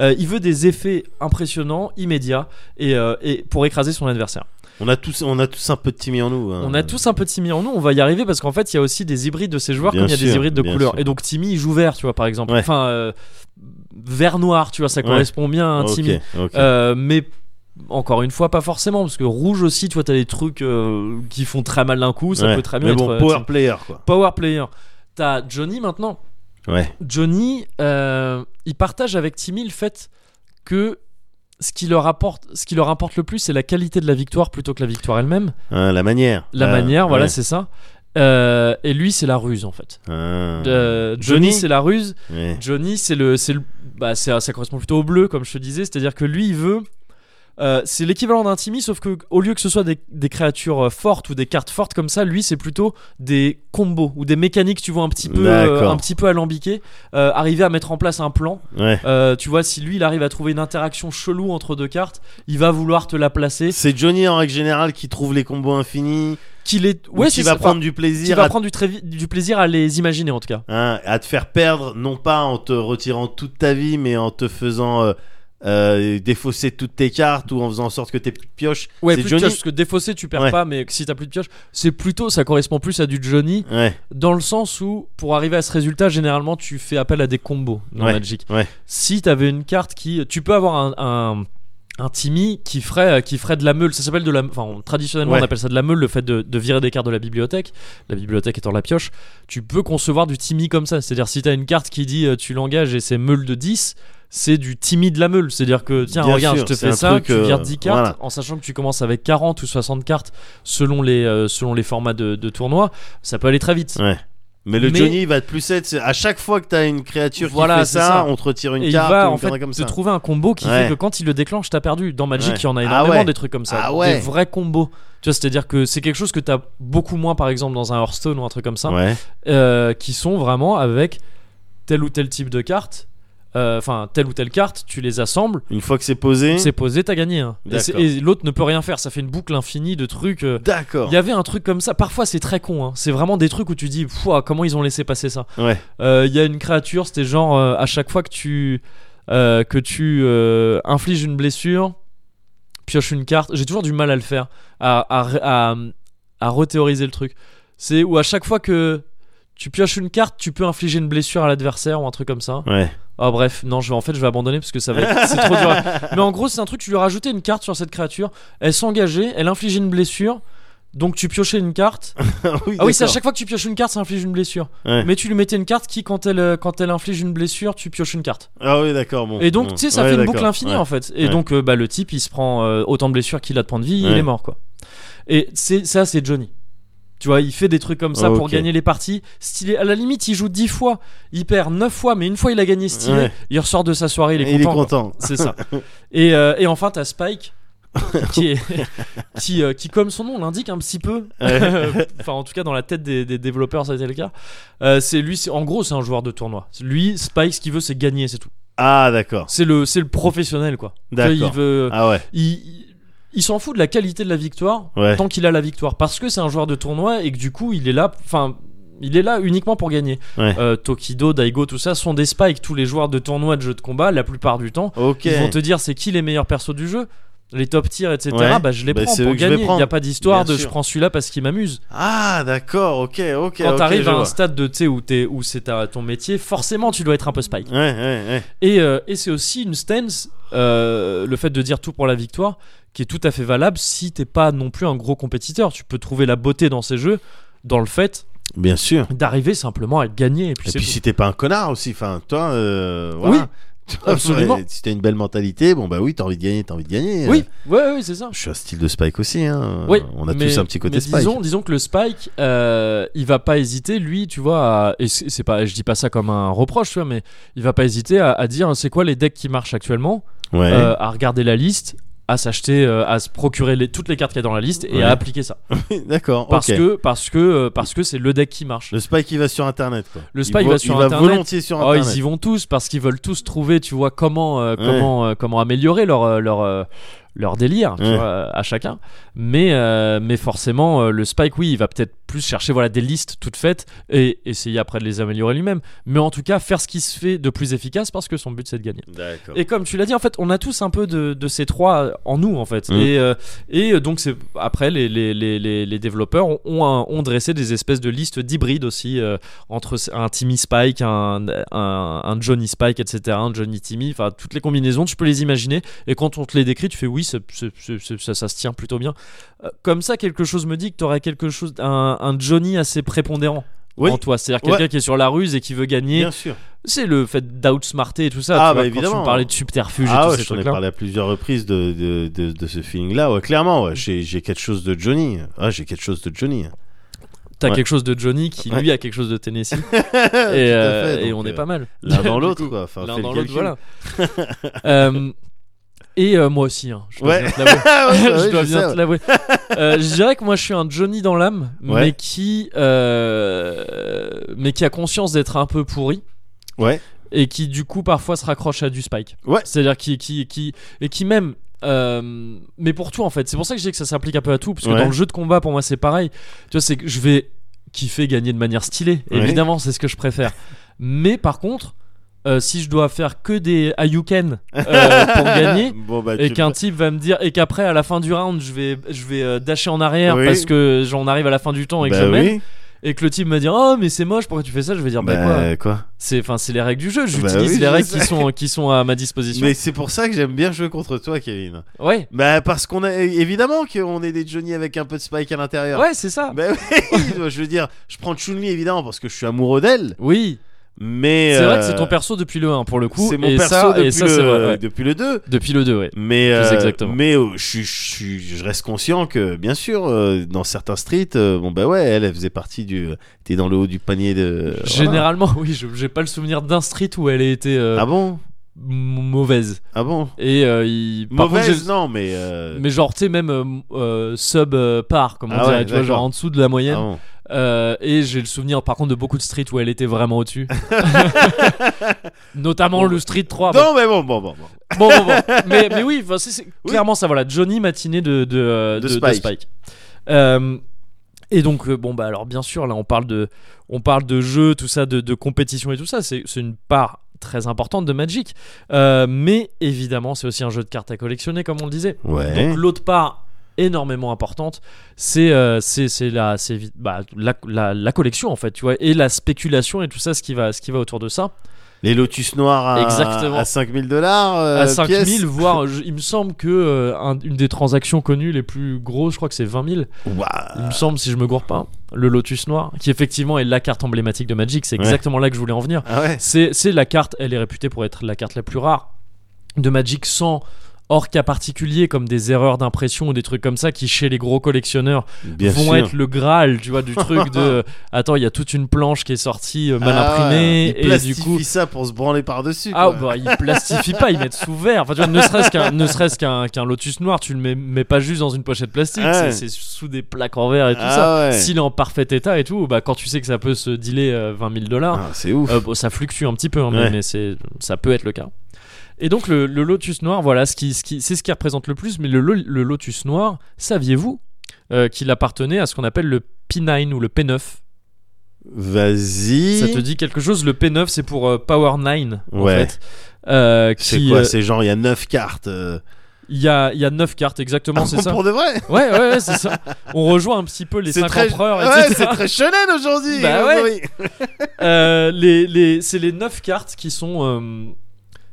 Euh, il veut des effets impressionnants, immédiats, et, euh, et pour écraser son adversaire. On a tous, on a tous un peu de Timmy en nous. hein. On a tous un peu Timmy en nous. On va y arriver parce qu'en fait, il y a aussi des hybrides de ces joueurs, Bien comme il y a des sûr, hybrides de bien couleurs. sûr. Et donc Timmy, il joue vert, tu vois, par exemple. Ouais. Enfin, euh, vert noir, tu vois, ça Ouais. correspond bien à un Ok, Timmy. ok. Euh, mais encore une fois, pas forcément, parce que rouge aussi, tu vois, t'as des trucs euh, qui font très mal d'un coup, ça Ouais. peut très bien Mais être, bon, euh, power Timmy. player quoi. power player. T'as Johnny maintenant. Ouais. Johnny, euh, il partage avec Timmy le fait que ce qui leur apporte, ce qui leur importe le plus, c'est la qualité de la victoire plutôt que la victoire elle-même. Hein, la manière. La Ah, manière, voilà, ouais. c'est ça. Euh, et lui, c'est la ruse en fait. Ah. Euh, Johnny, Johnny c'est la ruse. Ouais. Johnny, c'est le, c'est le, bah, c'est- ça correspond plutôt au bleu, comme je te disais. C'est-à-dire que lui, il veut. euh, c'est l'équivalent d'un Timmy, sauf que au lieu que ce soit des, des créatures euh, fortes ou des cartes fortes comme ça, lui c'est plutôt des combos ou des mécaniques, tu vois, un petit peu, euh, D'accord. un petit peu alambiquées, euh, arriver à mettre en place un plan. Ouais. Euh, tu vois, si lui il arrive à trouver une interaction chelou entre deux cartes, il va vouloir te la placer. C'est Johnny en règle générale qui trouve les combos infinis, Qu'il est, ou ouais, qui c'est va ça. prendre du Enfin, plaisir qu'il va à, prendre du, très vi- du plaisir à les imaginer en tout cas. hein, à te faire perdre, non pas en te retirant toute ta vie, mais en te faisant euh, euh, défausser toutes tes cartes ou en faisant en sorte que tes petites pioches. Ouais, c'est plus Johnny. de pioche, parce que défausser tu perds Ouais. pas, mais si t'as plus de pioche, c'est plutôt, ça correspond plus à du Johnny. Ouais. dans le sens où pour arriver à ce résultat généralement tu fais appel à des combos dans Ouais, Magic ouais. si t'avais une carte qui tu peux avoir un, un un Timmy qui ferait, qui ferait de la meule, ça s'appelle de la. Enfin, on- traditionnellement Ouais. on appelle ça de la meule, le fait de, de virer des cartes de la bibliothèque, la bibliothèque étant la pioche. Tu peux concevoir du Timmy comme ça, c'est-à-dire si t'as une carte qui dit euh, tu l'engages et c'est meule de 10, c'est du Timmy de la meule, c'est-à-dire que tiens, Bien regarde, sûr, je te c'est fais un ça, truc, tu euh, vires 10 cartes, voilà. en sachant que tu commences avec 40 ou 60 cartes selon les, euh, selon les formats de, de tournoi, ça peut aller très vite. Ouais. Mais le Mais- Johnny il va plus être. c'est- À chaque fois que t'as une créature Voilà, qui fait c'est ça, ça. on te retire une Et il carte. va ou en une fait connerie comme te ça. trouver un combo qui Ouais. fait que quand il le déclenche, t'as perdu. Dans Magic, Ouais. il y en a Ah énormément ouais. des trucs comme ça, Ah ouais. des vrais combos. Tu vois, c'est-à-dire que c'est quelque chose que t'as beaucoup moins, par exemple, dans un Hearthstone ou un truc comme ça, Ouais. euh, qui sont vraiment avec tel ou tel type de carte. euh, Enfin, telle ou telle carte, tu les assembles, Une fois que c'est posé. c'est posé, t'as gagné. hein. Et, c'est- Mmh. D'accord. et l'autre ne peut rien faire, ça fait une boucle infinie de trucs. euh. D'accord. [LAUGHS] Il y avait un truc comme ça, parfois c'est très con, hein. c'est vraiment des trucs où tu dis, Pouah, comment ils ont laissé passer ça Ouais. euh, il y a une créature, c'était genre euh, à chaque fois que tu euh, que tu euh, infliges une blessure, pioche une carte. J'ai toujours du mal à le faire, à à, à, à rethéoriser le truc. C'est où à chaque fois que tu pioches une carte, tu peux infliger une blessure à l'adversaire ou un truc comme ça. Ouais. Ah bref, non, je vais, en fait, je vais abandonner parce que ça va être c'est trop [LAUGHS] dur. Mais en gros, c'est un truc, tu lui rajoutais une carte sur cette créature, elle s'engageait, elle infligeait une blessure, donc tu piochais une [LAUGHS] carte. Ah oui, c'est à d'accord. chaque fois que tu pioches une carte, ça inflige une blessure. Ouais. Mais tu lui mettais une carte qui, quand elle, euh, quand elle inflige une blessure, tu pioches une carte. Ah oui, d'accord. Bon. Et donc, Bon. tu sais, ça Ouais, fait une d'accord. boucle infinie Ouais. en fait. Et Ouais. donc, euh, bah, le type, il se prend euh, autant de blessures qu'il a de points de vie, il Ouais. est mort quoi. Et c'est ça, c'est Johnny. Tu vois, il fait des trucs comme ça pour Ok. gagner les parties. Stylé. À la limite, il joue 10 fois, il perd 9 fois, mais une fois il a gagné stylé, Ouais. il ressort de sa soirée, il est Et content. quoi. content. C'est ça. Et, euh, et enfin, t'as [LAUGHS] Spike. qui, est, qui, euh, qui, comme son nom l'indique un petit peu, Ouais. [LAUGHS] enfin en tout cas dans la tête des, des développeurs ça a été le cas, Euh, c'est lui, c'est- en gros c'est un joueur de tournoi. Lui, Spike, ce qu'il veut c'est gagner, c'est tout. Ah d'accord. C'est le, c'est le professionnel quoi. D'accord. Il veut, Ah ouais. il, il- il s'en fout de la qualité de la victoire Ouais. tant qu'il a la victoire parce que c'est un joueur de tournoi et que du coup il est là, enfin il est là uniquement pour gagner. Ouais. Euh, Tokido, Daigo, tout ça sont des Spike, tous les joueurs de tournoi de jeux de combat la plupart du temps. Ok. Ils vont te dire c'est qui les meilleurs persos du jeu, les top tiers, etc. Ouais. Bah je les Bah, prends c'est eux pour que je vais gagner. Il n'y prendre. a pas d'histoire Bien de je sûr. prends celui-là parce qu'il m'amuse. Ah d'accord. Ok. Ok. Quand ok, t'arrives je à un vois. stade de tu sais, où, t'es- où c'est ta- ton métier, forcément tu dois être un peu Spike. Ouais. Ouais. Et, euh, et c'est aussi une stance, euh, le fait de dire tout pour la victoire, qui est tout à fait valable si t'es pas non plus un gros compétiteur. Tu peux trouver la beauté dans ces jeux, dans le fait ouais. Bien sûr. d'arriver simplement à gagner. Et puis, Et c'est puis tout. si t'es pas un connard aussi, enfin toi, euh, voilà. Tu vois, absolument. ouais, [LAUGHS] Si t'as une belle mentalité, bon bah oui, t'as envie de gagner, t'as envie de gagner. euh. oui, ouais, ouais, c'est ça. Je suis un style de Spike aussi. Hein. Oui, On a mais- tous un petit côté mais Spike. Disons, disons que le Spike, euh, il va pas hésiter, lui, tu vois, à- et c'est c'est pas, je dis pas ça comme un reproche, tu vois, mais il va pas hésiter à, à dire c'est quoi les decks qui marchent actuellement, Ouais. euh, à regarder la liste, à s'acheter, euh, à se procurer les- toutes les cartes qu'il y a dans la liste et Ouais. à appliquer ça. [LAUGHS] D'accord. Parce ok. que, parce que, euh, parce que c'est le deck qui marche. le Spike il va sur internet quoi. Le Il Spike vo- va sur il Internet. va volontiers sur Oh, internet. ils y vont tous parce qu'ils veulent tous trouver, tu vois, comment, euh, Ouais. comment, euh, comment améliorer leur, euh, leur, euh, leur délire tu Ouais. vois, euh, à chacun. Mais, euh, mais forcément, euh, le Spike, oui, il va peut-être plus chercher voilà, des listes toutes faites et essayer après de les améliorer lui-même. Mais en tout cas, faire ce qui se fait de plus efficace parce que son but, c'est de gagner. D'accord. Et comme tu l'as dit, en fait, on a tous un peu de, de ces trois euh, en nous, en fait. Mm. Et, euh, et donc, c'est après, les, les, les, les, les développeurs ont, ont un- ont dressé des espèces de listes d'hybrides aussi euh, entre un Timmy Spike, un, un, un Johnny Spike, etc., un Johnny Timmy. Enfin, toutes les combinaisons, tu peux les imaginer. Et quand on te les décrit, tu fais oui, c'est- c'est- c'est- c'est- ça, ça se tient plutôt bien. Euh, Comme ça, quelque chose me dit que tu aurais quelque chose, un, un Johnny assez prépondérant Oui. en toi. C'est-à-dire Ouais. quelqu'un qui est sur la ruse et qui veut gagner Bien sûr. c'est le fait d'outsmarter et tout ça. Ah, tu vois, bah, Quand évidemment. tu me parlais de subterfuge et Ah tous ouais, ces j'en ai trucs-là. parlé à plusieurs reprises de, de, de, de ce feeling-là. Ouais, clairement, ouais, j'ai j'ai quelque chose de Johnny. Ah, j'ai quelque chose de Johnny. T'as Ouais. quelque chose de Johnny qui Ouais. lui a quelque chose de [LAUGHS] Tennessee. Tout à et, fait, euh, donc, et on euh, est pas mal. [LAUGHS] L'un dans Du l'autre, coup, quoi. Enfin, L'un fais le dans l'autre, calcul. voilà. [LAUGHS] Euh, et euh, moi aussi, hein, je dois Ouais. bien te l'avouer. [LAUGHS] Ah ouais, je ouais, dois je bien sais, te ouais. l'avouer. Euh, je dirais que moi je suis un Johnny dans l'âme, Ouais. mais qui euh, mais qui a conscience d'être un peu pourri Ouais. et qui du coup parfois se raccroche à du Spike. Ouais. C'est-à-dire qui qui qui et qui même euh, mais pour tout en fait, c'est pour ça que je dis que ça s'applique un peu à tout parce que Ouais. dans le jeu de combat pour moi c'est pareil. Tu vois c'est que je vais kiffer gagner de manière stylée. Ouais. Évidemment, c'est ce que je préfère. mais par contre, euh, si je dois faire que des Ayuken euh, [LAUGHS] pour gagner Bon, bah, et tu- qu'un type va me dire et qu'après à la fin du round je vais je vais euh, dasher en arrière Oui. parce que j'en arrive à la fin du temps et que Bah je mène oui. et que le type me dit oh mais c'est moche pourquoi tu fais ça je vais dire bah, quoi Bah, quoi. c'est enfin c'est les règles du jeu j'utilise oui, les je règles sais. qui sont qui sont à ma disposition Mais c'est pour ça que j'aime bien jouer contre toi, Kevin. ouais Bah, parce qu'on a. Évidemment qu'on est des Johnny avec un peu de Spike à l'intérieur. ben ouais c'est ça [LAUGHS] Bah oui, je veux dire, je prends Chun-Li évidemment parce que je suis amoureux d'elle, oui Mais C'est vrai que euh, c'est ton perso depuis le 1 pour le coup. C'est mon et perso ça, depuis, et ça, le, c'est vrai, ouais. depuis le 2. Depuis le 2, ouais. Mais, Je sais euh, exactement. mais euh, je, suis- je, suis- je reste conscient que, bien sûr, euh, dans certains streets, euh, bon bah ouais, elle, elle faisait partie du. T'es dans le haut du panier de. voilà. Généralement, [LAUGHS] oui, je- j'ai pas le souvenir d'un street où elle ait été euh, Ah bon m- mauvaise. Ah bon Et euh, il... par contre, Mauvaise, j'ai- non, mais. euh, Mais genre, tu sais, même euh, euh, sub euh, par, comme on Ah dirait, ouais, tu vois, genre d'accord. en dessous de la ah moyenne. bon. Euh, et j'ai le souvenir par contre de beaucoup de streets où elle était vraiment [LAUGHS] au-dessus. Notamment le street 3. Non, mais bon, bon, bon. bon. Bon, bon, bon. Mais, mais oui, enfin, c'est, c'est clairement ça, voilà. Johnny matinée de, de, euh, De de- de Spike. Euh, et donc, euh, bon, bah alors bien sûr, là on parle de, on parle de jeu, tout ça, de, de compétition et tout ça. C'est, c'est une part très importante de Magic. Euh, mais évidemment, c'est aussi un jeu de cartes à collectionner, comme on le disait. Ouais. Donc l'autre part énormément importante, c'est euh, c'est c'est la, c'est évi- bah, la, la- la collection en fait, tu vois, et la spéculation et tout ça, ce qui va, ce qui va autour de ça. Les Lotus noirs à, Exactement. à 5000 dollars. euh, à 5000, voire, je- il me semble que euh, un- une des transactions connues les plus grosses, je crois que c'est 20 000, il me semble, si je me gourre pas, le Lotus Noir, qui effectivement est la carte emblématique de Magic, c'est Ouais. exactement là que je voulais en venir. Ah ouais. C'est, c'est la carte, elle est réputée pour être la carte la plus rare de Magic sans hors cas particulier comme des erreurs d'impression ou des trucs comme ça qui chez les gros collectionneurs Bien vont sûr. être le graal tu vois du truc [LAUGHS] de attends il y a toute une planche qui est sortie euh, mal Ah ouais. imprimée Ils et du coup plastifient ça pour se branler par-dessus. ah quoi. bah ils plastifient pas ils mettent sous verre enfin tu vois ne serait-ce qu'un ne serait-ce qu'un, qu'un lotus noir tu le mets, mets pas juste dans une pochette plastique Ah ouais. c'est, c'est sous des plaques en verre et tout Ah ça ouais. s'il est en parfait état et tout bah quand tu sais que ça peut se dealer euh, 20 000 dollars Ah, c'est ouf. euh, bon, ça fluctue un petit peu, hein, mais- Ouais. mais c'est, ça peut être le cas. Et donc le, le lotus noir, voilà, ce qui, ce qui- c'est ce qui représente le plus. Mais le, lo- le lotus noir, saviez-vous euh, qu'il appartenait à ce qu'on appelle le P9 ou le P9 Vas-y. Ça te dit quelque chose Le P9, c'est pour euh, Power 9, en Ouais. fait. Euh, C'est qui, quoi euh, C'est genre, il y a 9 cartes. euh. Ah Il y a, il y a 9 cartes, [LAUGHS] exactement, c'est ça Pour de vrai Ouais, ouais, ouais, c'est ça. On rejoint un petit peu les C'est 5 très... empereurs, ouais, etc. c'est très shonen aujourd'hui. Bah euh, ouais. oui. Euh, les, les, c'est les 9 cartes qui sont... euh,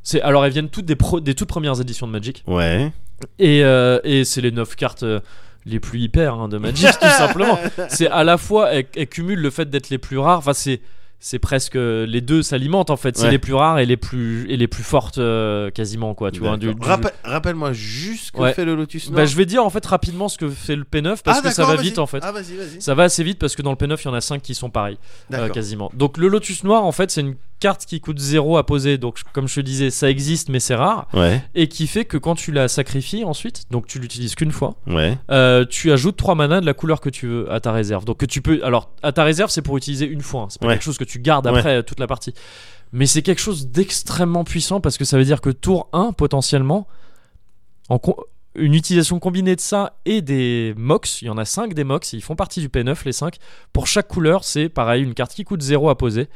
c'est, alors, elles viennent toutes des, pro- des toutes premières éditions de Magic. Ouais. Et, euh, et c'est les 9 cartes euh, les plus hyper hein, de Magic, [LAUGHS] tout simplement. C'est à la fois, elles, elles cumulent le fait d'être les plus rares. Enfin, c'est. C'est presque euh, les deux s'alimentent en fait. C'est Ouais. les plus rares et les plus et les plus fortes euh, quasiment quoi. Tu vois. du- D'accord. du- Rappel- Rappelle-moi juste que Ouais. fait le Lotus Noir. Bah, je vais dire en fait rapidement ce que fait le P9 parce Ah, que ça d'accord, va vas-y. vite en fait. Ah, vas-y, vas-y. Ça va assez vite parce que dans le P9 il y en a 5 qui sont pareils. Euh, D'accord. quasiment. Donc le lotus noir en fait c'est une carte qui coûte 0 à poser donc je- comme je te disais ça existe mais c'est rare Ouais, et qui fait que quand tu la sacrifies ensuite donc tu l'utilises qu'une fois ouais. euh, tu ajoutes 3 manas de la couleur que tu veux à ta réserve donc que tu peux alors à ta réserve c'est pour utiliser une fois hein. c'est pas Ouais. quelque chose que tu gardes Ouais. après euh, toute la partie mais c'est quelque chose d'extrêmement puissant parce que ça veut dire que tour 1 potentiellement en con- une utilisation combinée de ça et des mox, il y en a 5 des mox, ils font partie du P9 les 5. Pour chaque couleur, c'est pareil, une carte qui coûte 0 à poser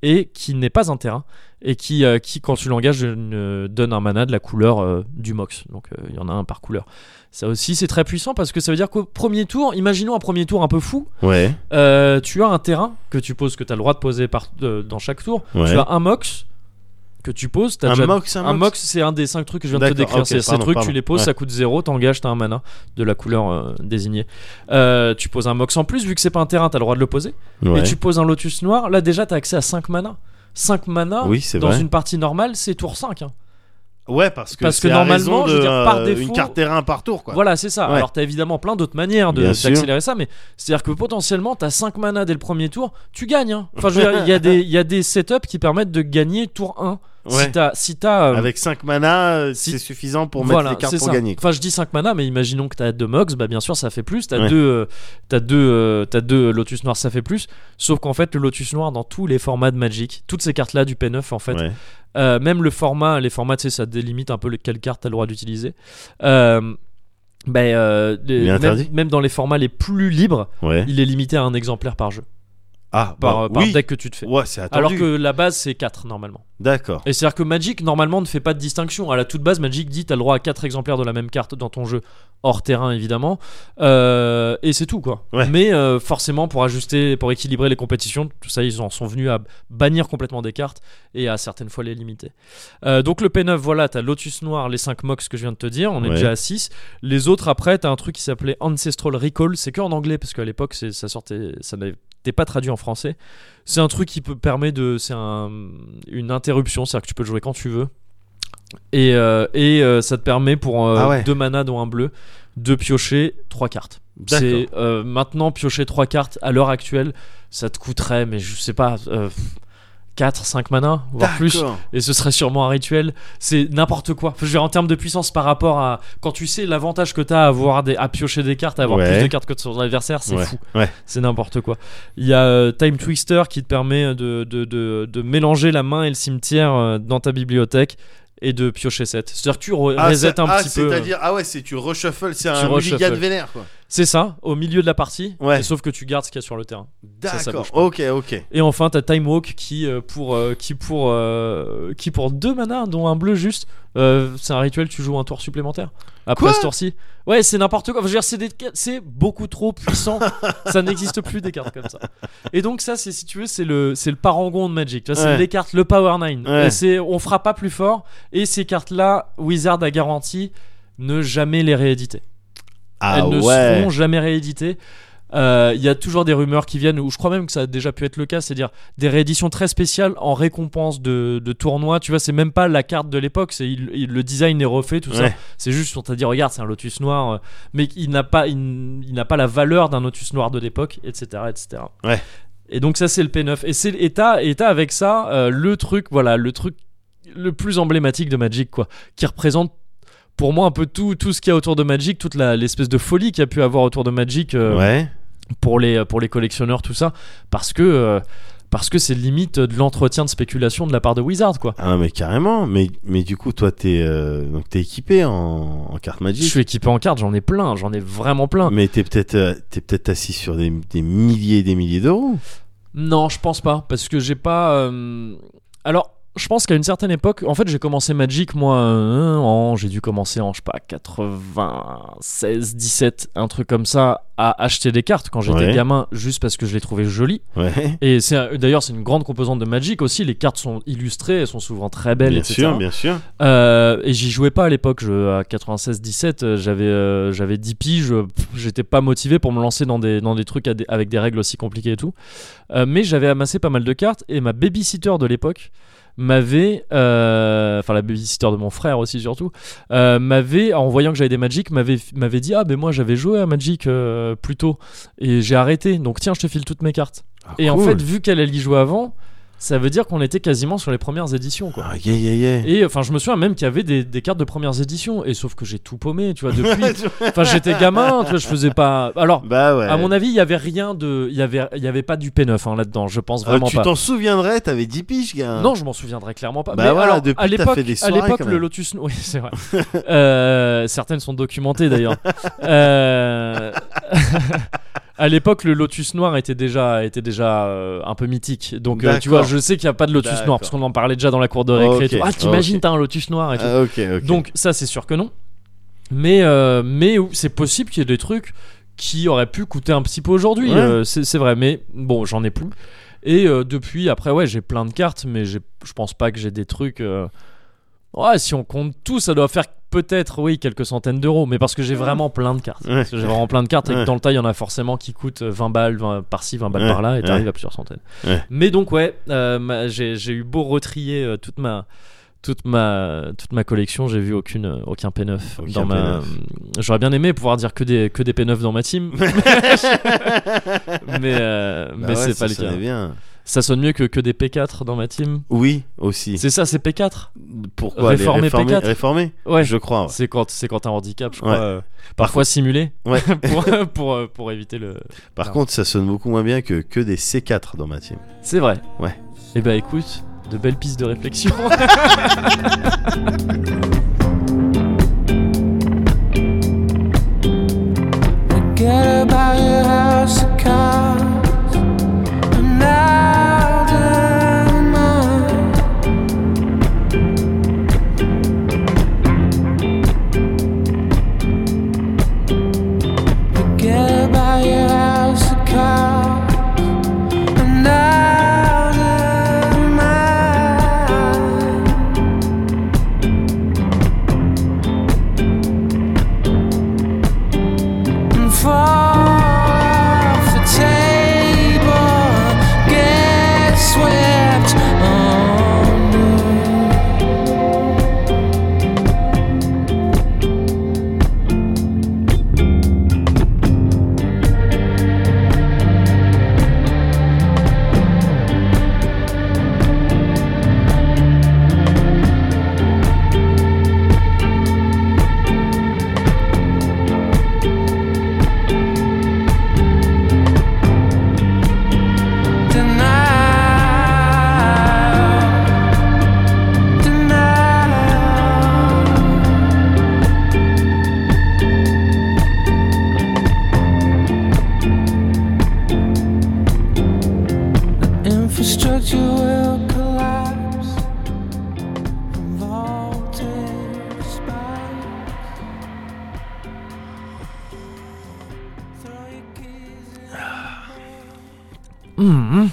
et qui n'est pas un terrain et qui, euh, qui quand tu l'engages ne donne un mana de la couleur euh, du mox. Donc euh, il y en a un par couleur. Ça aussi c'est très puissant parce que ça veut dire qu'au premier tour, imaginons un premier tour un peu fou, Ouais, euh, tu as un terrain que tu poses, que tu as le droit de poser par, de- dans chaque tour. ouais. Tu as un mox que tu poses. t'as un déjà- mox, un, un mox, c'est un des 5 trucs que je viens de te décrire. D'accord, ok, c'est ces pardon, trucs, pardon. tu les poses, Ouais. ça coûte 0, t'engages, t'as un mana de la couleur euh, désignée. Euh, tu poses un mox en plus, vu que c'est pas un terrain, t'as le droit de le poser. Ouais. Et tu poses un lotus noir, là déjà t'as accès à 5 mana. 5 mana Oui, c'est dans vrai. une partie normale, c'est tour 5. hein. Ouais, parce que, Parce que c'est à normalement, raison je veux de, dire, par euh, défaut- une carte terrain par tour, quoi. Voilà, c'est ça. Ouais. Alors t'as évidemment plein d'autres manières de- Bien sûr. d'accélérer ça, mais c'est-à-dire que potentiellement t'as 5 mana dès le premier tour, tu gagnes. hein. Enfin, je veux dire, il y, a des- il y a des setups qui permettent de gagner tour 1. Si Ouais. t'as. Si t'as, euh, Avec 5 mana, euh, si- c'est suffisant pour voilà, mettre les cartes c'est pour ça. gagner. quoi. Enfin, je dis 5 mana, mais imaginons que t'as 2 Mox, bah bien sûr, ça fait plus. T'as Ouais. 2 deux, euh, t'as deux, euh, t'as deux Lotus Noir, ça fait plus. Sauf qu'en fait, le Lotus Noir, dans tous les formats de Magic, toutes ces cartes-là du P9, en fait, Ouais. euh, même le format, les formats, tu sais, ça délimite un peu les- quelle carte t'as le droit d'utiliser. Euh, ben, euh, les- Il est même, interdit même dans les formats les plus libres, Ouais. il est limité à un exemplaire par jeu, Ah, par, euh, bah, par oui. deck que tu te fais. Ouais, c'est Alors attendu. que la base, c'est 4 normalement. D'accord. Et c'est-à-dire que Magic, normalement, ne fait pas de distinction. À la toute base, Magic dit t'as le droit à 4 exemplaires de la même carte dans ton jeu, hors terrain évidemment. Euh, et c'est tout, quoi. Ouais. Mais euh, forcément, pour ajuster, pour équilibrer les compétitions, tout ça, ils en sont venus à bannir complètement des cartes et à certaines fois les limiter. Euh, donc le P9, voilà, t'as Lotus Noir, les 5 Mox que je viens de te dire, on est Ouais. déjà à 6. Les autres, après, t'as un truc qui s'appelait Ancestral Recall, c'est que en anglais, parce qu'à l'époque, c'est- ça sortait, ça n'avait pas traduit en français. C'est un truc qui peut permet de. C'est un- une interruption, c'est-à-dire que tu peux le jouer quand tu veux. Et, euh, et euh, ça te permet pour euh, Ah ouais. deux manas dont un bleu de piocher trois cartes. D'accord. C'est euh, maintenant piocher trois cartes à l'heure actuelle, ça te coûterait, mais je sais pas, euh, 4, 5 manas, voire plus D'accord. et ce serait sûrement un rituel. C'est n'importe quoi. Enfin, je veux dire, en termes de puissance par rapport à quand tu sais l'avantage que t'as à avoir des, à piocher des cartes, à avoir Ouais. plus de cartes que ton adversaire, c'est Ouais. fou. Ouais. C'est n'importe quoi. Il y a euh, Time Twister qui te permet de, de, de, de mélanger la main et le cimetière euh, dans ta bibliothèque et de piocher 7. C'est-à-dire que tu re- resets c'est- un ah, petit peu. euh, C'est-à-dire, ah ouais, c'est tu reshuffles, c'est un reshuffles. mulligan vénère, quoi. C'est ça, au milieu de la partie, Ouais. et sauf que tu gardes ce qu'il y a sur le terrain. ça D'accord. bouge pas. Ok, ok. Et enfin, t'as Time Walk qui euh, pour euh, qui pour euh, qui pour deux manas, dont un bleu juste. euh, c'est un rituel, tu joues un tour supplémentaire après Quoi ce tour-ci. Ouais, c'est n'importe quoi. Enfin, je veux dire, c'est des ca- c'est beaucoup trop [LAUGHS] puissant. ça n'existe plus des cartes comme ça. Et donc ça, c'est si tu veux, c'est le c'est le parangon de Magic. Tu vois, Ouais. c'est les cartes, le Power 9 Ouais. Et c'est on fera pas plus fort. Et ces cartes-là, Wizard a garanti ne jamais les rééditer Ah elles ne ouais. seront jamais rééditées. Euh, Il y a toujours des rumeurs qui viennent, ou je crois même que ça a déjà pu être le cas, c'est-à-dire des rééditions très spéciales en récompense de, de tournois. Tu vois, c'est même pas la carte de l'époque, c'est il- il- le design est refait, tout ça. Ouais. C'est juste on t'a dit regarde, c'est un Lotus noir, euh, mais il n'a pas, il, n- il n'a pas la valeur d'un Lotus noir de l'époque, etc., etc. Ouais. Et donc ça c'est le P9. Et c'est et t'as- et t'as avec ça euh, le truc, voilà, le truc le plus emblématique de Magic, quoi, qui représente pour moi un peu tout, tout ce qu'il y a autour de Magic, toute la- l'espèce de folie qu'il y a pu avoir autour de Magic euh, Ouais. pour, les, pour les collectionneurs, tout ça, parce que euh, parce que c'est limite de l'entretien de spéculation de la part de Wizard, quoi. Ah mais carrément. Mais mais du coup, toi, t'es euh, donc t'es équipé en, en carte Je magique. suis équipé en cartes, j'en ai plein, j'en ai vraiment plein. Mais t'es peut-être euh, t'es peut-être assis sur des, des milliers et des milliers d'euros. Non, je pense pas, parce que j'ai pas. euh, Alors, je pense qu'à une certaine époque, en fait, j'ai commencé Magic, moi, euh, en, j'ai dû commencer en, je sais pas, 96, 17, un truc comme ça, à acheter des cartes quand j'étais Ouais. gamin, juste parce que je les trouvais jolies. Ouais. Et c'est un- d'ailleurs, c'est une grande composante de Magic aussi, les cartes sont illustrées, elles sont souvent très belles, bien etc. sûr, bien sûr. Euh, et j'y jouais pas à l'époque, je, à 96-17, euh, j'avais, euh, j'avais 10 piges, je- pff, j'étais pas motivé pour me lancer dans des, dans des trucs à des- avec des règles aussi compliquées et tout. Euh, mais j'avais amassé pas mal de cartes et ma babysitter de l'époque m'avait, euh, enfin la babysitter de mon frère aussi surtout, euh, m'avait, en voyant que j'avais des Magic, m'avait, m'avait dit Ah, mais moi j'avais joué à Magic euh, plus tôt et j'ai arrêté, donc tiens, je te file toutes mes cartes. Ah, Et en cool. fait, vu qu'elle elle y jouait avant, ça veut dire qu'on était quasiment sur les premières éditions quoi. Ah, yeah, yeah, yeah. Et enfin, je me souviens même qu'il y avait des, des cartes de premières éditions, et sauf que j'ai tout paumé, tu vois, [LAUGHS] depuis. Enfin, j'étais gamin, tu vois, je faisais pas. Alors, Bah ouais. à mon avis, il y avait rien de. Il y avait, il y avait pas du P9 hein, là-dedans, je pense Ah, vraiment tu pas. t'en souviendrais, t'avais 10 piges, gars. Non, je m'en souviendrai clairement pas. Bah Mais voilà, alors, depuis, à t'as l'époque, fait des à soirées, l'époque, quand le même. Lotus. [LAUGHS] Oui, c'est [LAUGHS] vrai. Euh, certaines sont documentées d'ailleurs. Euh, [LAUGHS] À l'époque, le Lotus noir était déjà, était déjà euh, un peu mythique. Donc, euh, tu D'accord. vois, je sais qu'il n'y a pas de Lotus D'accord. noir, parce qu'on en parlait déjà dans la cour de récré. Ok, et tout. Ah, t'imagines, ok. t'as un Lotus noir et tout. Ah, ok, ok. Donc ça c'est sûr que non. Mais, euh, mais où- c'est possible qu'il y ait des trucs qui auraient pu coûter un petit peu aujourd'hui. Ouais. euh, c'est c'est vrai, mais bon, j'en ai plus. Et euh, depuis, après, ouais, j'ai plein de cartes, mais j'ai- je pense pas que j'ai des trucs... euh, Ouais, si on compte tout, ça doit faire peut-être, oui, quelques centaines d'euros, mais parce que j'ai vraiment plein de cartes. [LAUGHS] Ouais. Parce que J'ai vraiment plein de cartes et que Ouais. dans le tas, il y en a forcément qui coûtent 20 balles 20 par-ci, 20 balles Ouais, par-là, et t'arrives ouais. à plusieurs centaines. Ouais. Mais donc, ouais, euh, ma- j'ai j'ai eu beau retrier euh, toute ma toute ma toute ma collection, j'ai vu aucune euh, aucun P9 Aucun dans ma P9. j'aurais bien aimé pouvoir dire que des que des P9 dans ma [LAUGHS] team [LAUGHS] mais euh, Bah mais ouais, c'est ça pas le cas. sonnait bien. Ça sonne mieux que que des P4 dans ma team. Oui, aussi. C'est ça c'est P4. Pourquoi Réformer les réformer, P4. réformer Ouais. Je crois. ouais. C'est quand c'est quand t'as un handicap, je crois. Ouais. euh, parfois simulé Ouais. [LAUGHS] pour pour euh, pour éviter le Par Non. contre, ça sonne beaucoup moins bien que, que des C4 dans ma team. C'est vrai. Ouais. Et bah écoute, de belles pistes de [LAUGHS] réflexion. [LAUGHS] Forget about your house of cards. I'm out of mind. Forget about your house of cards. I'm out of mind. Mmh.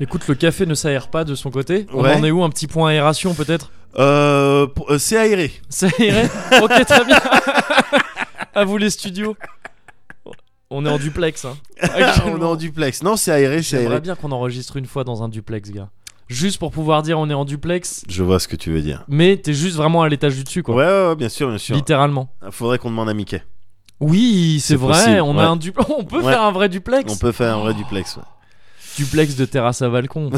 Écoute, le café ne s'aère pas de son côté. On Ouais. en est où Un petit point aération peut-être Euh, pour- euh, [LAUGHS] c'est aéré. Ça irait Ok, très bien. à vous les studios. On est en duplex. Hein. on est en duplex. Non, c'est aéré, c'est J'aimerais aéré. bien qu'on enregistre une fois dans un duplex, gars. Juste pour pouvoir dire on est en duplex, Je vois ce que tu veux dire. mais t'es juste vraiment à l'étage du dessus, Ouais, quoi. ouais, ouais, bien sûr, bien sûr. Ah, Littéralement. Faudrait qu'on demande à Mickey. Oui, c'est C'est vrai. possible, on ouais. a un du- [LAUGHS] On peut Ouais. faire un vrai duplex. On peut faire un vrai duplex. ouais. [LAUGHS] Duplex de terrasse à balcon.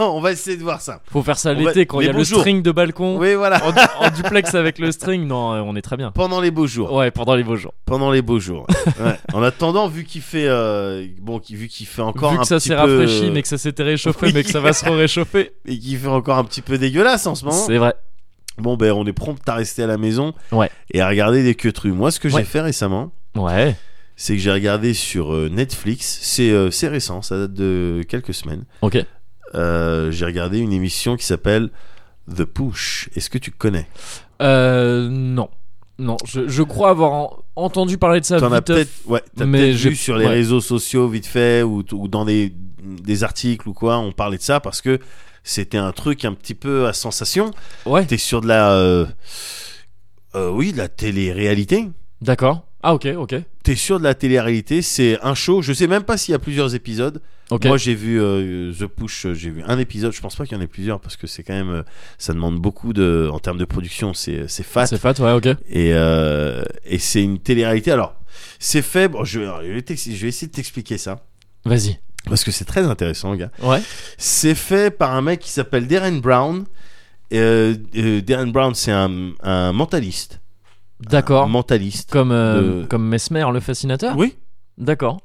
on va essayer de voir ça. Faut faire ça On va- l'été quand il y a les beaux le jours. string de balcon. Oui, voilà. En, du- en duplex avec le string, non, euh, on est très bien. Pendant les beaux jours. Ouais, pendant les beaux jours. Pendant les beaux jours. Ouais. En attendant, vu qu'il fait euh, bon, qui- vu qu'il fait encore Vu un que ça petit s'est peu rafraîchi, mais que ça s'était réchauffé, oui. mais que ça va se [LAUGHS] réchauffer. et qu'il fait encore un petit peu dégueulasse en ce moment. C'est vrai. Bon, ben, on est prompt à rester à la maison Ouais. et à regarder des queutrus. Moi, ce que Ouais. j'ai fait récemment, Ouais. c'est que j'ai regardé sur euh, Netflix. C'est euh, c'est récent, ça date de quelques semaines. Ok. Euh, j'ai regardé une émission qui s'appelle The Push. Est-ce que tu connais Euh, non. Non, je, je crois avoir en- entendu parler de ça. T'en as vite peut-être ouais, t'as mais peut-être j'ai- vu sur les ouais. réseaux sociaux vite fait ou, t- ou dans des, des articles ou quoi. On parlait de ça parce que c'était un truc un petit peu à sensation. Ouais, T'es sur de la. euh, euh, oui, de la télé-réalité. d'accord. Ah, ok, ok. T'es sûr de la télé-réalité, c'est un show. Je sais même pas s'il y a plusieurs épisodes. Ok. Moi, j'ai vu euh, The Push, euh, j'ai vu un épisode. Je pense pas qu'il y en ait plusieurs parce que c'est quand même, euh, ça demande beaucoup de, en termes de production, c'est c'est fat c'est fat, ouais, ok. et euh, et c'est une télé-réalité. Alors, c'est fait. Bon, je, vais- je vais t'ex- je vais essayer de t'expliquer ça Vas-y. parce que c'est très intéressant, gars. Ouais. C'est fait par un mec qui s'appelle Darren Brown. Euh, euh, Darren Brown, c'est un, un mentaliste. Un D'accord. mentaliste. Comme, euh, de- comme Mesmer, le fascinateur Oui. [LAUGHS] D'accord.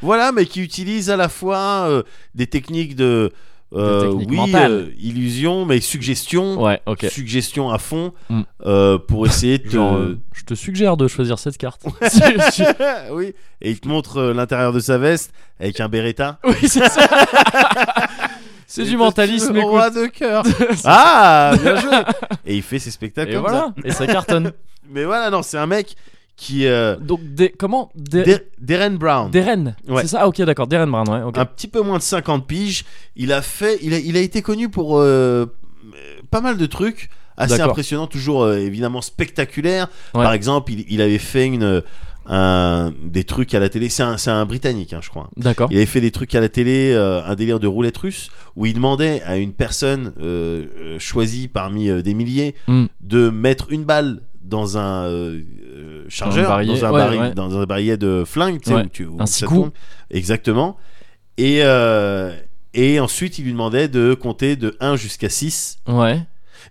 Voilà, mais qui utilise à la fois euh, des techniques de. euh, Des techniques oui, mentales. euh, illusion, mais suggestion. Ouais, ok. Suggestion à fond Mm. euh, [LAUGHS] pour essayer de. te- Genre, euh, je te suggère de choisir cette carte. [LAUGHS] C'est- c'est- [LAUGHS] oui, et il te montre euh, l'intérieur de sa veste avec un beretta. oui, c'est [LAUGHS] ça. c'est Et du toi, tu mentalisme, es le écoute. roi de cœur. [LAUGHS] [LAUGHS] ah, bien joué. Et il fait ses spectacles Et comme ça. voilà, et ça [LAUGHS] cartonne. Mais voilà, non, c'est un mec qui. euh, Donc, des, comment Des, Der- Darren Brown. des rennes. Ouais. C'est ça Ah, ok, d'accord. Des rennes Brown, ouais, ok. un petit peu moins de 50 piges. Il a fait, il a, il a été connu pour euh, euh, pas mal de trucs assez D'accord. impressionnants, toujours euh, évidemment spectaculaires. Ouais. Par exemple, il, il avait fait une, euh, un- des trucs à la télé. C'est un, c'est un britannique, hein, je crois. D'accord. Il avait fait des trucs à la télé, euh, un délire de roulette russe, où il demandait à une personne euh, euh, choisie parmi euh, des milliers Mm. de mettre une balle dans un euh, euh, chargeur, barillet, dans un, ouais, baril- ouais. dans un barillet de flingue, tu sais, Ouais. où tu, où Un ça six coups. tourne. Exactement. Et, euh, et ensuite, il lui demandait de compter de 1 jusqu'à 6. Ouais.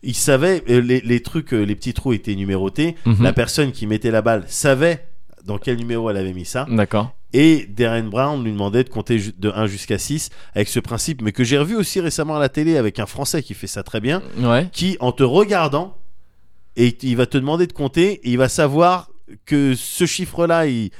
Il savait, euh, les, les trucs, euh, les petits trous étaient numérotés. Mhm. La personne qui mettait la balle savait dans quel numéro elle avait mis ça. D'accord. Et Darren Brown lui demandait de compter ju- de 1 jusqu'à 6 avec ce principe, mais que j'ai revu aussi récemment à la télé avec un Français qui fait ça très bien, Ouais. qui en te regardant, et t- il va te demander de compter, et il va savoir que ce chiffre-là, il,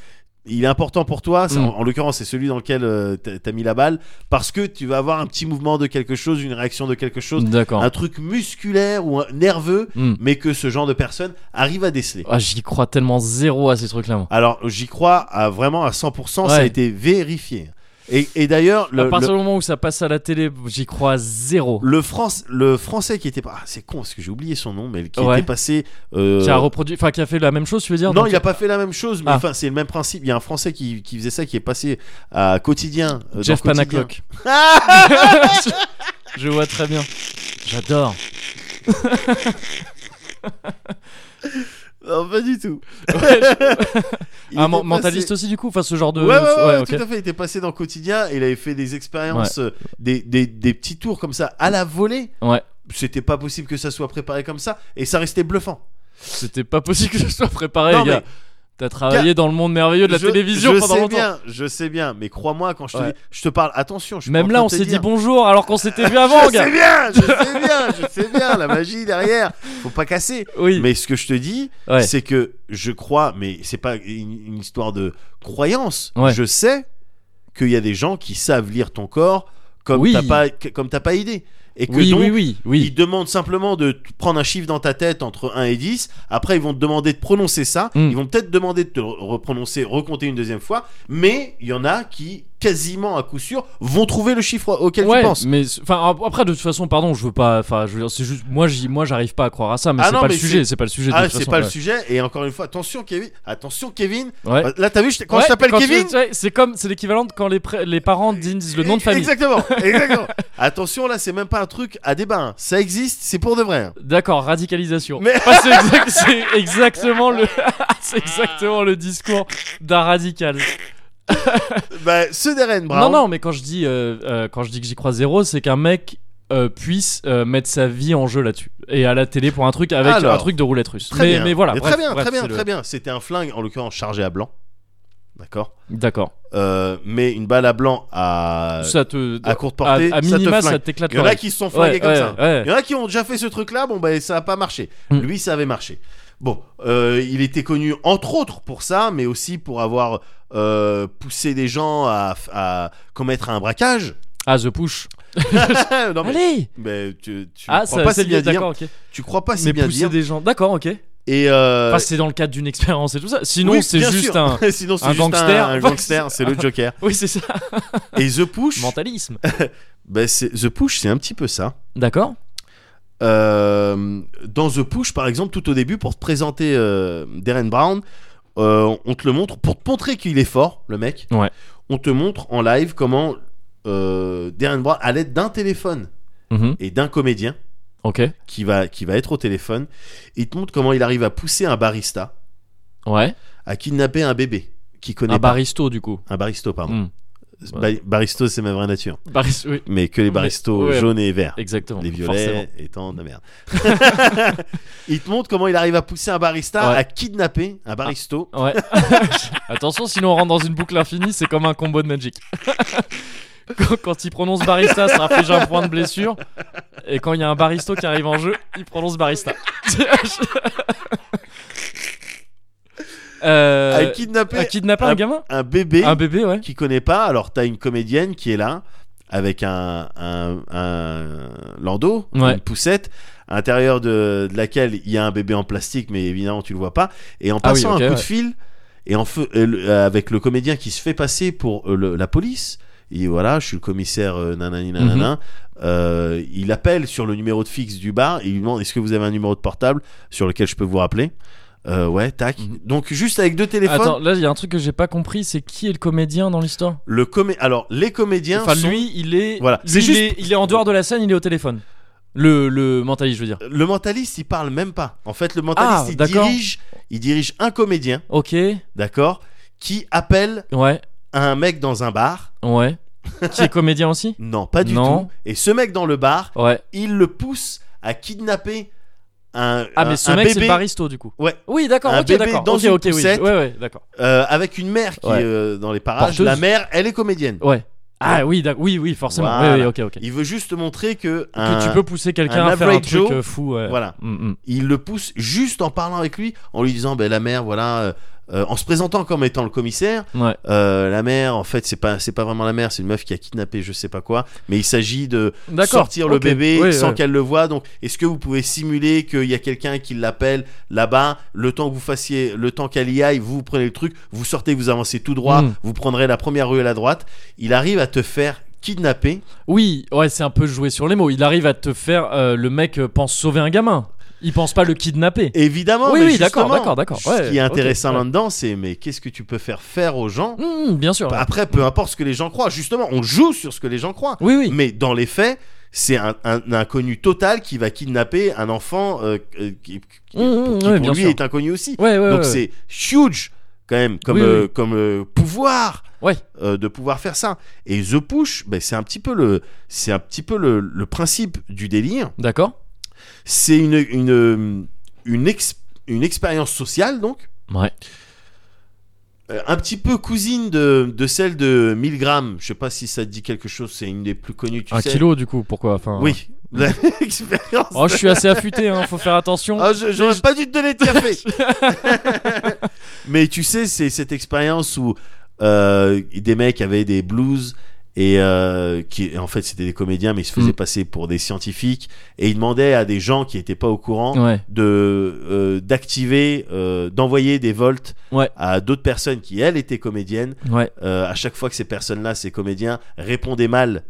il est important pour toi, C'est- Mm. en, en l'occurrence c'est celui dans lequel euh, t'as t'as mis la balle, parce que tu vas avoir un petit mouvement de quelque chose, une réaction de quelque chose, D'accord. un truc musculaire ou un- nerveux, Hmm. mais que ce genre de personne arrive à déceler. Ah, j'y crois tellement zéro à ces trucs-là. moi. Alors j'y crois à vraiment à 100%, ça a Ouais. été vérifié. Et, et d'ailleurs, à le, partir le, du moment où ça passe à la télé, j'y crois à zéro. le France, le français qui était pas... Ah, c'est con parce que j'ai oublié son nom, mais qui Ouais. était passé... euh, Qui a reproduit, enfin qui a fait la même chose, tu veux dire Non, donc- il a pas fait la même chose, mais Ah. enfin c'est le même principe. Il y a un Français qui, qui faisait ça, qui est passé à quotidien. euh, dans Jeff Quotidien. Panaclock. [LAUGHS] je, [LAUGHS] je vois très bien. J'adore. Non, pas [LAUGHS] du tout. Il Un était Ah, men- passé- mentaliste aussi du coup, enfin ce genre de. Ouais, ouais, ouais, ok. tout à fait. Il était passé dans quotidien et il avait fait des expériences, euh, des, des, des petits tours comme ça à la volée. Ouais. C'était pas possible que ça soit préparé comme ça et ça restait bluffant. C'était pas possible que je sois préparé, Non, les gars. mais- T'as travaillé dans le monde merveilleux de la Je- télévision je pendant sais longtemps. bien, je sais bien, mais crois-moi quand je te Ouais. dis, je te parle, attention, je suis Même pas là, en on train de s'est te dit dire. bonjour alors qu'on s'était vu avant, [LAUGHS] Je gars. sais bien, je sais bien, je sais bien, la magie derrière, faut pas casser. Oui. Mais ce que je te dis, Ouais. c'est que je crois, mais c'est pas une, une histoire de croyance. Ouais. Je sais qu'il y a des gens qui savent lire ton corps comme Oui. t'as pas, que- comme t'as pas idée, et que Oui, donc oui, oui, ils oui. demandent simplement de t- prendre un chiffre dans ta tête entre 1 et 10. Après, ils vont te demander de prononcer ça. Mm. Ils vont peut-être demander de te re- reprononcer, recompter une deuxième fois. Mais il y en a qui quasiment à coup sûr, vont trouver le chiffre auquel ouais, tu penses. mais c'est- enfin ap- après de toute façon, pardon, je veux pas. Enfin, je veux dire, c'est juste moi, j'y- moi, j'arrive pas à croire à ça, mais Ah c'est non, pas le mais sujet, c'est- c'est pas le sujet. de Ah, toute c'est façon, pas ouais. le sujet. Et encore une fois, attention Kevin, attention Kevin. Ah, Ouais. Là, t'as vu, je t'ai- euh, quand Ouais, je t'appelle tu- Kevin, e-, ouais, c'est comme, c'est l'équivalent de quand les, pré- les parents disent le nom de famille. Exactement, [LAUGHS] exactement. Attention, là, c'est même pas un truc à débat. hein. Ça existe, c'est pour de vrai. hein. D'accord, radicalisation. Mais- Ah, c'est, exact- c'est exactement le, [LAUGHS] c'est exactement le discours d'un radical. Bah, ce Darren Non, Brown. non, mais quand je dis, euh, euh, quand je dis que j'y crois zéro, c'est qu'un mec euh, puisse euh, mettre sa vie en jeu là-dessus et à la télé pour un truc avec Alors, un truc de roulette russe. Très mais, bien. mais voilà. Mais bref, très bien, bref, très bien, c'est le- très bien. C'était un flingue, en l'occurrence, chargé à blanc. D'accord. D'accord. Euh, mais une balle à blanc à, ça te, Euh, à courte portée, à, à ça te minima, flingue. ça, t'éclate. Il y en a l'oreille. qui se sont Ouais, flingués comme ouais, ça. ouais. Il y en a qui ont déjà fait ce truc-là, bon bah ça a pas marché. Mm. Lui ça avait marché. Bon, euh, il était connu entre autres pour ça, mais aussi pour avoir euh, poussé des gens à, à commettre un braquage. Ah, The Push. [LAUGHS] non, [LAUGHS] mais, Allez mais tu, tu Ah, crois ça, pas c'est si bien lié, dire. d'accord, ok. Tu crois pas si Mais bien pousser dire. des gens. D'accord, ok. Et euh, Enfin, c'est dans le cadre d'une expérience et tout ça. Sinon, oui, c'est bien juste sûr. un. [LAUGHS] Sinon, c'est un juste un- gangster. [LAUGHS] un gangster, [LAUGHS] c'est le Joker. Oui, c'est ça. Et The Push, Mentalisme. bah, c'est- The Push, c'est un petit peu ça. D'accord. Euh, dans The Push, par exemple, tout au début, pour te présenter euh, Darren Brown, euh, on te le montre pour te montrer qu'il est fort, le mec. Ouais. On te montre en live comment euh, Darren Brown, à l'aide d'un téléphone Mhm. et d'un comédien Ok. qui va, qui va être au téléphone, il te montre comment il arrive à pousser un barista Ouais. à kidnapper un bébé qui connaît Un pas. baristo, du coup. un baristo, pardon. Mm. Ba- baristo, c'est ma vraie nature. Baristo, oui. Mais que les Mais- baristos ouais. jaunes et verts. Exactement. Les violets forcément. étant de la merde. [LAUGHS] il te montre comment il arrive à pousser un barista Ouais. à kidnapper un baristo. Ouais. [LAUGHS] Attention, sinon on rentre dans une boucle infinie, c'est comme un combo de Magic. [LAUGHS] quand, quand il prononce barista, ça inflige un point de blessure. Et quand il y a un baristo qui arrive en jeu, il prononce barista. [LAUGHS] euh, à kidnapper à kidnapper un gamin un bébé Un bébé, ouais. qui connaît pas. Alors t'as une comédienne qui est là avec un, un, un landau, Ouais. une poussette, à l'intérieur de, de laquelle il y a un bébé en plastique, mais évidemment tu le vois pas. Et en Ah oui, passant ok, un coup ouais. de fil et en feu, euh, le- avec le comédien qui se fait passer pour euh, le- la police. Et voilà, je suis le commissaire euh, nanani Mhm. nanana. Euh, il appelle sur le numéro de fixe du bar et il lui demande est-ce que vous avez un numéro de portable sur lequel je peux vous rappeler Euh, Ouais, tac. Mhm. Donc juste avec deux téléphones, Attends, là il y a un truc que j'ai pas compris, c'est qui est le comédien dans l'histoire le comé- alors les comédiens Enfin, sont- lui, il est. Voilà. lui, C'est il, juste- est il est en dehors de la scène, il est au téléphone. Le, le mentaliste, je veux dire. Le mentaliste, il parle même pas. En fait, le mentaliste, Ah, il, d'accord. dirige, il dirige un comédien, Ok, d'accord, qui appelle ouais, un mec dans un bar. ouais. qui est comédien aussi Non, pas du Non. tout. Et ce mec dans le bar, Ouais. il le pousse à kidnapper un, Ah, un- mais ce un mec, c'est bébé Baristo, du coup. Ouais. Oui, d'accord, Un ok, bébé d'accord. dans ok, une ok, oui. poussette. Ouais, ouais, d'accord. euh, avec une mère qui Ouais. est euh, dans les parages. Porteuse. La mère, elle est comédienne. Ouais. Ah, oui, d'ac- oui, oui, forcément. Voilà. Oui, oui, ok, ok. Il veut juste te montrer que, Que un- tu peux pousser quelqu'un un à faire un average truc Joe, euh, fou. ouais. voilà. Mm, mm. il le pousse juste en parlant avec lui, en lui disant ben la mère, voilà, euh, euh, en se présentant comme étant le commissaire. Ouais. Euh, la mère, en fait, c'est pas c'est pas vraiment la mère, c'est une meuf qui a kidnappé, je sais pas quoi, mais il s'agit de D'accord. sortir le ok, bébé ouais, sans ouais. qu'elle le voie. Donc, est-ce que vous pouvez simuler qu'il y a quelqu'un qui l'appelle là-bas, le temps que vous fassiez, le temps qu'elle y aille, vous, vous prenez le truc, vous sortez, vous avancez tout droit, Mm. vous prendrez la première rue à la droite. Il arrive à te faire kidnapper. Oui, ouais, c'est un peu jouer sur les mots. Il arrive à te faire. euh, le mec euh, pense sauver un gamin. Il pense pas le kidnapper. Évidemment, Oui, mais oui, d'accord, justement, d'accord, d'accord. Ouais, ce qui est ok, intéressant ouais. là-dedans, c'est mais qu'est-ce que tu peux faire faire aux gens Mm, bien sûr. Après, peu importe ce que les gens croient. Justement, on joue sur ce que les gens croient. Oui, oui. Mais dans les faits, c'est un, un- un inconnu total qui va kidnapper un enfant euh, euh, qui, qui- Mmh, mmh, qui ouais, bien pour lui sûr. est inconnu aussi. Ouais, ouais, Donc ouais. c'est huge quand même comme, Oui, oui, euh, oui. comme euh, pouvoir Ouais. euh, de pouvoir faire ça. Et The Push, ben, c'est un petit peu le c'est un petit peu le, le principe du délire. D'accord. C'est une une euh, une, ex- une expérience sociale donc. Ouais. Euh, un petit peu cousine de, de celle de 1000 grammes. Je sais pas si ça te dit quelque chose. C'est une des plus connues. Tu un sais. kilo, du coup, pourquoi enfin, Oui. [LAUGHS] L'expérience. Oh, je suis assez affûté, hein, faut faire attention. Ah, je- j'aurais pas dû te donner [LAUGHS] de café. [LAUGHS] Mais tu sais, c'est cette expérience où euh, des mecs avaient des blues et euh, qui en fait c'était des comédiens mais ils se faisaient Mm. passer pour des scientifiques et ils demandaient à des gens qui n'étaient pas au courant Ouais. de euh, d'activer euh, d'envoyer des volts Ouais. à d'autres personnes qui elles étaient comédiennes Ouais. Euh, à chaque fois que ces personnes là ces comédiens répondaient mal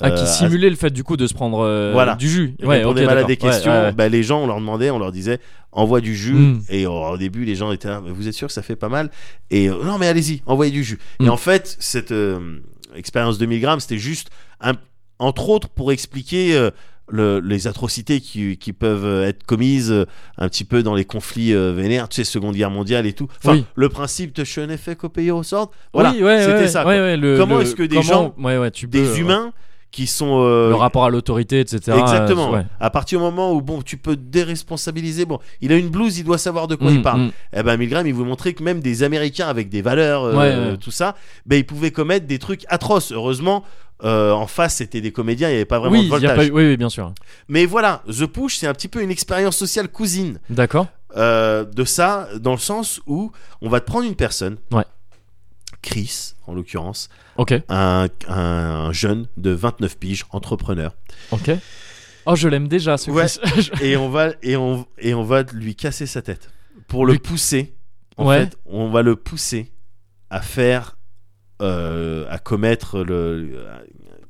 Ah, euh, qui à- simulait le fait du coup de se prendre euh, Voilà. du jus. ils Ouais, ok, répondaient mal à d'accord. des Ouais, questions ouais, ouais. bah, les gens on leur demandait on leur disait envoie du jus Mm. et oh, au, au début les gens étaient là, vous êtes sûr que ça fait pas mal et euh, non mais allez-y envoyez du jus et Mm. en fait cette euh, expérience 2000 grammes c'était juste un- entre autres pour expliquer euh, le- les atrocités qui, qui peuvent euh, être commises euh, un petit peu dans les conflits euh, vénères, tu sais, Seconde Guerre mondiale et tout. Enfin, Oui. le principe de je n'ai fait qu'au pays au sort. Voilà, Oui, ouais, c'était ouais, ça. ouais, quoi. ouais, le- Comment le- est-ce que des comment- gens- ouais, ouais, tu Des peux, euh, humains qui sont euh, le rapport à l'autorité, etc. euh, Exactement. ouais. À partir du moment où bon, tu peux te déresponsabiliser. Bon, il a une blouse, il doit savoir de quoi Mm, il parle. mm. Eh ben, Milgram, il vous montrait que même des Américains avec des valeurs, euh, Ouais, ouais. tout ça, ben ils pouvaient commettre des trucs atroces. Heureusement, euh, en face, c'était des comédiens, il n'y avait pas vraiment Oui, de il y voltage. a pas eu- oui, oui, bien sûr. Mais voilà, The Push, c'est un petit peu une expérience sociale cousine D'accord. euh, de ça, dans le sens où on va te prendre une personne. Ouais. Chris, en l'occurrence, Ok. un, un jeune de 29 piges, entrepreneur. Ok. Oh, je l'aime déjà, ce Ouais. Chris. [LAUGHS] Je- et on va et on et on va lui casser sa tête pour le Lui- pousser. En Ouais. fait, on va le pousser à faire euh, à commettre le le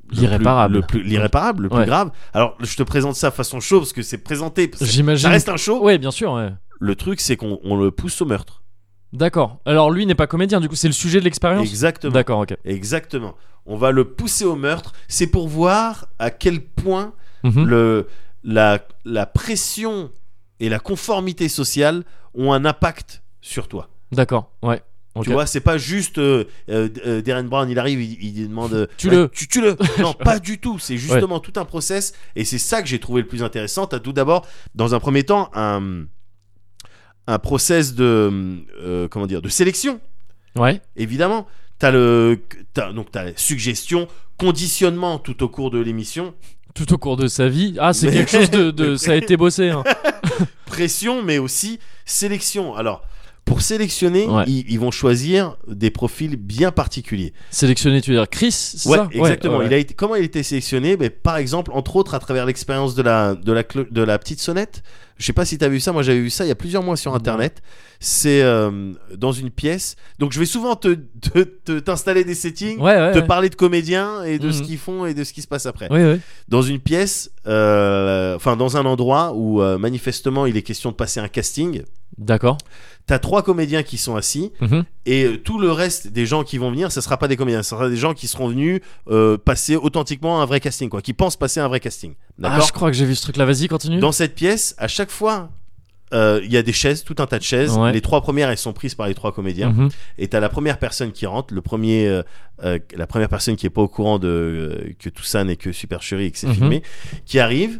plus- L'irréparable. le plus- l'irréparable, le plus Ouais. grave. Alors, je te présente ça façon show parce que c'est présenté. parce que Ça J'imagine. reste un show. Ouais, bien sûr. ouais. Le truc, c'est qu'on on le pousse au meurtre. D'accord. Alors lui n'est pas comédien, du coup c'est le sujet de l'expérience. Exactement. D'accord, ok. Exactement. On va le pousser au meurtre. C'est pour voir à quel point Mhm. le, la, la pression et la conformité sociale ont un impact sur toi. D'accord. Ouais. Ok. Tu vois, c'est pas juste euh, euh, D- euh, Darren Brown, il arrive, il, il demande euh, Tue-le. Ouais, tu, [LAUGHS] le Non, pas du tout. C'est justement tout un process et c'est ça que j'ai trouvé le plus intéressant. T'as tout d'abord, dans un premier temps, un, un process de euh, comment dire de sélection Ouais. évidemment. T'as le t'as- donc t'as suggestion, conditionnement tout au cours de l'émission, Tout au cours de sa vie. Ah, c'est Mais- quelque chose de, [LAUGHS] de- ça a été bossé. hein. pression, mais aussi sélection. Alors, pour sélectionner, Ouais. ils, ils vont choisir des profils bien particuliers. Sélectionné, tu veux dire Chris c'est Ouais, ça exactement. ouais. Il a été, comment il a été sélectionné Ben, Par exemple, entre autres, à travers l'expérience de la, de, la, clo- de la petite sonnette. Je sais pas si tu as vu ça, moi j'avais vu ça il y a plusieurs mois sur Internet. C'est euh, dans une pièce. Donc, je vais souvent te te- te- t'installer des settings. Ouais, ouais. Te ouais. parler de comédiens et de Mhm. ce qu'ils font et de ce qui se passe après. Oui, oui. dans une pièce, euh, enfin dans un endroit où euh, manifestement il est question de passer un casting. D'accord. T'as trois comédiens qui sont assis Mhm. et euh, tout le reste des gens qui vont venir, ça sera pas des comédiens, ça sera des gens qui seront venus euh, passer authentiquement un vrai casting, quoi, qui pensent passer un vrai casting. Ah, D'accord. je crois que j'ai vu ce truc-là. Vas-y, continue. Dans cette pièce, à chaque fois, euh, il y a des chaises, tout un tas de chaises. Ouais. Les trois premières, elles sont prises par les trois comédiens. Mhm. Et t'as la première personne qui rentre, le premier, euh, euh, la première personne qui est pas au courant de euh, que tout ça n'est que supercherie et que c'est Mhm. filmé, qui arrive.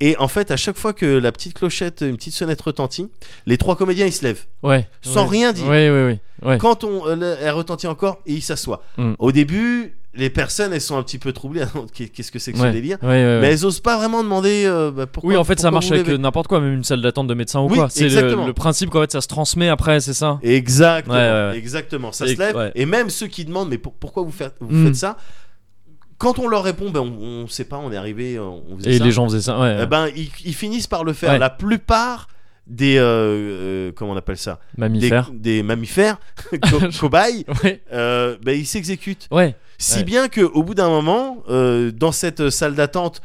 Et en fait, à chaque fois que la petite clochette, une petite sonnette retentit, les trois comédiens ils se lèvent. Ouais. Sans Ouais. rien dire. Ouais, ouais, ouais. ouais. Quand on, euh, le- elle retentit encore, et ils s'assoient. Mhm. Au début, les personnes elles sont un petit peu troublées. [LAUGHS] Qu'est- Qu'est-ce que c'est que Ouais. ce délire Ouais, ouais, ouais. Mais elles osent pas vraiment demander euh, bah, pourquoi. oui, en fait, ça pourquoi marche vous avec levez euh, n'importe quoi, même une salle d'attente de médecin ou Oui, quoi. C'est le, exactement. le principe qu'en fait, ça se transmet après, c'est ça Exactement, Ouais, ouais, ouais. exactement. Ça Et- se lève. ouais. Et même ceux qui demandent, mais pour- pourquoi vous faites, vous Mm. faites ça Quand on leur répond, ben, on, on sait pas, on est arrivé, euh, on on faisait Et ça. les gens faisaient ça. Ouais. euh, Eh ben, ils, ils finissent par le faire. Ouais. La plupart des, euh, euh, comment on appelle ça des, Mammifères. des mammifères, [LAUGHS] co- [LAUGHS] cobayes, Ouais. euh, ben, ils s'exécutent. Ouais. Si Ouais. bien que au bout d'un moment, euh, dans cette salle d'attente,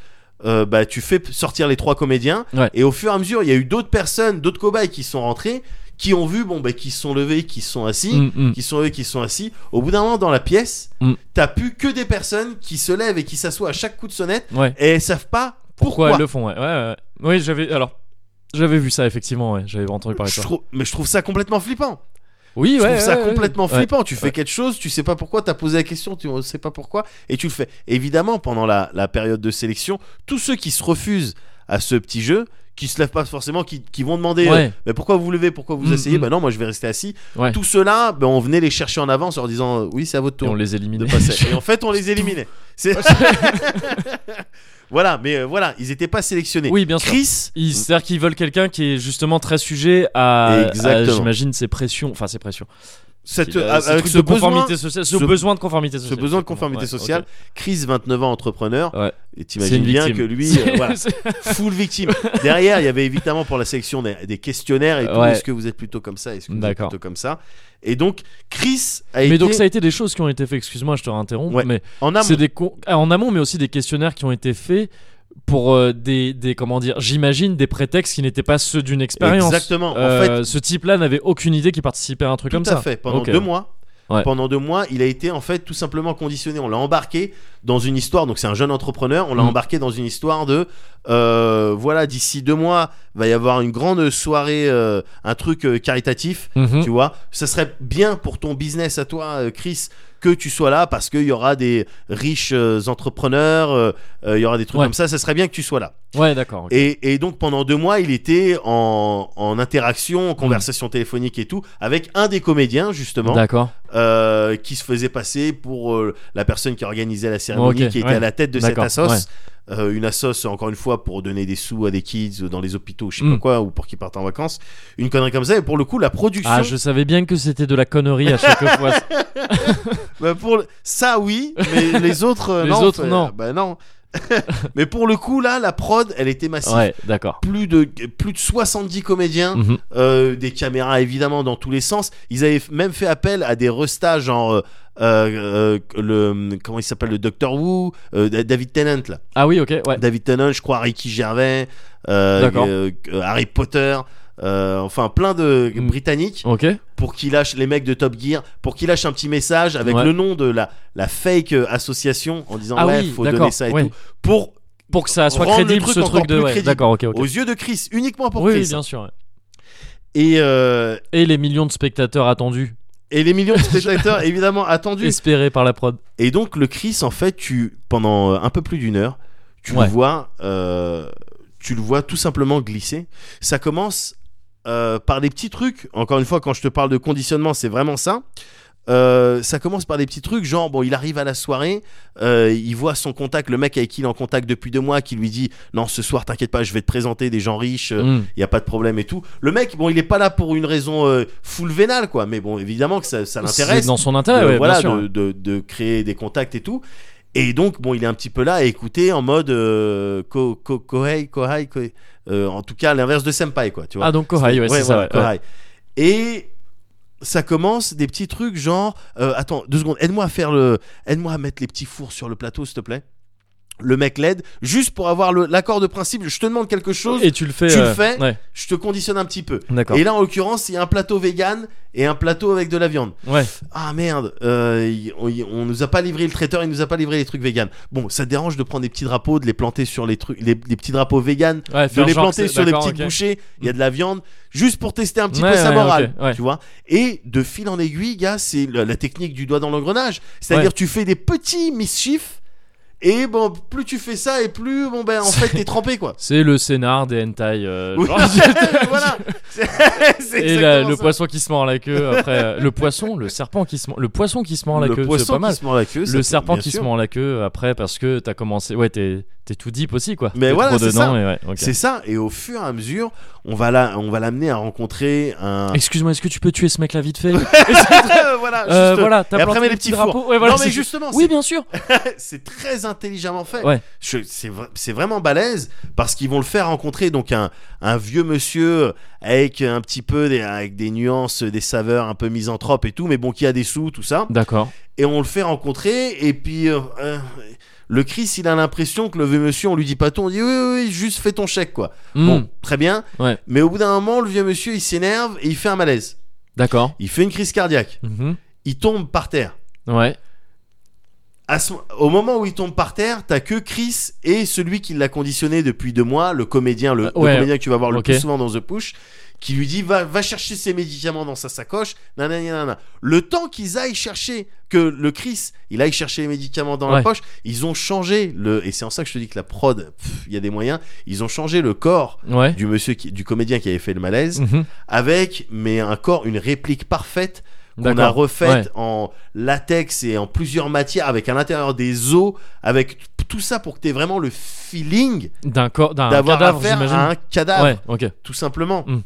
euh, bah, tu fais p- sortir les trois comédiens. Ouais. Et au fur et à mesure, il y a eu d'autres personnes, d'autres cobayes qui sont rentrés, qui ont vu, bon, bah, qui se sont levés, qui se sont assis, Mm, mm. qui sont eux qui sont assis. Au bout d'un moment, dans la pièce, Mm. t'as plus que des personnes qui se lèvent et qui s'assoient à chaque coup de sonnette Ouais. et elles savent pas Pourquoi, pourquoi. elles le font ouais. Ouais, ouais, ouais. Oui, j'avais alors j'avais vu ça effectivement, ouais. j'avais entendu parler de Je ça. trouve- mais je trouve ça complètement flippant. Oui, je ouais, ouais, trouve ça ouais, complètement ouais. flippant. Tu fais quelque chose, tu sais pas pourquoi, t'as posé la question, tu ne sais pas pourquoi, et tu le fais. Évidemment, pendant la, la période de sélection, tous ceux qui se refusent à ce petit jeu, qui se lèvent pas forcément, qui, qui vont demander Ouais. euh, mais pourquoi vous vous levez, pourquoi vous Mm, asseyez, mm. ben non, moi je vais rester assis. Ouais. Tous ceux-là, ben, on venait les chercher en avance en disant euh, oui, c'est à votre Et tour. on les de élimine. [LAUGHS] passer. Et en fait, on les éliminait. C'est- [LAUGHS] voilà, mais euh, voilà, ils n'étaient pas sélectionnés. oui, bien sûr. Chris, Ils- C'est-à-dire qu'ils veulent quelqu'un qui est justement très sujet à, à, Exactement. j'imagine, ses pressions, enfin ses pressions, cette, euh, Qu'il a- ce Bah, avec truc ce de besoin, conformité sociale, ce, ce- besoin de conformité ce sociale. besoin de exactement. conformité Ouais, sociale, ok. Chris, 29 ans, entrepreneur, Ouais. et C'est t'imagines bien [LAUGHS] que lui, C'est- euh, voilà, c'est- full victime. Derrière, il y avait évidemment pour la sélection des, des questionnaires et tout, Ouais. est-ce que vous êtes plutôt comme ça, est-ce que vous êtes D'accord. plutôt comme ça. Et donc, Chris a Mais été donc ça a été des choses qui ont été faites. Excuse-moi, je te réinterromps. Ouais. Mais en amont. c'est des con- ah, en amont, mais aussi des questionnaires qui ont été faits pour euh, des, des comment dire, j'imagine des prétextes qui n'étaient pas ceux d'une expérience. Exactement. En Euh, ce type-là n'avait aucune idée qu'il participait à un truc Tout comme à ça. fait. Pendant Ok. deux mois. Ouais. Pendant deux mois, il a été en fait tout simplement conditionné. On l'a embarqué dans une histoire. Donc c'est un jeune entrepreneur. On l'a Mm. embarqué dans une histoire de euh, voilà d'ici deux mois va y avoir une grande soirée, euh, un truc euh, caritatif. Mhm. Tu vois, ça serait bien pour ton business à toi, euh, Chris, que tu sois là parce qu'il y aura des riches euh, entrepreneurs, euh, euh, il y aura des trucs Ouais. comme ça. Ça serait bien que tu sois là. Ouais, d'accord. ok. Et, et donc pendant deux mois, il était en, en interaction, en Mm. conversation téléphonique et tout, avec un des comédiens justement, D'accord. euh, qui se faisait passer pour euh, la personne qui organisait la cérémonie, Ok, qui était ouais. à la tête de cette D'accord, assos. ouais. Euh, une assos, encore une fois, pour donner des sous à des kids dans les hôpitaux, je sais Mm. pas quoi, ou pour qu'ils partent en vacances. Une connerie comme ça. Et pour le coup, la production, Ah, je savais bien que c'était de la connerie à [LAUGHS] chaque fois. bah, pour le- ça oui, [LAUGHS] mais les autres, euh, Les non, autres, frère. non. Bah, non. [LAUGHS] mais pour le coup, là, la prod, elle était massive. Ouais, d'accord. Plus de plus de 70 comédiens. Mhm. Euh, des caméras évidemment dans tous les sens. Ils avaient f- même fait appel à des restages genre euh, euh, euh, le comment il s'appelle le Docteur Who, euh, Da- David Tennant là. Ah oui, ok, ouais. David Tennant, je crois Ricky Gervais, euh, D'accord. euh, euh, Harry Potter. euh, enfin, plein de Mm. Britanniques Ok. pour qu'ils lâchent les mecs de Top Gear, pour qu'ils lâchent un petit message avec Ouais. le nom de la, la fake euh, association en disant Ah ouais, oui, faut d'accord. donner ça et ouais. tout. Pour Pour que ça soit Rendre le crédible, truc ce encore truc de. plus Ouais, crédible. d'accord, ok, ok. aux yeux de Chris, uniquement pour oui, oui, Chris. bien sûr. ouais. Et, euh, Et les millions de spectateurs attendus, et les millions de spectateurs [LAUGHS] évidemment attendus. espérés par la prod. Et donc le Chris, en fait, tu pendant euh, un peu plus d'une heure, tu Ouais. le vois, euh, tu le vois tout simplement glisser. Ça commence euh, par des petits trucs. Encore une fois, quand je te parle de conditionnement, c'est vraiment ça. Euh, ça commence par des petits trucs, genre bon, il arrive à la soirée, euh, il voit son contact, le mec avec qui il est en contact depuis deux mois, qui lui dit non, ce soir, t'inquiète pas, je vais te présenter des gens riches, euh, Mm. y a pas de problème et tout. Le mec, bon, il est pas là pour une raison euh, full vénale quoi, mais bon, évidemment que ça, ça C'est l'intéresse dans son intérêt, de, Ah ouais, voilà, bien sûr. de, de- de créer des contacts et tout. Et donc, bon, il est un petit peu là à écouter en mode euh, ko, ko- kohei, kohai, kohei. Euh, en tout cas l'inverse de senpai, quoi, tu vois. Ah, donc Kohai, ouais, c'est ça. voilà, ouais, ouais. kohai. Et ça commence des petits trucs genre, euh, attends, deux secondes, aide-moi à faire le, aide-moi à mettre les petits fours sur le plateau, s'il te plaît. Le mec l'aide, juste pour avoir le- l'accord de principe, je te demande quelque chose, Et tu le fais. Tu le euh, fais. Ouais, je te conditionne un petit peu. d'accord. Et là, en l'occurrence, il y a un plateau vegan et un plateau avec de la viande. Ouais, Ah merde, euh, il- on, il- on nous a pas livré le traiteur, il nous a pas livré les trucs vegan. Bon, ça te dérange de prendre des petits drapeaux, de les planter sur les trucs, les, les petits drapeaux vegan, ouais, de faire les genre que planter c'est- sur les d'accord, petites ok. Mm. bouchées. Il y a de la viande, juste pour tester un petit Ouais, peu sa ouais, morale, ok, ouais. tu vois. Et de fil en aiguille, gars, c'est la, la technique du doigt dans l'engrenage. C'est-à-dire Ouais. tu fais des petits mischiefs. Et bon, plus tu fais ça et plus bon ben en fait t'es trempé [LAUGHS] quoi. C'est le scénar des hentai. euh, Oui. [LAUGHS] genre- [LAUGHS] voilà. C'est- c'est Et la- exactement le ça. poisson qui se mord la queue après euh, le poisson le serpent qui se mord le poisson qui se mord la Le queue poisson c'est pas mal qui se mord la queue, ça le peut- serpent bien qui se sûr. mord la queue euh, après parce que t'as commencé ouais t'es t'es tout deep aussi quoi Mais T'es voilà, trop c'est dedans ça. et ouais, ok. C'est ça, et au fur et à mesure, on va la- on va l'amener à rencontrer un. excuse-moi est-ce que tu peux tuer ce mec là [LAUGHS] vite fait voilà, juste- Euh, voilà Et t'as après, planté mets le les petit petits fours. drapeau Ouais, voilà, non, mais c'est- justement, oui bien [LAUGHS] sûr c'est- c'est très intelligemment fait. Ouais. Je- C'est vra- c'est vraiment balèze parce qu'ils vont le faire rencontrer donc un, un vieux monsieur avec un petit peu des, avec des nuances, des saveurs un peu misanthropes et tout, mais bon, qui a des sous, tout ça. d'accord Et on le fait rencontrer, et puis. euh, euh, le Chris, il a l'impression que le vieux monsieur, on lui dit pas tout, on dit oui, oui, oui, juste fais ton chèque, quoi. Hmm, Bon, très bien. Ouais. Mais au bout d'un moment, le vieux monsieur, il s'énerve et il fait un malaise. d'accord Il fait une crise cardiaque. Mhm. Il tombe par terre. ouais À ce- au moment où il tombe par terre, t'as que Chris et celui qui l'a conditionné depuis deux mois, le comédien, le, Euh, le ouais. comédien que tu vas voir le Ok. plus souvent dans The Push, qui lui dit va, va chercher ses médicaments dans sa sacoche. Nanana, nanana. Le temps qu'ils aillent chercher, que le Chris, il aille chercher les médicaments dans Ouais. la poche, ils ont changé le. Et c'est en ça que je te dis que la prod, pff, il y a des moyens. Ils ont changé le corps ouais du monsieur, qui- du comédien qui avait fait le malaise. Mhm. avec mais encore une réplique parfaite qu'on a D'accord. refaite Ouais. en latex et en plusieurs matières avec à l'intérieur des os avec t- tout ça pour que tu aies vraiment le feeling d'un corps d'un d'avoir cadavre affaire j'imagine à un cadavre ouais ok tout simplement Mm.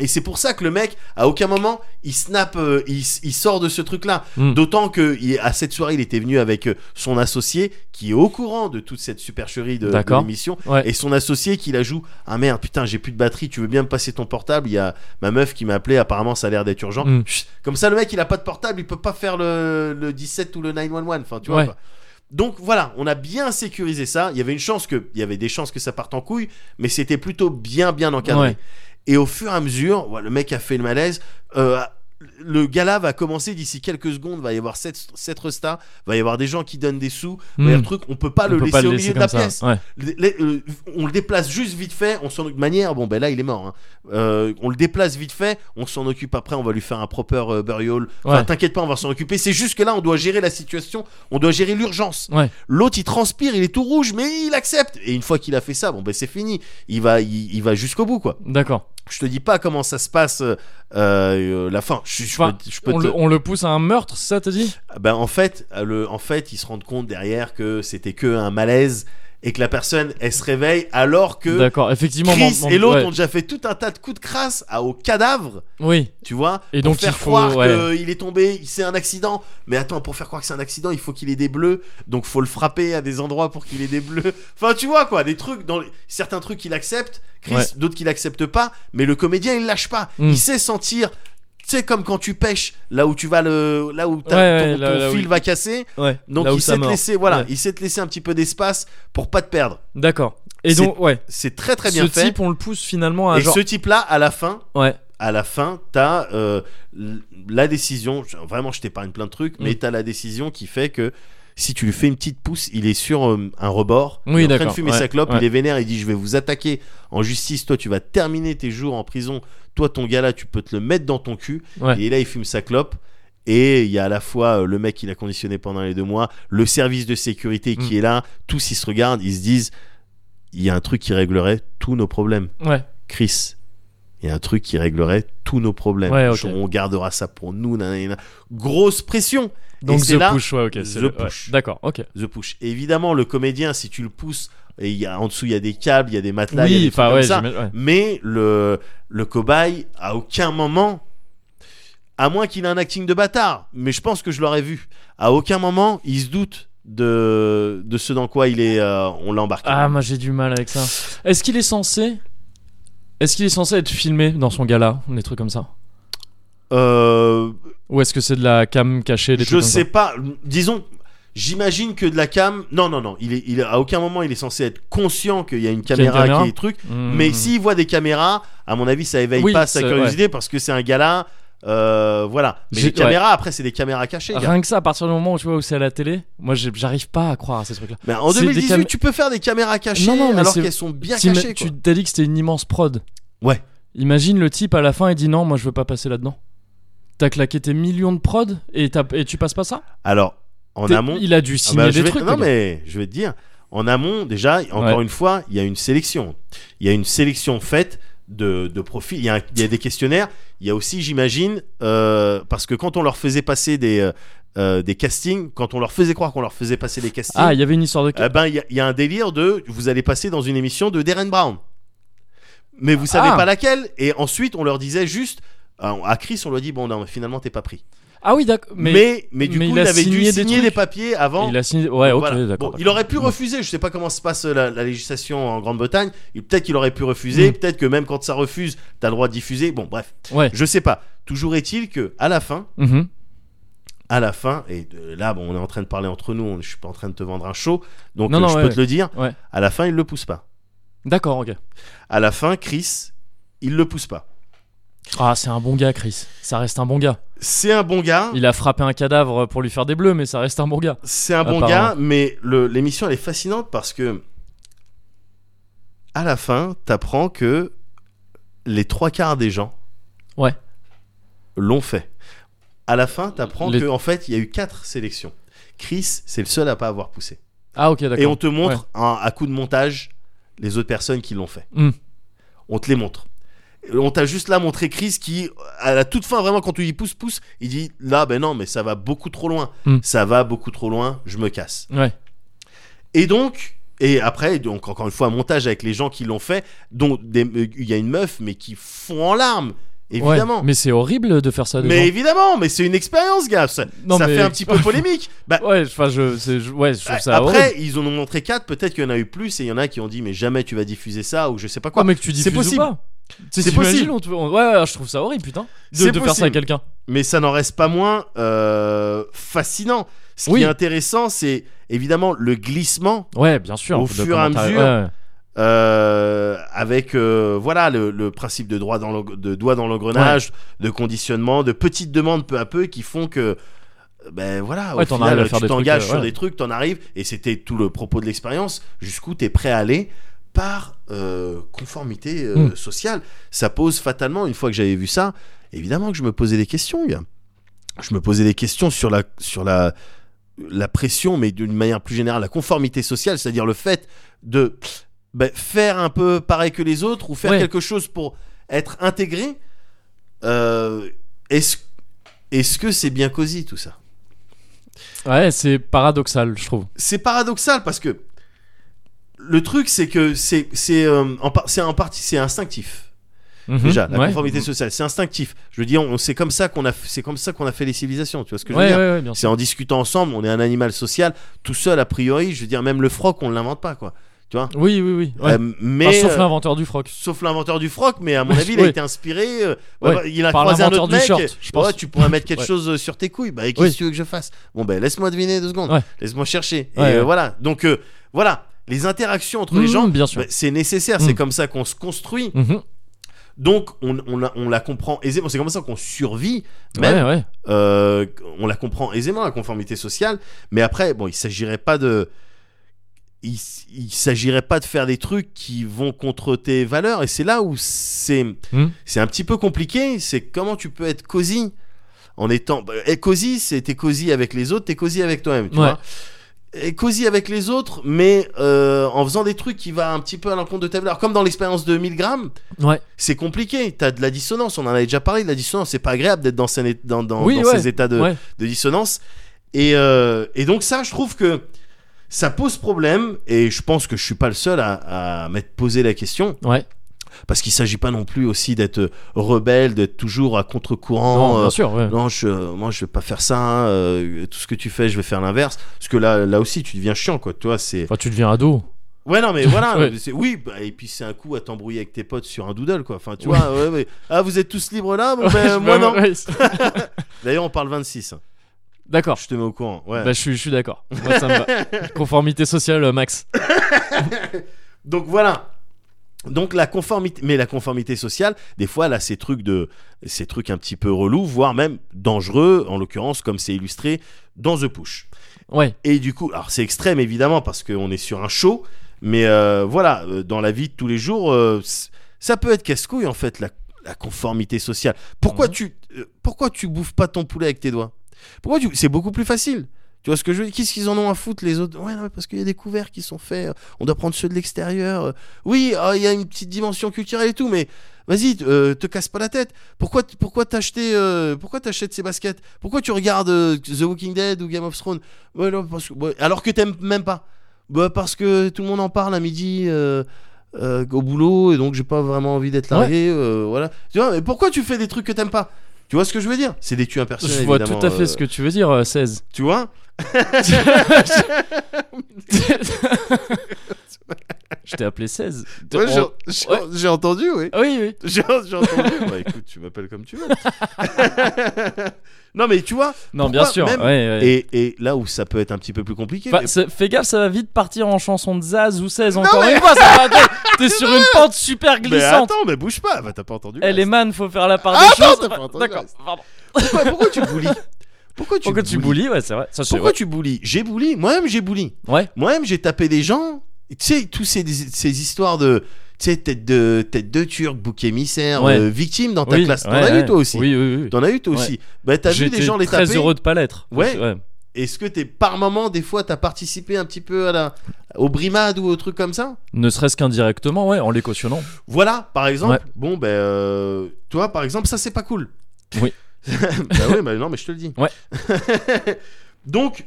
Et c'est pour ça que le mec, à aucun moment, il snap, euh, il, s- il sort de ce truc-là. Mm. D'autant que il- à cette soirée, il était venu avec euh, son associé qui est au courant de toute cette supercherie de, de D'accord. l'émission. Ouais. Et son associé qui la joue Ah merde, putain, j'ai plus de batterie, tu veux bien me passer ton portable Il y a ma meuf qui m'a appelé, apparemment ça a l'air d'être urgent. Mm. Chut. Comme ça, le mec, il a pas de portable, il peut pas faire le, le 17 ou le 911. Enfin, tu vois. Ouais. quoi. Donc voilà, on a bien sécurisé ça. Il y avait une chance que, il y avait des chances que ça parte en couille, mais c'était plutôt bien, bien encadré. Ouais. Et au fur et à mesure, ouais, le mec a fait le malaise. Euh, le gala va commencer d'ici quelques secondes. Va y avoir 7, 7 restas. Va y avoir des gens qui donnent des sous. Va y avoir Mm. des trucs. On peut pas On le peut laisser pas au le milieu laisser de la comme ça. pièce. Ouais. Le- le- euh, on le déplace juste vite fait, on s'en occupe de manière, bon ben là il est mort. hein. Euh, on le déplace vite fait, on s'en occupe après, on va lui faire un proper euh, burial. Enfin, Ouais. t'inquiète pas, on va s'en occuper. C'est juste que là on doit gérer la situation, on doit gérer l'urgence. Ouais. L'autre il transpire, il est tout rouge, mais il accepte. Et une fois qu'il a fait ça, bon ben c'est fini. Il va, il, il va jusqu'au bout quoi. D'accord. Je te dis pas comment ça se passe euh, euh, la fin. Je, je peux- Enfin, je peux On, te- le, on le pousse à un meurtre, c'est ça t'as dit ben, en fait, euh, le, en fait, ils se rendent compte derrière que c'était que un malaise et que la personne, elle se réveille alors que D'accord, effectivement. Chris mon- mon- et l'autre ouais. ont déjà fait tout un tas de coups de crasse à, au cadavre, Oui, tu vois, Et pour donc, faire il faut- croire ouais. qu'il est tombé, c'est un accident. Mais attends, pour faire croire que c'est un accident, il faut qu'il ait des bleus, donc faut le frapper à des endroits pour qu'il ait des bleus. [LAUGHS] Enfin, tu vois quoi, des trucs dans les- certains trucs qu'il accepte, Chris, Ouais. d'autres qu'il accepte pas, mais le comédien il lâche pas, Mm. il sait sentir. Tu sais comme quand tu pêches, là où tu vas le, là où ta- Ouais, ouais, ton, là- ton là où fil il- va casser, ouais. donc là où il ça sait te meurt. laisser, voilà, Ouais. il sait te laisser un petit peu d'espace pour pas te perdre. D'accord. Et C'est donc, ouais. C'est très très bien ce fait. type, on le pousse finalement à Et genre. ce type-là, à la fin, Ouais. à la fin, t'as euh, l- la décision. je- Vraiment, je t'épargne plein de trucs, mais Mm. t'as la décision qui fait que si tu lui fais une petite pousse, il est sur euh, un rebord. Oui, il est en train de d'accord, fumer ouais, sa clope, ouais. il est vénère, il dit Je vais vous attaquer en justice. Toi, tu vas terminer tes jours en prison. Toi, ton gars là, tu peux te le mettre dans ton cul. Ouais. Et là, il fume sa clope. Et il y a à la fois euh, le mec qui l'a conditionné pendant les deux mois, le service de sécurité qui Mm. est là. Tous, ils se regardent, ils se disent Il y a un truc qui réglerait tous nos problèmes. Ouais. Chris, il y a un truc qui réglerait tous nos problèmes. Ouais, ok. Je- On gardera ça pour nous. nanana. Grosse pression, Donc c'est The là, Push, ouais, ok. The c'est le- ouais. Push. D'accord, ok. The Push. Évidemment, le comédien, si tu le pousses, et il y a, en dessous, il y a des câbles, il y a des matelas, il y a oui, des trucs enfin, comme ouais, ça. j'imagine- ouais. Mais le, le cobaye, à aucun moment, à moins qu'il ait un acting de bâtard, mais je pense que je l'aurais vu, à aucun moment, il se doute de, de ce dans quoi il est, euh, on l'a embarqué. Ah, moi j'ai du mal avec ça. Est-ce qu'il est censé. Est-ce qu'il est censé être filmé dans son gala, des trucs comme ça Euh, Ou est-ce que c'est de la cam cachée, des Je trucs comme sais pas. Disons, j'imagine que de la cam. Non, non, non. Il est, il, à aucun moment, il est censé être conscient qu'il y a y une a une caméra, caméra. qui est truc. ça Hmm. Mais s'il voit des caméras, à mon avis, ça éveille Oui, pas sa c'est- curiosité parce que c'est un gars-là. euh, voilà. Mais J'ai- les caméras, après, c'est des caméras cachées. gars. Rien que ça, à partir du moment où tu vois où c'est à la télé, moi j'ai- j'arrive pas à croire à ces trucs-là. Mais en C'est des 2018, cam- tu peux faire des caméras cachées Non, non, mais alors c'est- qu'elles sont bien T'ima- cachées. quoi. Tu t'as dit que c'était une immense prod. Ouais. Imagine le type à la fin il dit non, moi je veux pas passer là-dedans. T'as claqué tes millions de prod et, t'as- et tu passes pas ça Alors, en T'es- amont. Il a dû Ah signer bah, je des vais- trucs. Non, le gars. mais je vais te dire, en amont, déjà, encore Ouais. une fois, il y a une sélection. Il y a une sélection faite de, de profils. Il y, a un- il y a des questionnaires. Il y a aussi, j'imagine, euh, parce que quand on leur faisait passer des, euh, euh, des castings, quand on leur faisait croire qu'on leur faisait passer des castings, Ah, il y avait une histoire de. eh ben, il y, a- il y a un délire de vous allez passer dans une émission de Darren Brown. Mais vous savez Ah. pas laquelle. Et ensuite, on leur disait juste. À à Chris, on lui a dit bon non, mais finalement t'es pas pris. Ah oui, d'accord. Mais Mais, mais, du mais coup, il il, a avait dû signé des signer trucs. des papiers avant. il a signé. Ouais, ok, Voilà. Bon, d'accord. il aurait pu Ouais. refuser. Je sais pas comment se passe euh, la, la législation en Grande-Bretagne. Il- Peut-être qu'il aurait pu refuser. Mm. Peut-être que même quand ça refuse, t'as le droit de diffuser. Bon, bref, Ouais. je sais pas. Toujours est-il que à la fin, Mhm. à la fin, et euh, là, bon, on est en train de parler entre nous. on- Je suis pas en train de te vendre un show, donc Non, euh, non, je ouais, peux ouais. te le dire. Ouais. À la fin, il le pousse pas. D'accord, ok. À la fin, Chris, il le pousse pas. Ah, c'est un bon gars, Chris. Ça reste un bon gars. C'est un bon gars. Il a frappé un cadavre pour lui faire des bleus, mais ça reste un bon gars. C'est un bon Apparemment. gars, mais le- l'émission elle est fascinante parce que à la fin, t'apprends que les trois quarts des gens Ouais. l'ont fait. À la fin, t'apprends Les- que en fait, il y a eu quatre sélections. Chris, c'est le seul à pas avoir poussé. Ah, ok, d'accord. Et on te montre un- à coup de montage les autres personnes qui l'ont fait. Hmm. On te les montre. On t'a juste là montré Chris qui, à la toute fin, vraiment, quand tu y pousse, pousse, il dit là, ben non, mais ça va beaucoup trop loin. Hmm. Ça va beaucoup trop loin, je me casse. Ouais. Et donc, Et après, donc encore une fois, un montage avec les gens qui l'ont fait, dont des- il y a une meuf, mais qui fond en larmes, évidemment. Ouais, mais c'est horrible de faire ça. à des Mais gens. évidemment, mais c'est une expérience, gars. Ça, Non, ça mais- fait un petit peu polémique. Bah, [LAUGHS] Ouais, enfin, je, c'est- je- ouais, je trouve ça après, horrible. ils en ont montré quatre. Peut-être qu'il y en a eu plus, et il y en a qui ont dit mais jamais tu vas diffuser ça ou je sais pas quoi. Quoi, mais que tu diffuses C'est possible. ou pas Tu sais, C'est t'imagines, possible. on te- on- Ouais, ouais, je trouve ça horrible, putain. De, C'est de faire ça à possible. quelqu'un. Mais ça n'en reste pas moins euh, fascinant. Ce Oui. qui est intéressant, c'est évidemment le glissement Ouais, bien sûr. Au de fur et comment à t'as- mesure, ouais, ouais. euh, avec euh, voilà le, le principe de, droit dans l'eng- de doigt dans l'engrenage, de conditionnement, de petites demandes peu à peu qui font que euh, ben voilà, Ouais, au t'en final, arrives à faire tu des trucs, t'engages euh, sur ouais. des trucs, t'en arrives, et c'était tout le propos de l'expérience, jusqu'où t'es prêt à aller par euh, conformité euh, Mm. sociale. Ça pose fatalement, une fois que j'avais vu ça, évidemment que je me posais des questions, gars. Je me posais des questions sur la, sur la, la pression, mais d'une manière plus générale, la conformité sociale, c'est-à-dire le fait de ben, faire un peu pareil que les autres ou faire Ouais. quelque chose pour être intégré. Euh, Est-ce est-ce que c'est bien cosy tout ça Ouais, c'est paradoxal, je trouve. C'est paradoxal parce que le truc, c'est que c'est c'est euh, en, par- c'est en partie c'est instinctif. Mhm, Déjà, la ouais. conformité sociale, c'est instinctif. Je veux dire, on, c'est comme ça qu'on a, c'est comme ça qu'on a fait les civilisations. Tu vois ce que je veux Ouais, dire ouais, ouais, bien sûr. C'est en discutant ensemble. On est un animal social, tout seul a priori. Je veux dire, même le froc, on l'invente pas, quoi. Oui, oui, oui. ouais. Euh, mais Enfin, sauf euh, l'inventeur du froc. sauf l'inventeur du froc, mais [LAUGHS] à mon avis, il a Ouais. été inspiré. euh, Ouais, bah, il a par croisé un l'inventeur autre du mec. short, et, je pense. ouais, tu pourrais [LAUGHS] mettre quelque Ouais. chose euh, sur tes couilles. Bah, et qu'est-ce Oui. que tu veux que je fasse Bon, ben, laisse-moi deviner deux secondes. Ouais. Laisse-moi chercher. Ouais, et euh, ouais. voilà. Donc, euh, voilà, les interactions entre les Mhm, gens, bien sûr. bah, c'est nécessaire. Mhm. C'est comme ça qu'on se construit. Mhm. Donc, on, on la, on la comprend aisément. C'est comme ça qu'on survit. Même Ouais, ouais. euh, on la comprend aisément la conformité sociale mais après bon il s'agirait pas de il, s- il s'agirait pas de faire des trucs qui vont contre tes valeurs et c'est là où c'est Hmm. c'est un petit peu compliqué c'est comment tu peux être cosy en étant bah, et cosy c'est t'es cosy avec les autres t'es cosy avec toi-même tu Ouais. vois et cosy avec les autres mais euh, en faisant des trucs qui va un petit peu à l'encontre de tes valeurs comme dans l'expérience de 1000 grammes Ouais. c'est compliqué t'as de la dissonance on en avait déjà parlé de la dissonance c'est pas agréable d'être dans, ces- dans, dans- Oui, dans ouais. ces états de, ouais. de dissonance. Et, euh, et donc ça, je trouve que ça pose problème, et je pense que je suis pas le seul à, à m'être posé la question, Ouais. parce qu'il s'agit pas non plus aussi d'être rebelle, d'être toujours à Non, contre-courant. euh, bien sûr. Ouais. non, je, moi je vais pas faire ça. hein, euh, tout ce que tu fais, je vais faire l'inverse. Parce que là, là aussi, tu deviens chiant, quoi. Toi, c'est. Enfin, tu deviens ado. Ouais, non, mais [LAUGHS] voilà. Ouais. c'est- Oui, bah, et puis c'est un coup à t'embrouiller avec tes potes sur un doodle, quoi. Enfin, tu Ouais. vois. ouais, ouais. Ah, vous êtes tous libres là, Bon, [LAUGHS] Ouais, ben, je- moi non. ouais. D'ailleurs, on parle 26. hein. D'accord. Je te mets au courant. Ouais. Bah, je suis, je suis d'accord. Moi, ça me [LAUGHS] va. Conformité sociale, euh, Max. Donc voilà. Donc la conformité, mais la conformité sociale, des fois elle a ces trucs de, ces trucs un petit peu relous, voire même dangereux, en l'occurrence comme c'est illustré dans The Push. Ouais. Et du coup, alors c'est extrême évidemment parce qu'on est sur un show, mais euh, voilà, euh, dans la vie de tous les jours, euh, c- ça peut être casse-couille en fait la, la conformité sociale. Pourquoi Mhm. tu, euh, pourquoi tu bouffes pas ton poulet avec tes doigts Pourquoi tu, c'est beaucoup plus facile. Tu vois ce que je veux dire Qu'est-ce qu'ils en ont à foutre les autres Ouais, non, mais parce qu'il y a des couverts qui sont faits. euh, On doit prendre ceux de l'extérieur. euh, Oui, ah, il y a une petite dimension culturelle et tout, mais vas-y, t- euh, te casse pas la tête. Pourquoi, t- pourquoi t'acheter, euh, pourquoi t'achètes ces baskets Pourquoi tu regardes euh, The Walking Dead ou Game of Thrones Ouais, non, parce que- ouais, Alors que t'aimes même pas. Bah, parce que tout le monde en parle à midi. euh, euh, au boulot et donc j'ai pas vraiment envie d'être Ouais. largué euh, voilà tu vois mais pourquoi tu fais des trucs que t'aimes pas tu vois ce que je veux dire c'est des tues Je impersonnelles vois évidemment, tout à fait euh, ce que tu veux dire, euh, [LAUGHS] 16. tu vois je t'ai appelé 16. Ouais, j'ai- On- j'ai ouais. j'ai entendu oui [LAUGHS] Ah Oui, oui. J'ai j'ai entendu. bah écoute, tu m'appelles comme tu veux. [LAUGHS] non mais tu vois. Non, Pourquoi bien sûr. même- ouais, ouais. Et, et là où ça peut être un petit peu plus compliqué. Enfin, mais- c'est- fais gaffe, ça va vite partir en chanson de Zaz ou 16 encore une fois. ça va, t'es- T'es [LAUGHS] sur une pente super mais glissante. attends, mais bouge pas. Bah, t'as pas entendu. Elle le est Eh, man, faut faire la part Ah, des non, choses. t'as pas entendu, D'accord, reste. pardon. reste. pourquoi, pourquoi tu [LAUGHS] boulis Pourquoi tu Pourquoi tu boulis boulis Ouais, c'est vrai. Ça, c'est- Pourquoi tu boulis J'ai bouli. Moi-même j'ai bouli. Ouais. Moi-même j'ai tapé des gens. Tu sais tous ces, ces histoires de tu sais tête de tête de turc, bouc émissaire, Ouais. euh, victime dans ta Oui, classe. T'en ouais, as ouais. eu toi aussi. Oui, oui, oui. T'en as eu toi Ouais. aussi. Bah t'as vu des J'étais gens les très taper. heureux de pas l'être. Ouais. Ouais. Est-ce que t'es par moment des fois t'as participé un petit peu à la au brimade ou au truc comme ça Ne serait-ce qu'indirectement, ouais, en les cautionnant. Voilà, par exemple. Ouais. Bon ben euh, toi par exemple ça c'est pas cool. [LAUGHS] Oui. bah oui, bah [LAUGHS] non mais je te le dis. Ouais. Donc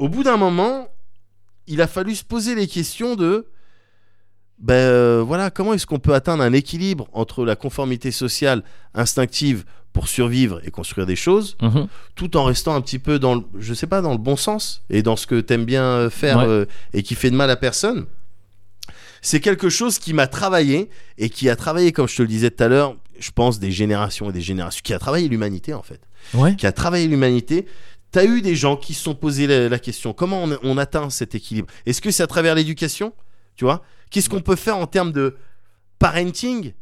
au bout d'un moment il a fallu se poser les questions de ben euh, voilà, comment est-ce qu'on peut atteindre un équilibre entre la conformité sociale instinctive pour survivre et construire des choses, Mhm. tout en restant un petit peu dans, le, je sais pas, dans le bon sens et dans ce que t'aimes bien euh, faire Ouais. euh, et qui fait de mal à personne. C'est quelque chose qui m'a travaillé et qui a travaillé, comme je te le disais tout à l'heure, je pense des générations et des générations, qui a travaillé l'humanité en fait Ouais. qui a travaillé l'humanité, tu as eu des gens qui se sont posés la, la question comment on, on atteint cet équilibre Est-ce que c'est à travers l'éducation Tu vois Qu'est-ce qu'on peut faire en termes de parenting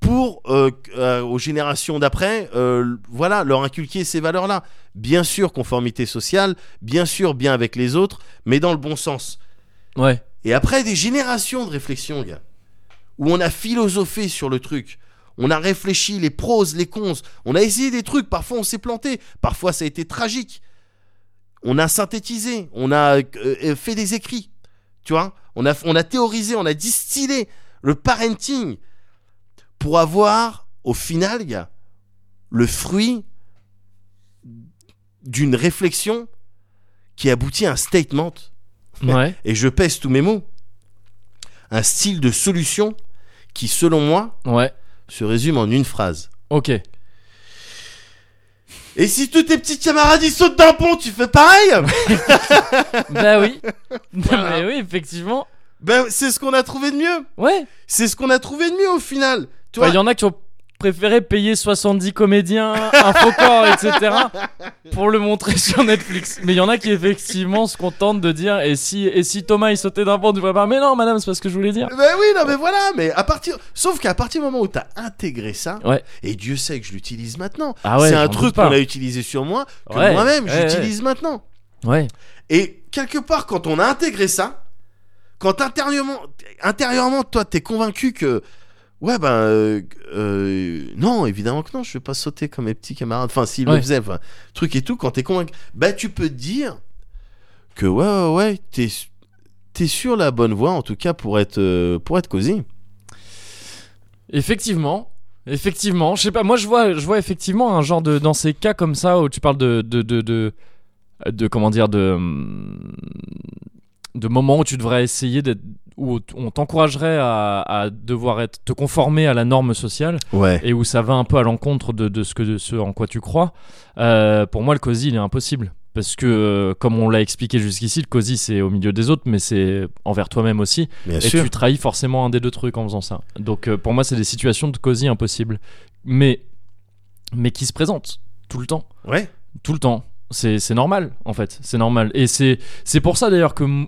pour euh, que- euh, aux générations d'après, euh, voilà, leur inculquer ces valeurs-là. Bien sûr, conformité sociale, bien sûr, bien avec les autres, mais dans le bon sens. Ouais. Et après des générations de réflexion, gars, où on a philosophé sur le truc, on a réfléchi les pros, les cons, on a essayé des trucs, parfois on s'est planté, parfois ça a été tragique. On a synthétisé, on a euh, euh, fait des écrits, tu vois, on a, on a théorisé, on a distillé le parenting pour avoir, au final, gars, le fruit d'une réflexion qui aboutit à un statement Ouais. et je pèse tous mes mots. Un style de solution qui, selon moi, Ouais. se résume en une phrase. Ok. Et si tous tes petits camarades ils sautent d'un pont, tu fais pareil bah [LAUGHS] oui. Mais Bah oui, effectivement. Ben c'est ce qu'on a trouvé de mieux. Ouais. C'est ce qu'on a trouvé de mieux au final. Tu Il vois y en a qui ont préféré payer 70 comédiens, [LAUGHS] un faux corps, etc. pour le montrer [LAUGHS] sur Netflix. Mais il y en a qui effectivement se contentent de dire et si, et si Thomas il sautait d'un pont du préparer Mais non, madame, c'est pas ce que je voulais dire. Ben oui, non mais voilà, mais à partir sauf qu'à partir du moment où t'as intégré ça Ouais. et Dieu sait que je l'utilise maintenant. Ah ouais, c'est un j'en doute truc pas. qu'on a utilisé sur moi que Ouais, moi-même ouais, j'utilise maintenant. Ouais. Et quelque part, quand on a intégré ça, quand intérieurement, intérieurement toi, t'es convaincu que. Ouais, ben. euh, euh, non, évidemment que non, je vais pas sauter comme mes petits camarades. Enfin, s'ils Ouais. le faisaient, enfin, truc et tout, quand t'es convaincu. Bah, tu peux te dire que, ouais, ouais, ouais, t'es. T'es sur la bonne voie, en tout cas, pour être, euh, pour être cosy. Effectivement. Effectivement, je sais pas, moi je vois, je vois effectivement un genre de. Dans ces cas comme ça où tu parles de. de, de, de, de comment dire, de. hum, de moments où tu devrais essayer d'être. où on t'encouragerait à, à devoir être, te conformer à la norme sociale Ouais. et où ça va un peu à l'encontre de, de ce, que, de ce en quoi tu crois. Euh, pour moi, le COSI, il est impossible. Parce que, euh, comme on l'a expliqué jusqu'ici, le COSI, c'est au milieu des autres, mais c'est envers toi-même aussi. Bien Et sûr. tu trahis forcément un des deux trucs en faisant ça. Donc euh, pour moi, c'est des situations de cosy impossible. Mais, mais qui se présentent tout le temps. Ouais. Tout le temps. C'est c'est normal, en fait. C'est normal. Et c'est c'est pour ça d'ailleurs que m-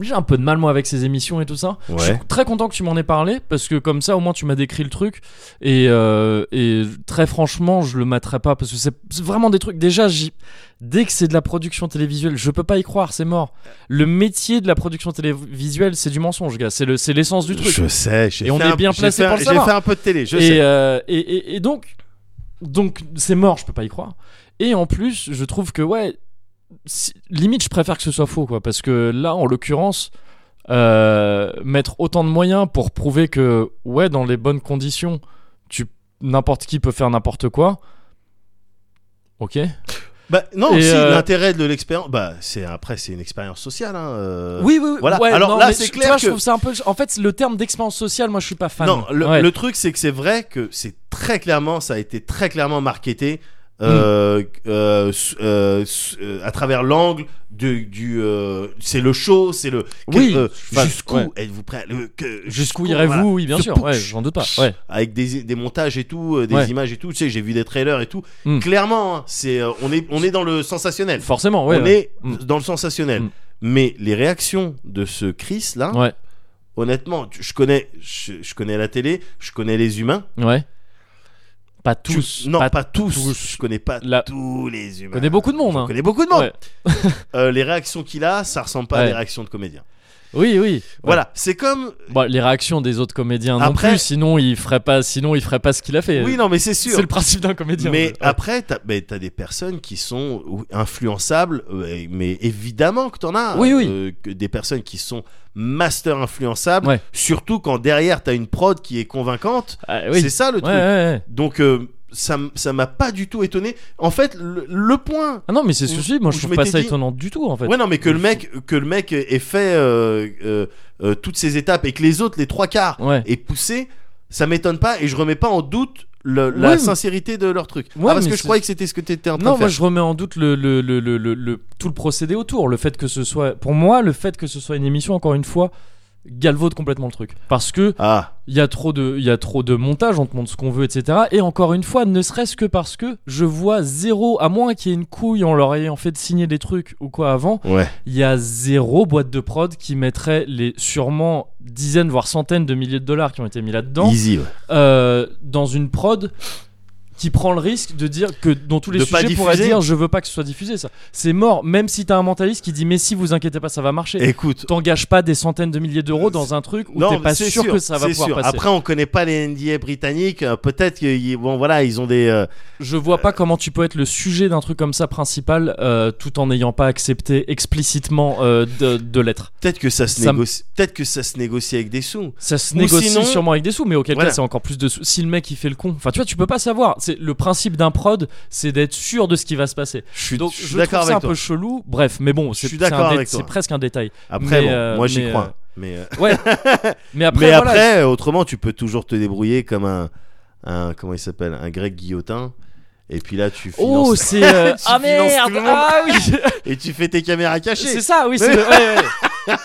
j'ai un peu de mal, moi, avec ces émissions et tout ça. Ouais. Je suis très content que tu m'en aies parlé, parce que comme ça, au moins, tu m'as décrit le truc. Et, euh, et très franchement, je le materai pas, parce que c'est c'est vraiment des trucs. Déjà, j'y- dès que c'est de la production télévisuelle, je peux pas y croire, c'est mort. Le métier de la production télévisuelle, c'est du mensonge, gars. C'est le- c'est l'essence du truc. Je sais. j'ai Et on fait est un- bien j'ai placé fait un- pour le savoir. J'ai fait un peu de télé, je sais. Et, euh, et, et- et donc, donc c'est mort, je peux pas y croire. Et en plus, je trouve que ouais, si- limite je préfère que ce soit faux, quoi, parce que là, en l'occurrence, euh, mettre autant de moyens pour prouver que ouais, dans les bonnes conditions, tu n'importe qui peut faire n'importe quoi. Ok. Bah, non, Et, si, euh, l'intérêt de l'expérience. Bah, c'est après, c'est une expérience sociale. Hein, euh, oui, oui, oui. voilà. ouais, Alors non, là, mais c'est je- tu clair vois, je que- trouve ça un peu. En fait, le terme d'expérience sociale, moi, je suis pas fan. Non, le, Ouais. le truc c'est que c'est vrai que c'est très clairement, ça a été très clairement marketé euh, Mm. euh, s- euh, s- euh, à travers l'angle du, du euh, c'est le show, c'est le Oui, euh, enfin, jusqu'où ouais. êtes-vous prêt le- que- Jusqu'où voilà. irez-vous Oui, bien Ce sûr. putsch. Ouais, j'en doute pas. Ouais. avec des, des montages et tout, euh, des Ouais. images et tout. Tu sais, j'ai vu des trailers et tout. Mm. Clairement, hein, c'est euh, on est on est dans le sensationnel. Forcément. Ouais. on ouais. est Mm. dans le sensationnel. Mm. Mais les réactions de ce Chris là, Ouais. honnêtement, tu- je connais je- je connais la télé, je connais les humains. Ouais. Pas Tu- tous. non, pas pas, tous. tous. Je connais pas La- tous les humains. connais beaucoup de monde, Je hein. connais beaucoup de monde. Ouais. Euh, les réactions qu'il a, ça ressemble pas Ouais. à des réactions de comédiens. Oui, oui. Ouais. Voilà, c'est comme. Bon, les réactions des autres comédiens Après- non plus, sinon il ferait pas, sinon il ferait pas ce qu'il a fait. Oui, non, mais c'est sûr. euh, c'est le principe d'un comédien. Mais Ouais. après, t'as mais t'as des personnes qui sont ou- influençables, ouais, mais évidemment que t'en as. Oui, oui. euh, que des personnes qui sont master influençables, Ouais. surtout quand derrière t'as une prod qui est convaincante. Ah, oui. C'est ça le Ouais, truc. ouais, ouais. Donc, euh, ça m- ça m'a pas du tout étonné. En fait, le, le point. Ah non, mais c'est souci, moi Ou je je trouve pas m'étais ça dit- étonnant du tout en fait. Ouais, non, mais que le mec, que le mec ait fait euh, euh, euh, toutes ces étapes et que les autres, les trois quarts, Ouais. aient poussé, ça m'étonne pas et je remets pas en doute le- la Ouais, mais- sincérité de leur truc. Ouais, Ah, parce mais que je c'est- croyais que c'était ce que t'étais en train Non, de faire. moi je remets en doute le, le- le- le- le- le- tout le procédé autour. Le fait que ce soit, pour moi, le fait que ce soit une émission, encore une fois, galvaude complètement le truc. Parce que Ah, il y a trop de, il y a trop de montage, on te montre ce qu'on veut, etc. Et encore une fois, ne serait-ce que parce que je vois zéro, à moins qu'il y ait une couille en leur ayant fait signer des trucs ou quoi avant, ouais. il y a zéro boîte de prod qui mettrait les sûrement dizaines voire centaines de milliers de dollars qui ont été mis là-dedans Easy, ouais. euh, dans une prod qui prend le risque de dire que dans tous les De pas sujets pourrait diffuser. dire je veux pas que ce soit diffusé ça c'est mort même si t'as un mentaliste qui dit mais si vous inquiétez pas ça va marcher Écoute. t'engages pas des centaines de milliers d'euros dans un truc où t'es mais pas c'est sûr, que ça va c'est pouvoir sûr. passer Après, on connaît pas les NDA britanniques. euh, Peut-être que y- bon, voilà, ils ont des. euh, je vois pas comment tu peux être le sujet d'un truc comme ça principal euh, tout en n'ayant pas accepté explicitement euh, de, de l'être Peut-être que ça se Ça me- négocie. Peut-être que ça se négocie avec des sous. ça se Ou négocie sinon- sûrement avec des sous mais auquel Voilà. cas c'est encore plus de sous si le mec il fait le con enfin tu vois tu peux pas savoir c'est le principe d'un prod c'est d'être sûr de ce qui va se passer Je suis, Donc je je, suis trouve d'accord ça avec un toi. peu chelou. Bref, mais bon, c'est suis c'est un d'accord dé- avec toi. c'est presque un détail. Après, mais, bon, euh, moi j'y mais, crois. Mais, euh, Ouais. mais après, mais voilà, après, autrement, tu peux toujours te débrouiller comme un, un comment il s'appelle, un grec guillotin. Et puis là, tu Oh, finances c'est euh, [LAUGHS] Tu ah finances merde, tout le monde. ah oui, et tu fais tes caméras c'est cachées. ça, oui, c'est le- ouais, [LAUGHS] ouais.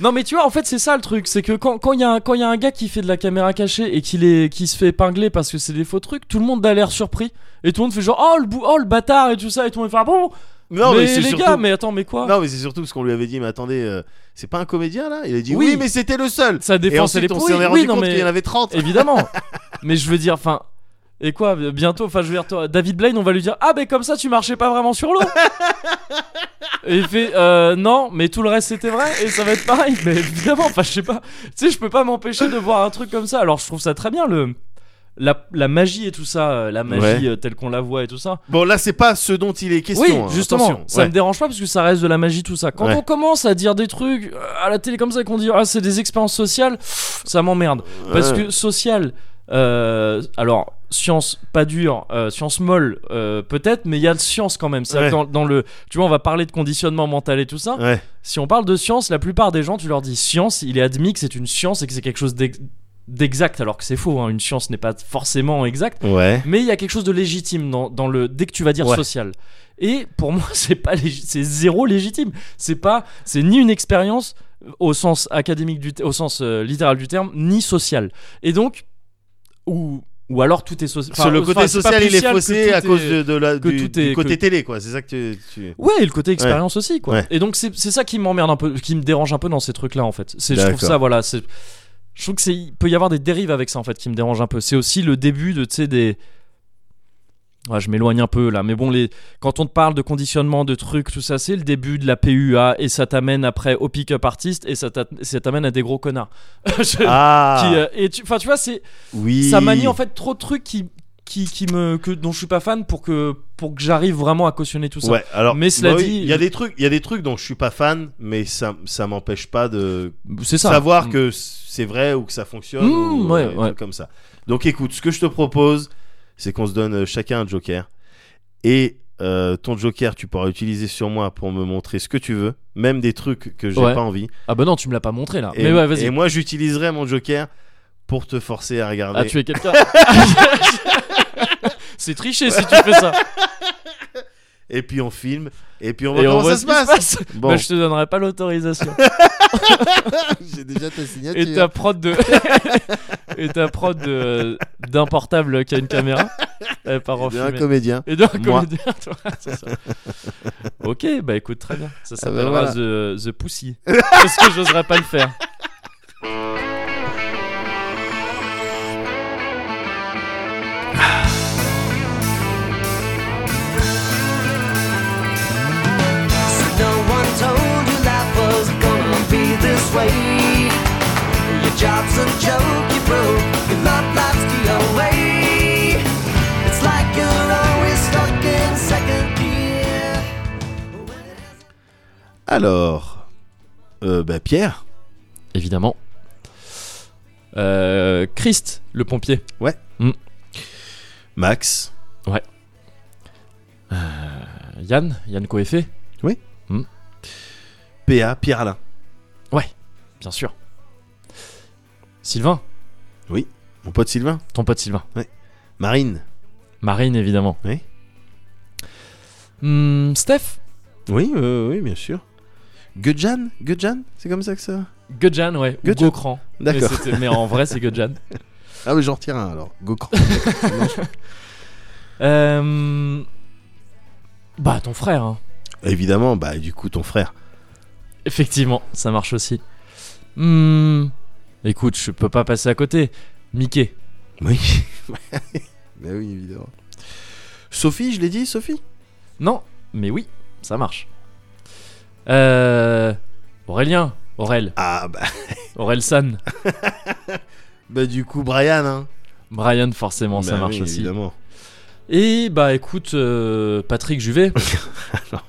Non mais tu vois en fait c'est ça le truc c'est que quand quand il y a un quand il y a un gars qui fait de la caméra cachée et qu'il est qui se fait épingler parce que c'est des faux trucs tout le monde a l'air surpris et tout le monde fait genre oh le bou- oh le bâtard et tout ça et tout le monde fait ah bon Non, mais, mais, c'est les surtout. gars mais attends mais quoi Non, mais c'est surtout parce qu'on lui avait dit, mais attendez, euh, c'est pas un comédien là Il a dit oui, Oui. mais c'était le seul. ça Et défend c'est les ensuite, on s'en pourris. est rendu oui non compte mais qu'il y en avait 30. évidemment. mais je veux dire, enfin. Et quoi, bientôt, enfin, je veux dire, toi, David Blaine, on va lui dire Ah, mais comme ça, tu marchais pas vraiment sur l'eau Et il fait euh, Non, mais tout le reste c'était vrai, et ça va être pareil. Mais évidemment, enfin, je sais pas, tu sais, je peux pas m'empêcher de voir un truc comme ça. Alors, je trouve ça très bien, le. La, la magie et tout ça, euh, la magie euh, telle qu'on la voit et tout ça. Bon, là, c'est pas ce dont il est question. hein, oui, justement, attention. ça Ouais. me dérange pas parce que ça reste de la magie tout ça. Quand Ouais. on commence à dire des trucs euh, à la télé comme ça et qu'on dit Ah, c'est des expériences sociales, ça m'emmerde. Parce Ouais. que social, euh, alors science pas dure, euh, science molle euh, peut-être, mais il y a de science quand même. C'est-à-dire Ouais. Dans, dans le, tu vois, on va parler de conditionnement mental et tout ça. Ouais. Si on parle de science, la plupart des gens, tu leur dis science, il est admis que c'est une science et que c'est quelque chose d'ex- d'exact, alors que c'est faux. hein. Une science n'est pas forcément exacte. Ouais. Mais il y a quelque chose de légitime dans, dans le dès que tu vas dire Ouais. social. Et pour [LAUGHS] moi, c'est pas légi- c'est zéro légitime. C'est pas, c'est ni une expérience euh, au sens académique du, te- au sens euh, littéral du terme, ni sociale. Et donc, ou ou alors tout est social. Sur le côté social, il est faussé à cause de, de la, que du, tout du est- côté que- euh, télé, quoi. C'est [LAUGHS] ça que tu. tu- Ouais, et le côté expérience aussi, quoi. Ouais. Et donc c'est c'est ça qui m'emmerde un peu, qui me dérange un peu dans ces trucs-là, en fait. C'est je trouve D'accord. ça, voilà, c'est, je trouve que c'est, il peut y avoir des dérives avec ça, en fait, qui me dérange un peu. C'est aussi le début de, tu sais, des, ouais, je m'éloigne un peu là, mais bon, les, quand on te parle de conditionnement, de trucs, tout ça, c'est le début de la PUA et ça t'amène après au pick-up artist et ça t'a- ça t'amène à des gros connards. [LAUGHS] Je- Ah qui, euh, et tu, enfin, tu vois, c'est Oui. ça manie en fait trop de trucs qui, qui, qui me, que, dont je suis pas fan pour que, pour que j'arrive vraiment à cautionner tout ça. Ouais, alors, Mais cela bah oui, dit- il y a des trucs, il y a des trucs dont je suis pas fan, mais ça, ça m'empêche pas de C'est ça. savoir que c'est vrai ou que ça fonctionne Mmh, ou ouais, euh, des ouais. trucs comme ça. Donc, écoute, ce que je te propose, c'est qu'on se donne euh, chacun un joker et euh, ton joker, tu pourras l'utiliser sur moi pour me montrer ce que tu veux, même des trucs que j'ai Ouais. pas envie. Ah bah non, tu me l'as pas montré là. Et, mais ouais, vas-y. et moi, j'utiliserai mon joker pour te forcer à regarder. Ah, tu es [LAUGHS] quelqu'un. c'est triché si tu fais ça. Et puis on filme, et puis on voit Et on comment voit ça ce se qui se passe. passe. Bon, Bah, je te donnerai pas l'autorisation. [LAUGHS] j'ai déjà ta signature. Et ta prod [LAUGHS] de. Et ta prod de- d'un portable qui a une caméra. Elle part en Et un fumée. comédien. Et d'un [LAUGHS] Moi. comédien, toi. C'est ça. Ok, bah écoute, très bien. Ça Ah bah s'appellera voilà. The, The [LAUGHS] Pussy. Parce que j'oserais pas le faire. No one told you life was gonna be this way. Your job's a joke, you broke, your love life's the away. It's like you're always stuck in second gear. Alors, euh, bah Pierre, Évidemment. Euh, Christ, le pompier. Max. Euh, Yann, Yann Coeffet, PA, Pierre Alain. bien sûr. Sylvain, Mon pote Sylvain. ton pote Sylvain. Marine. Marine, évidemment. Oui. Hmm, Steph Oui, euh, oui, bien sûr. Gudjan Gudjan C'est comme ça que ça Gudjan, ouais. ou Gudjan. Gokran. Mais D'accord. c'était- Mais, en vrai, c'est [LAUGHS] Gudjan. Ah, mais j'en retire un alors. Gokran. Euh, Bah, ton frère, hein. [LAUGHS] Évidemment, bah, du coup, ton frère. Effectivement, ça marche aussi. Hmm, Écoute, je peux pas passer à côté. Mickey. Oui. [LAUGHS] bah oui, évidemment. Sophie, je l'ai dit, Sophie Non, mais oui, ça marche. Euh... Aurélien. Aurel. Ah, bah, Aurel San. bah du coup, Brian, hein. Brian, forcément, ça Bah marche oui, aussi. Évidemment. Et bah écoute, euh, Patrick [LAUGHS] Juvet. Non.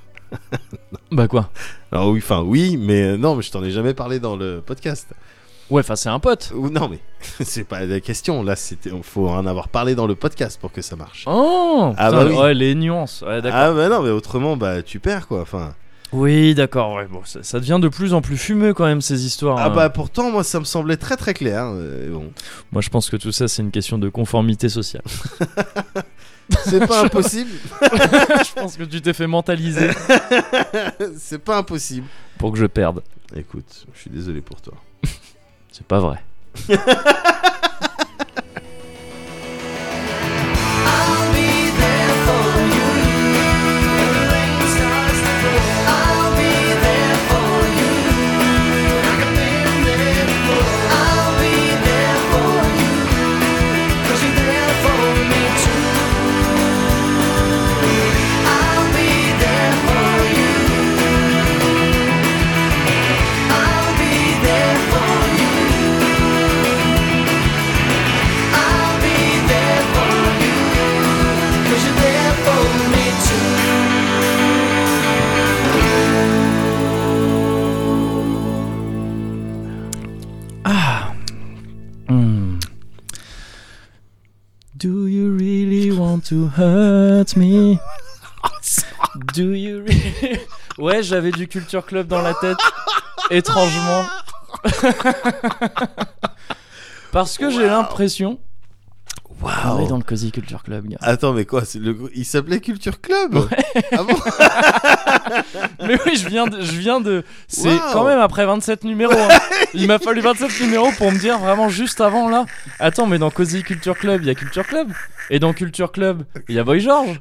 Bah quoi Alors, oui, enfin, oui, mais euh, non, mais je t'en ai jamais parlé dans le podcast. Ouais, enfin c'est un pote. Ou non, mais [LAUGHS] c'est pas la question. Là, c'était, faut en avoir parlé dans le podcast pour que ça marche. Oh Ah putain, bah oui. Ouais, les nuances. Ouais, d'accord. ah, bah non, mais autrement, bah tu perds quoi. Enfin, Oui, d'accord. Ouais, bon, ça, ça devient de plus en plus fumeux quand même ces histoires. ah hein. bah pourtant, moi, ça me semblait très très clair. euh, [LAUGHS] bon. Moi, je pense que tout ça, c'est une question de conformité sociale. C'est pas impossible. [LAUGHS] je pense que tu t'es fait mentaliser c'est pas impossible. [LAUGHS] pour que je perde. Écoute, je suis désolé pour toi. C'est pas vrai. Cause you're there for me too Hmm. Do you really want to hurt me? Do you really... [LAUGHS] Ouais, j'avais du Culture Club dans la tête. [LAUGHS] Étrangement. Parce que j'ai l'impression qu'on est Waouh. dans le Cozy Culture Club, gars. Attends, mais quoi c'est le... Il s'appelait Culture Club Ah bon [LAUGHS] Mais oui, je viens de. Je viens de c'est Wow. quand même après 27 numéros. hein. Il m'a fallu 27 numéros pour me dire vraiment juste avant là. Attends, mais dans Cozy Culture Club, il y a Culture Club. Et dans Culture Club, il y a Boy [LAUGHS] George.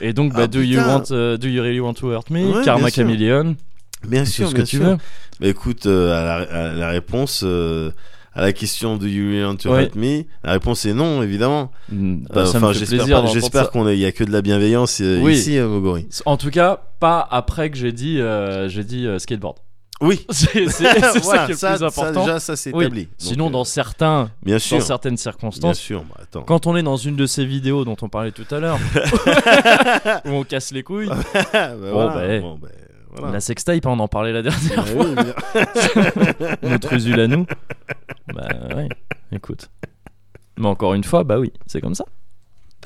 Et donc, bah, Ah, do, you putain. want, euh, do you really want to hurt me? Ouais, Karma bien sûr. Chameleon, Bien tout sûr, ce que bien tu sûr. veux. Bah écoute, euh, à, la, à la réponse, euh, à la question de You Really Want to Ouais. Hurt Me, la réponse est non, évidemment. Mm, Bah, ça enfin, me fait j'espère, plaisir. pas- d'entendre j'espère ça. qu'on est- il y a que de la bienveillance euh, Oui. ici, euh, Mogori. En tout cas, pas après que j'ai dit, euh, j'ai dit euh, skateboard. Oui. [LAUGHS] C'est [LAUGHS] c'est- c'est ça Voilà, qui est le plus important. déjà, ça c'est Oui. établi. Donc, Sinon, euh, dans certains, bien sûr, dans certaines bien circonstances, sûr. bah, attends. Quand on est dans une de ces vidéos dont on parlait tout à [LAUGHS] l'heure, où on casse les couilles, Ah, bah, voilà, bah, eh. bon, bah, voilà. la sextape, hein, on en parlait la dernière Bah, fois, oui, bien- notre usule à nous. Bah ouais, écoute. Mais encore une fois, bah oui, c'est comme ça.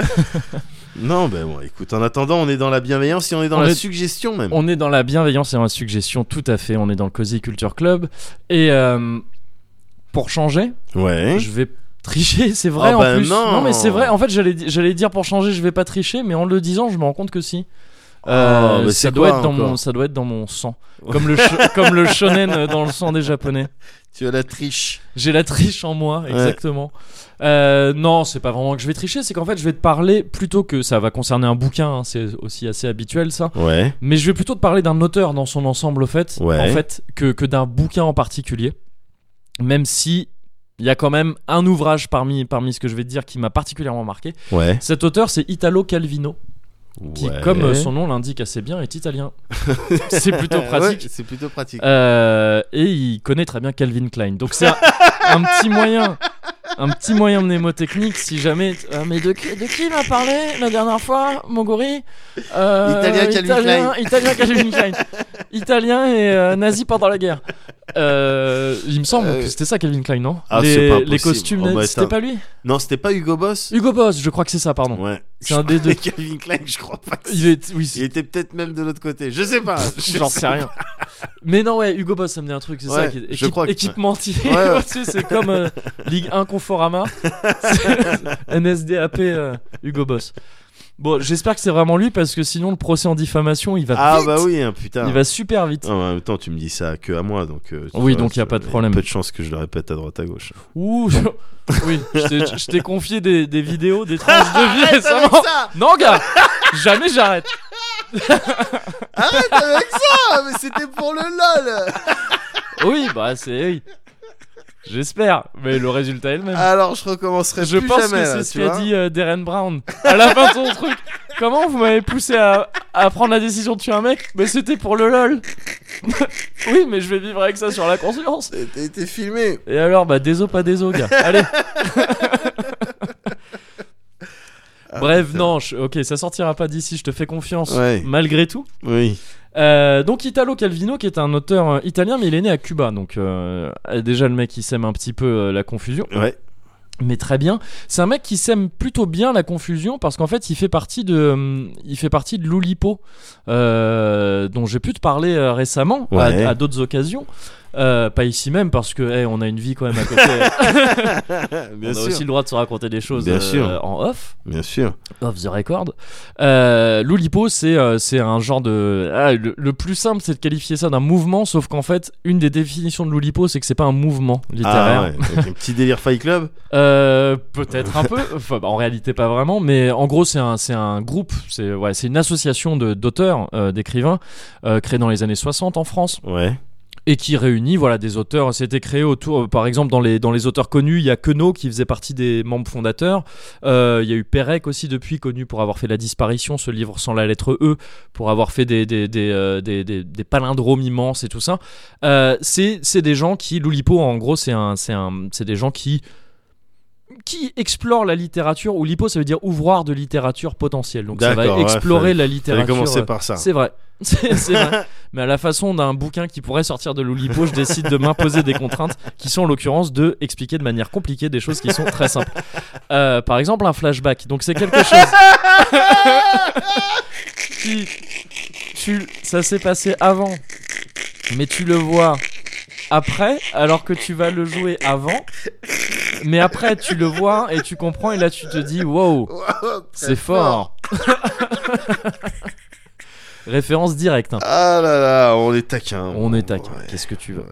[LAUGHS] non, ben bon, écoute, en attendant, on est dans la bienveillance et on est dans On la est- suggestion même. On est dans la bienveillance et dans la suggestion, tout à fait. On est dans le Cozy Culture Club. Et euh, pour changer, Ouais. je vais tricher, c'est vrai Ah en bah plus. non. mais c'est vrai. En fait, j'allais di- j'allais dire pour changer, je vais pas tricher, mais en le disant, je me rends compte que si. Oh, Euh, ça mais c'est doit quoi, être dans mon, encore ça doit être dans mon sang, comme le sh- comme le shonen dans le sang des japonais. Tu as la triche. J'ai la triche en moi, Ouais. exactement. Euh, non, c'est pas vraiment que je vais tricher, c'est qu'en fait, je vais te parler plutôt que ça va concerner un bouquin, hein, c'est aussi assez habituel ça. Ouais. Mais je vais plutôt te parler d'un auteur dans son ensemble, au fait, Ouais. en fait que, que d'un bouquin en particulier. Même si il y a quand même un ouvrage parmi, parmi ce que je vais te dire qui m'a particulièrement marqué. Ouais. Cet auteur, c'est Italo Calvino, qui, Ouais. comme euh, son nom l'indique assez bien, est [LAUGHS] italien. c'est plutôt pratique. Ah, Ouais, c'est plutôt pratique. Euh, et il connaît très bien Calvin Klein. Donc c'est un, un petit moyen un petit moyen mnémotechnique si jamais. Ah, mais de, qui- de qui il m'a parlé la dernière fois Mongori Euh, Italien Calvin Italien, Klein. Italien Calvin Klein. Italien et euh, nazi pendant la guerre. Euh, il me semble Euh. que c'était ça Calvin Klein, non Ah, les, c'est pas les possible. costumes, Oh, bah, c'était ça- pas lui Non, c'était pas Hugo Boss Hugo Boss, je crois que c'est ça, pardon. Ouais. C'est un des [LAUGHS] deux. Kevin Klein, je crois pas. que Il est, oui, c'est- Il était peut-être même de l'autre côté. Je sais pas. [LAUGHS] Je J'en sais rien. Mais non, ouais, Hugo Boss, ça me dit un truc, c'est ça. Ouais, Qui, je équipe- crois que- équipementier. Ouais, ouais. [LAUGHS] Tu sais, c'est comme euh, Ligue 1 [LAUGHS] Conforama. C'est- NSDAP euh, Hugo Boss. Bon, j'espère que c'est vraiment lui parce que sinon le procès en diffamation, il va Ah vite. bah oui, hein, putain. Il va super vite. Ah, en même temps, tu me dis ça que à moi, donc. euh, tu Oui, vois, donc il y a ça- pas de problème. Peu de chance que je le répète à droite à gauche. Ouh, je- oui, je t'ai- je t'ai confié des, des vidéos, des tranches de vie récemment. ça Non, gars, jamais j'arrête. Arrête avec ça Mais c'était pour le lol. Oui, bah c'est. oui. J'espère, mais le résultat est le même. Alors je recommencerai Je plus pense jamais. que c'est là, ce tu qu'a vois. dit euh, Darren Brown à la fin de son truc. Comment vous m'avez poussé à, à prendre la décision de tuer un mec Mais c'était pour le lol. [LAUGHS] oui, mais je vais vivre avec ça sur la conscience. T'as été filmé. Et alors, bah déso pas déso, gars. [LAUGHS] Allez. Bref, non, je- ok, ça sortira pas d'ici, je te fais confiance. Ah, Ouais. Malgré tout. Oui. Euh, donc Italo Calvino, qui est un auteur euh, italien, mais il est né à Cuba. Donc euh, déjà le mec, il sème un petit peu euh, la confusion. [LAUGHS] Ouais. Mais très bien. C'est un mec qui sème plutôt bien la confusion parce qu'en fait, il fait partie de, hum, il fait partie de l'Oulipo, euh, dont j'ai pu te parler euh, récemment à- Ouais. à, d'autres occasions. Euh, pas ici même parce que hey, on a une vie quand même à côté. on [LAUGHS] Bien a aussi sûr. le droit de se raconter des choses Bien euh, sûr. en off, Bien sûr. off the record. Euh, L'Oulipo, c'est euh, c'est un genre de. ah, le, le plus simple, c'est de qualifier ça d'un mouvement, sauf qu'en fait, une des définitions de l'Oulipo, c'est que c'est pas un mouvement littéraire. Ah ouais. donc un petit délire Fight Club. Euh, peut-être un peu. [LAUGHS] Enfin, bah, en réalité, pas vraiment. Mais en gros, c'est un, c'est un groupe, c'est ouais, c'est une association de, d'auteurs, euh, d'écrivains, euh, créée dans les années 60 en France Ouais. et qui réunit voilà, des auteurs. C'était créé autour, euh, par exemple, dans les, dans les auteurs connus, il y a Queneau qui faisait partie des membres fondateurs. Euh, il y a eu Pérec aussi depuis, connu pour avoir fait La disparition, ce livre sans la lettre E, pour avoir fait des, des, des, euh, des, des- des palindromes immenses et tout ça. Euh, c'est c'est des gens qui, l'Oulipo, en gros, c'est un, c'est un, c'est des gens qui qui explorent la littérature. Oulipo, ça veut dire ouvroir de littérature potentielle. Donc ça va D'accord, ouais, explorer fallait- la T'allais littérature. commencer euh, par ça. c'est vrai. [LAUGHS] C'est c'est [LAUGHS] vrai. Mais à la façon d'un bouquin qui pourrait sortir de l'Oulipo, je décide de m'imposer des contraintes qui sont en l'occurrence de expliquer de manière compliquée des choses qui sont très simples. Euh, par exemple, un flashback. Donc c'est quelque chose [LAUGHS] qui, tu, ça s'est passé avant, mais tu le vois après, alors que tu vas le jouer avant. Mais après, tu le vois et tu comprends et là tu te dis, wow, c'est fort. Référence directe. hein. Ah là là, on est taquin. On est tac. Ouais. Qu'est-ce que tu veux Ouais.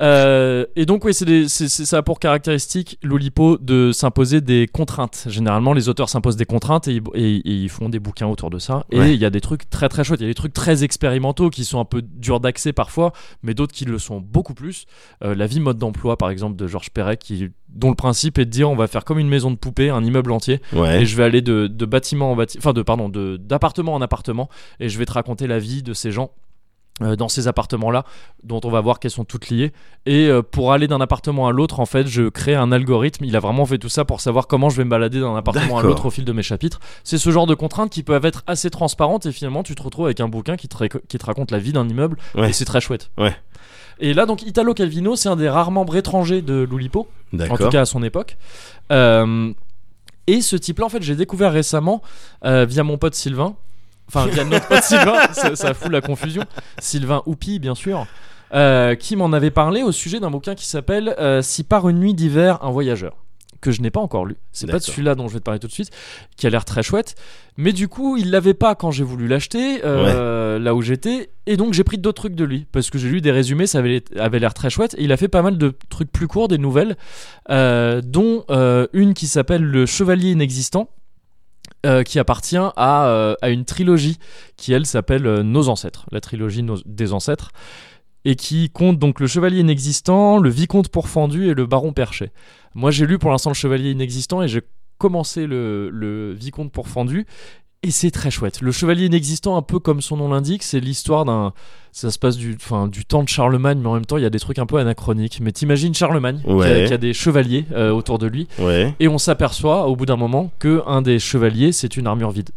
Euh, et donc oui, c'est des- c'est- c'est- ça a pour caractéristique l'Oulipo de s'imposer des contraintes. Généralement, les auteurs s'imposent des contraintes et, ils- et- et ils font des bouquins autour de ça. Et il Ouais. y a des trucs très très chouettes. Il y a des trucs très expérimentaux qui sont un peu durs d'accès parfois, mais d'autres qui le sont beaucoup plus. Euh, la vie mode d'emploi, par exemple, de Georges Perret, qui dont le principe est de dire on va faire comme une maison de poupée, un immeuble entier, et Ouais. je vais aller de, de bâtiment en bâtiment, enfin de pardon, de d'appartement en appartement, et je vais te raconter la vie de ces gens. euh, dans ces appartements-là, dont on va voir qu'elles sont toutes liées. Et euh, pour aller d'un appartement à l'autre, en fait, je crée un algorithme. Il a vraiment fait tout ça pour savoir comment je vais me balader d'un appartement à D'accord. l'autre au fil de mes chapitres. C'est ce genre de contraintes qui peuvent être assez transparentes et finalement, tu te retrouves avec un bouquin qui te, réco- qui te raconte la vie d'un immeuble Ouais. et c'est très chouette. Ouais. Et là, donc, Italo Calvino, c'est un des rares membres étrangers de l'Oulipo en tout D'accord. cas à son époque. Euh, et ce type-là, en fait, j'ai découvert récemment euh, via mon pote Sylvain, enfin via notre pote Sylvain, [LAUGHS] ça, ça fout la confusion. Sylvain Houpi, bien sûr, euh, qui m'en avait parlé au sujet d'un bouquin qui s'appelle euh, Si par une nuit d'hiver, un voyageur que je n'ai pas encore lu. C'est pas de D'accord. celui-là dont je vais te parler tout de suite, qui a l'air très chouette. Mais du coup, il l'avait pas quand j'ai voulu l'acheter, euh, là où j'étais. Et donc, j'ai pris d'autres trucs de lui, parce que j'ai lu des résumés, ça avait, avait l'air très chouette. Et il a fait pas mal de trucs plus courts, des nouvelles, euh, dont euh, une qui s'appelle Le Chevalier Inexistant. euh, qui appartient à, euh, à une trilogie qui elle s'appelle euh, Nos ancêtres, la trilogie Nos- des ancêtres, et qui compte donc le chevalier inexistant, le vicomte pourfendu et le baron perché. Moi j'ai lu pour l'instant le chevalier inexistant et j'ai commencé le, le vicomte pourfendu Et c'est très chouette. Le chevalier inexistant, un peu comme son nom l'indique, c'est l'histoire d'un. Ça se passe du, enfin, du temps de Charlemagne, mais en même temps, il y a des trucs un peu anachroniques. Mais t'imagines Charlemagne, qui a- qui, Ouais. a, des chevaliers euh, autour de lui, Ouais. et on s'aperçoit au bout d'un moment que un des chevaliers, c'est une armure vide.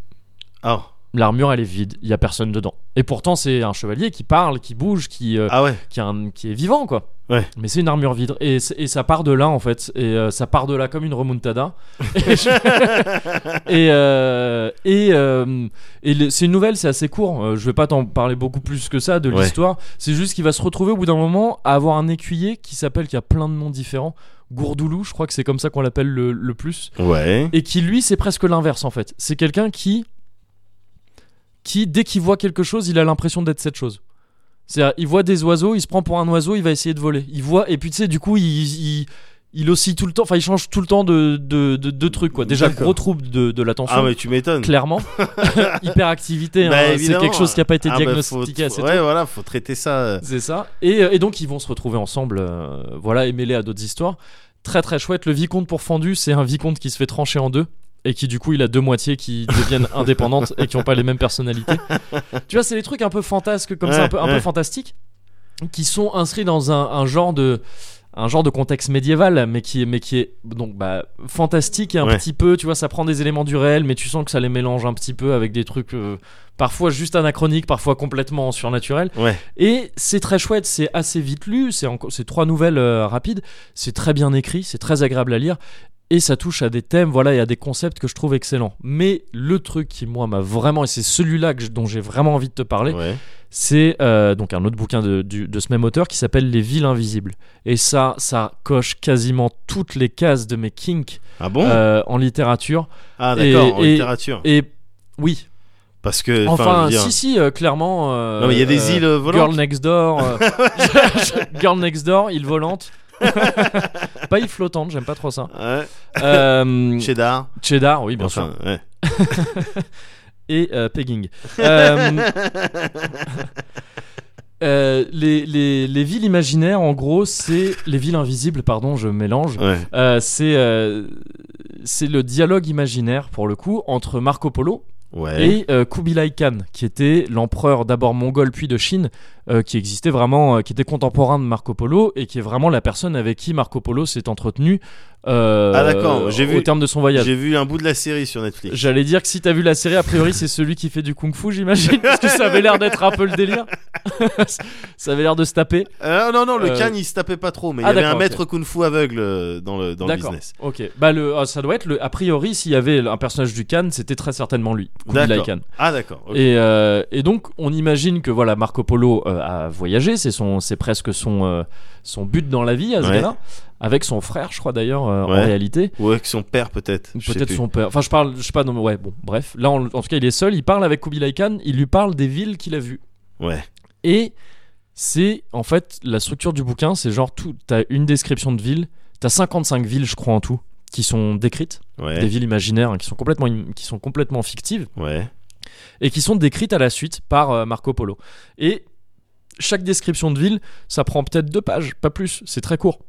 Ah, L'armure, elle est vide, il y a personne dedans. Et pourtant, c'est un chevalier qui parle, qui bouge, qui, euh, ah ouais. qui, a un- qui est vivant, quoi. Ouais. Mais c'est une armure vide. Et, c'est- et ça part de là, en fait. Et euh, ça part de là comme une [LAUGHS] remontada. et je- et, euh, et, euh, et le- c'est une nouvelle, c'est assez court. Euh, je vais pas t'en parler beaucoup plus que ça de Ouais. l'histoire. C'est juste qu'il va se retrouver au bout d'un moment à avoir un écuyer qui s'appelle, qui a plein de noms différents. Gourdoulou, je crois que c'est comme ça qu'on l'appelle le- le plus Ouais. et qui lui c'est presque l'inverse en fait c'est quelqu'un qui qui dès qu'il voit quelque chose il a l'impression d'être cette chose c'est il voit des oiseaux il se prend pour un oiseau il va essayer de voler il voit et puis tu sais du coup il, il il oscille tout le temps enfin il change tout le temps de de, de- de trucs quoi déjà D'accord. gros trouble de, de l'attention Ah, mais tu m'étonnes. [LAUGHS] clairement hyperactivité Bah, hein, c'est évidemment. quelque chose qui a pas été Ah, bah, diagnostiqué faut- assez tôt. Ouais, voilà, faut traiter ça. euh, C'est ça. Et, euh, et donc ils vont se retrouver ensemble, euh, voilà, et mêlés à d'autres histoires. Très très chouette. Le vicomte pourfendu, c'est un vicomte qui se fait trancher en deux et qui du coup il a deux moitiés [LAUGHS] qui deviennent indépendantes et qui n'ont pas les mêmes personnalités. tu vois, c'est des trucs un peu fantasques comme ça, un peu, un peu Ouais, ouais. fantastiques, qui sont inscrits dans un, un genre de un genre de contexte médiéval mais qui mais qui est donc bah fantastique et un Ouais. petit peu tu vois ça prend des éléments du réel mais tu sens que ça les mélange un petit peu avec des trucs euh, parfois juste anachroniques parfois complètement surnaturels Ouais. et c'est très chouette, c'est assez vite lu, c'est enco- c'est trois nouvelles euh, rapides, c'est très bien écrit, c'est très agréable à lire. Et ça touche à des thèmes, voilà, et à des concepts que je trouve excellents. Mais le truc qui, moi, m'a vraiment, et c'est celui-là que je- dont j'ai vraiment envie de te parler, Ouais. c'est euh, donc un autre bouquin de, du- de ce même auteur qui s'appelle Les villes invisibles. Et ça, ça coche quasiment toutes les cases de mes kinks Ah bon euh, en littérature. Ah, et- d'accord, en et- littérature. Et oui, Parce que. enfin, je veux dire- si, si, euh, clairement. euh, Non, mais il y a des euh, îles euh, volantes. Girl Next Door. euh, [LAUGHS] Girl Next Door, île volante. pas île flottante, j'aime pas trop ça. Ouais. Euh, Cheddar. Cheddar, oui, bien sûr. Enfin, ouais. Et euh, Pegging. Euh, [LAUGHS] euh, les, les- les villes imaginaires, en gros, c'est. Les villes invisibles, pardon, je mélange. Ouais. Euh, c'est euh, c'est le dialogue imaginaire, pour le coup, entre Marco Polo, Ouais. et euh, Kubilai Khan, qui était l'empereur d'abord mongol puis de Chine, euh, qui existait vraiment, euh, qui était contemporain de Marco Polo et qui est vraiment la personne avec qui Marco Polo s'est entretenu euh, Ah, d'accord, j'ai au vu. terme de son voyage. J'ai vu un bout de la série sur Netflix. J'allais dire que si t'as vu la série, a priori c'est celui qui fait du kung-fu, j'imagine, parce que ça avait l'air d'être un peu le délire. [LAUGHS] ça avait l'air de se taper. Euh, non, non, le Euh, Khan il se tapait pas trop, mais il ah, y avait un d'accord, maître kung-fu aveugle euh, dans le, dans le business. Ok. Bah le, ah, ça doit être le. A priori, s'il y avait un personnage du Khan, c'était très certainement lui, Kubilai D'accord. Khan. Ah, d'accord. ok. Et, euh, et donc, on imagine que voilà, Marco Polo euh, a voyagé, c'est son, c'est presque son, euh, son but dans la vie à ce Ouais. gars-là, avec son frère, je crois d'ailleurs euh, en Ouais. réalité, Ou avec son père, peut-être. je sais peut-être plus. son père. Enfin, je parle, je sais pas, non, mais ouais, bon, bref. Là, en, en tout cas, il est seul. Il parle avec Kubilai Khan, il lui parle des villes qu'il a vues, Ouais. et c'est en fait la structure du bouquin, c'est genre tout. T'as une description de ville, t'as 55 villes, je crois en tout, qui sont décrites, des Ouais. villes imaginaires hein, qui sont complètement, im- qui sont complètement fictives Ouais. et qui sont décrites à la suite par euh, Marco Polo. Et chaque description de ville, ça prend peut-être deux pages, pas plus, c'est très court.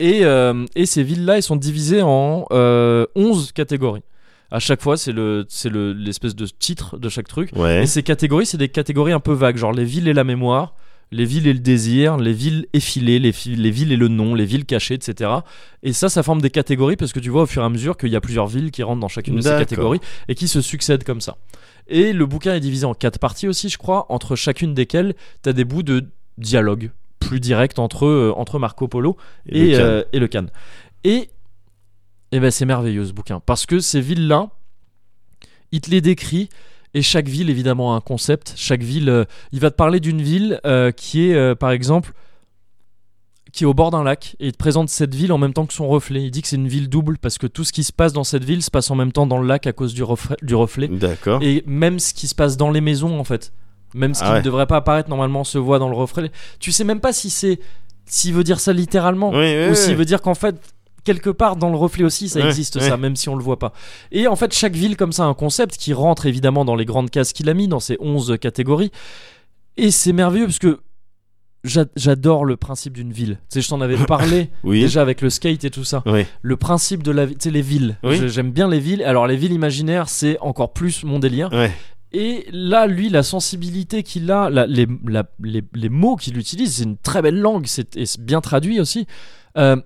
Et, euh, et ces villes-là, elles sont divisées en euh, 11 catégories. À chaque fois, c'est le- c'est le- l'espèce de titre de chaque truc. Ouais. Et ces catégories, c'est des catégories un peu vagues, genre les villes et la mémoire, les villes et le désir, les villes effilées, les, fi- les villes et le nom, les villes cachées, etc. Et ça, ça forme des catégories parce que tu vois au fur et à mesure qu'il y a plusieurs villes qui rentrent dans chacune de ces D'accord. catégories et qui se succèdent comme ça. Et le bouquin est divisé en quatre parties aussi, je crois, entre chacune desquelles tu as des bouts de dialogue plus direct entre, euh, entre Marco Polo et, le Khan. euh, et le Cannes. Et, et ben c'est merveilleux ce bouquin parce que ces villes-là, il te les décrit et chaque ville évidemment a un concept. Chaque ville, euh, il va te parler d'une ville euh, qui est euh, par exemple qui est au bord d'un lac et il te présente cette ville en même temps que son reflet. Il dit que c'est une ville double parce que tout ce qui se passe dans cette ville se passe en même temps dans le lac à cause du reflet. Du reflet. D'accord. euh, Et même ce qui se passe dans les maisons, en fait, même ce Ah qui ouais. ne devrait pas apparaître normalement se voit dans le reflet. Tu sais même pas si c'est s'il veut dire ça littéralement Oui, oui, ou oui. s'il veut dire qu'en fait quelque part dans le reflet aussi ça Ouais, existe ouais. ça même si on le voit pas et en fait chaque ville comme ça a un concept qui rentre évidemment dans les grandes cases qu'il a mis dans ces 11 catégories et c'est merveilleux parce que j'a- j'adore le principe d'une ville. Tu sais, je t'en avais [LAUGHS] parlé Oui. déjà avec le skate et tout ça. Oui. Le principe de la ville, tu sais, les villes. Oui. Je- J'aime bien les villes. Alors, les villes imaginaires, c'est encore plus mon délire. Ouais. Et là, lui, la sensibilité qu'il a, la- les, la- les- les mots qu'il utilise, c'est une très belle langue, c'est, et c'est bien traduit aussi. Euh,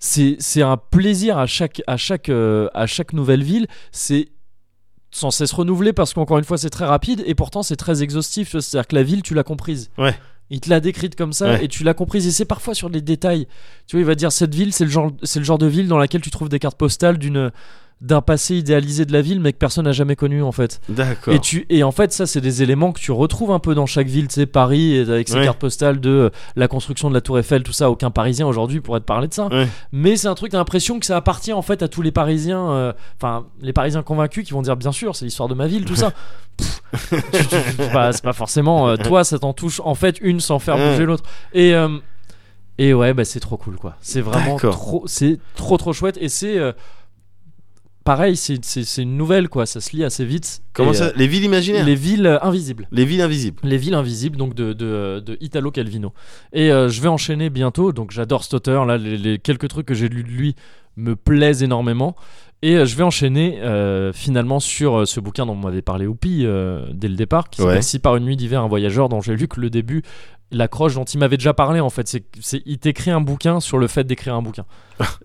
c'est, c'est un plaisir à chaque, à chaque, euh, à chaque nouvelle ville. C'est sans cesse renouvelé parce qu'encore une fois, c'est très rapide et pourtant c'est très exhaustif. C'est-à-dire que la ville, tu l'as comprise. Ouais. Il te l'a décrite comme ça Ouais. et tu l'as comprise. Et c'est parfois sur des détails. Tu vois, il va dire cette ville, c'est le genre, c'est le genre de ville dans laquelle tu trouves des cartes postales d'une d'un passé idéalisé de la ville mais que personne n'a jamais connu en fait. D'accord. Et, tu, et en fait, ça, c'est des éléments que tu retrouves un peu dans chaque ville, tu sais, Paris, et avec ses Ouais. cartes postales de euh, la construction de la Tour Eiffel, tout ça, aucun Parisien aujourd'hui pourrait te parler de ça. Ouais. Mais c'est un truc, t'as l'impression que ça appartient en fait à tous les Parisiens, euh, enfin, les Parisiens convaincus qui vont dire, bien sûr, c'est l'histoire de ma ville, tout [LAUGHS] ça. Pff, tu- tu- c'est pas, c'est pas forcément, euh, toi, ça t'en touche en fait une sans faire Ouais. bouger l'autre. Et. euh, et ouais, bah, c'est trop cool quoi. C'est vraiment D'accord. trop, c'est trop trop chouette. Et c'est euh, pareil, c'est c'est- c'est une nouvelle quoi. Ça se lit assez vite. Comment Et, euh, ça Les villes imaginaires. Les... les villes euh, invisibles. villes invisibles. Les villes invisibles, donc de, de, euh, de Italo Calvino. Et euh, je vais enchaîner bientôt, donc j'adore cet auteur, là, les, les quelques trucs que j'ai lus de lui me plaisent énormément. Et euh, je vais enchaîner euh, finalement sur euh, ce bouquin dont m'avait parlé Oupi euh, dès le départ, qui s'appelle Ouais. Si par une nuit d'hiver un voyageur, dont j'ai lu que le début, l'accroche dont il m'avait déjà parlé en fait. C'est, c'est- il t'écrit un bouquin sur le fait d'écrire un bouquin.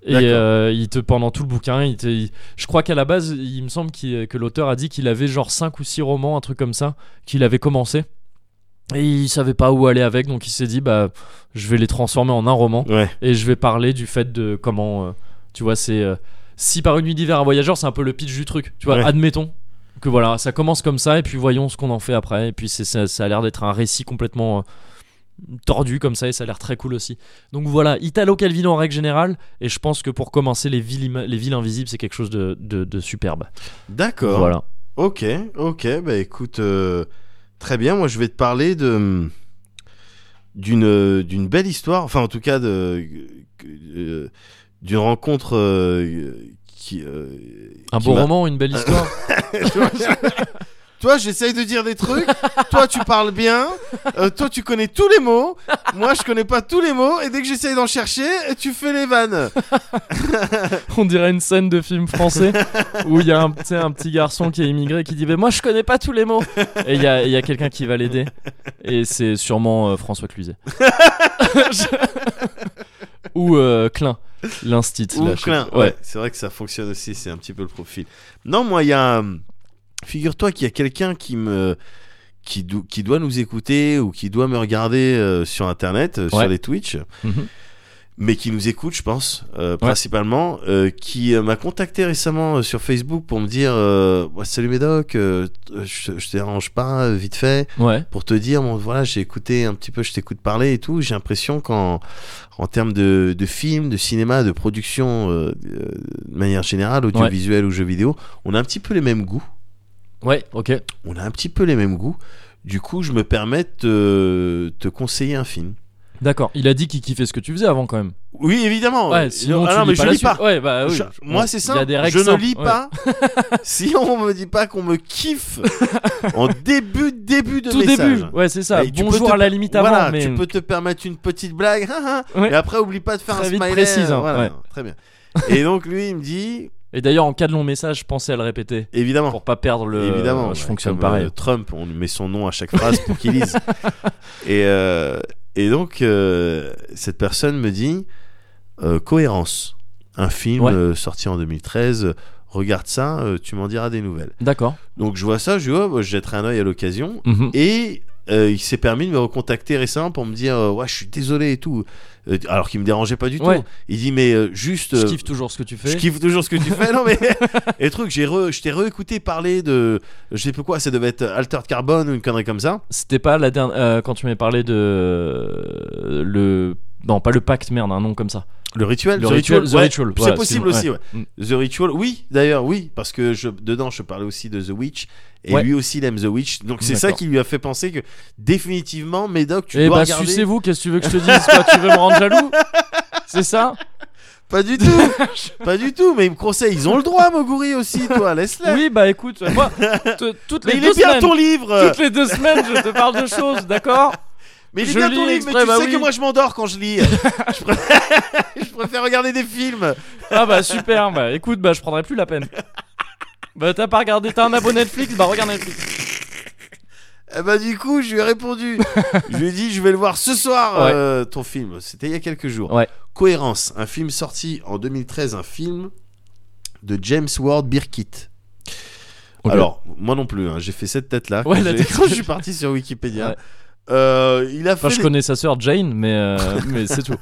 Et Ah, D'accord. euh, il te, pendant tout le bouquin, il te- il- je crois qu'à la base, il me semble qu'il- que l'auteur a dit qu'il avait genre 5 ou 6 romans, un truc comme ça, qu'il avait commencé. Et il savait pas où aller avec, donc il s'est dit, bah, je vais les transformer en un roman Ouais. et je vais parler du fait de comment euh, tu vois c'est euh, si par une nuit d'hiver un voyageur c'est un peu le pitch du truc tu vois Ouais. admettons que voilà ça commence comme ça et puis voyons ce qu'on en fait après et puis c'est, ça, ça a l'air d'être un récit complètement euh, tordu comme ça et ça a l'air très cool aussi donc voilà Italo Calvino en règle générale et je pense que pour commencer les villes, ima- les villes invisibles c'est quelque chose de, de- de superbe D'accord. voilà Ok, ok, bah écoute, euh, très bien, moi je vais te parler de euh, d'une euh, d'une belle histoire, enfin en tout cas de euh, d'une rencontre euh, qui euh, un qui beau m'a- roman une belle histoire Toi, j'essaye de dire [LAUGHS] des trucs, toi tu parles bien, euh, toi tu connais tous les mots, moi je connais pas tous les mots et dès que j'essaye d'en chercher, tu fais les vannes. On dirait une scène de film [LAUGHS] français où il y a un, tu sais, un petit garçon qui est immigré qui dit Mais moi je connais pas tous les mots Et il y a, il y a quelqu'un qui va l'aider. Et c'est sûrement euh, François [LAUGHS] Cluzet. Je- Ou euh, Klein, l'instit. Ou là, je sais Klein, pas. ouais. Ouais. C'est vrai que ça fonctionne aussi, c'est un petit peu le profil. Non, moi, il y a. hum, Figure-toi qu'il y a quelqu'un qui me. Qui, dou- qui doit nous écouter ou qui doit me regarder euh, sur internet, euh, Ouais. sur les Twitch, Mhm. mais qui nous écoute, je pense, euh, principalement, euh, qui euh, m'a contacté récemment euh, sur Facebook pour me dire euh, Ouais, Salut Médoc, euh, t- euh, je, je te dérange pas, euh, vite fait, Ouais. pour te dire bon, voilà, j'ai écouté un petit peu, je t'écoute parler et tout, j'ai l'impression qu'en en termes de, de films, de cinéma, de production, euh, euh, de manière générale, audiovisuel ou jeux vidéo, on a un petit peu les mêmes goûts. Ouais, ok. On a un petit peu les mêmes goûts. Du coup, je me permets de te, te conseiller un film. D'accord. Il a dit qu'il kiffait ce que tu faisais avant quand même. Oui, évidemment. Ouais, sinon Ah tu non, lis mais pas je la lis suite. pas. Ouais, bah oui. Je- moi, c'est Il y simple. a des règles je ne simples, lis ouais. pas [LAUGHS] si on me dit pas qu'on [LAUGHS] me kiffe en début, début de Tout message. début. Ouais, c'est ça. Et tu peux Bonjour te- à la limite avant. Voilà, mais... tu peux te permettre une petite blague, hein, hein, Ouais. et après oublie pas de faire Très un vite smiley. précise, hein, voilà, ouais. Très bien. Et donc lui, il me dit, Et d'ailleurs, en cas de long message, pensez à le répéter évidemment, pour pas perdre le. évidemment, Je ouais, fonctionne comme, pareil. euh, Trump, on lui met son nom à chaque phrase pour qu'il [LAUGHS] lise. Et euh, et donc euh, cette personne me dit, euh, cohérence, un film Ouais. euh, sorti en 2013. euh, Regarde ça, euh, tu m'en diras des nouvelles. D'accord. Donc je vois ça, je dis, oh, bah, je jetterai un œil à l'occasion. Mhm. Et euh, il s'est permis de me recontacter récemment pour me dire euh, Ouais, je suis désolé et tout. Euh, alors qu'il me dérangeait pas du Ouais. tout. Il dit Mais euh, juste. Je euh, kiffe toujours ce que tu fais. je kiffe toujours ce que tu fais, non [LAUGHS] mais. [LAUGHS] et le truc, j'ai re- je t'ai réécouté parler de. Je sais plus quoi, ça devait être Altered Carbone ou une connerie comme ça. C'était pas la dernière. euh, quand tu m'avais parlé de. euh, le. Non, pas le pacte, merde, un nom comme ça. Le rituel Le The rituel, The ouais, Ritual, C'est voilà, possible excuse-moi, aussi, ouais. ouais. The Ritual, oui, d'ailleurs, oui, parce que je, dedans, je parlais aussi de The Witch. Et Ouais. lui aussi, il aime The Witch. Donc c'est ça D'accord. qui lui a fait penser que, définitivement, Médoc, tu Eh dois bah, regarder. sucez-vous, qu'est-ce que tu veux que je te dise quoi Tu veux me rendre jaloux C'est [LAUGHS] ça Pas [LAUGHS] du tout, pas du tout, mais il me conseille, ils ont le droit, Moguri aussi, toi, laisse-les. Oui, bah écoute, moi, t- toutes mais les il deux est bien semaines. ton livre Toutes les deux semaines, je te parle de choses, d'accord Mais lis Je bien lis ton livre, mais exprès, tu bah sais que oui. moi je m'endors quand je [LAUGHS] lis. je, préfère... [LAUGHS] je préfère regarder des films. Ah bah super, bah écoute, bah je prendrai plus la peine. Bah t'as pas regardé, t'as un abonné Netflix, bah regarde Netflix. Eh bah du coup, je lui [LAUGHS] ai répondu. je lui ai dit, je vais le voir ce soir, Ouais. euh, ton film. C'était il y a quelques jours. Ouais. Cohérence, un film sorti en 2013, un film de James Ward Birkitt. Ok. Alors, moi non plus, hein, j'ai fait cette tête-là. Ouais, quand la j'ai- tête. quand je suis parti sur Wikipédia. Ouais. Euh, il a fait. Enfin, je les- connais sa sœur Jane, mais, euh, [LAUGHS] mais c'est tout.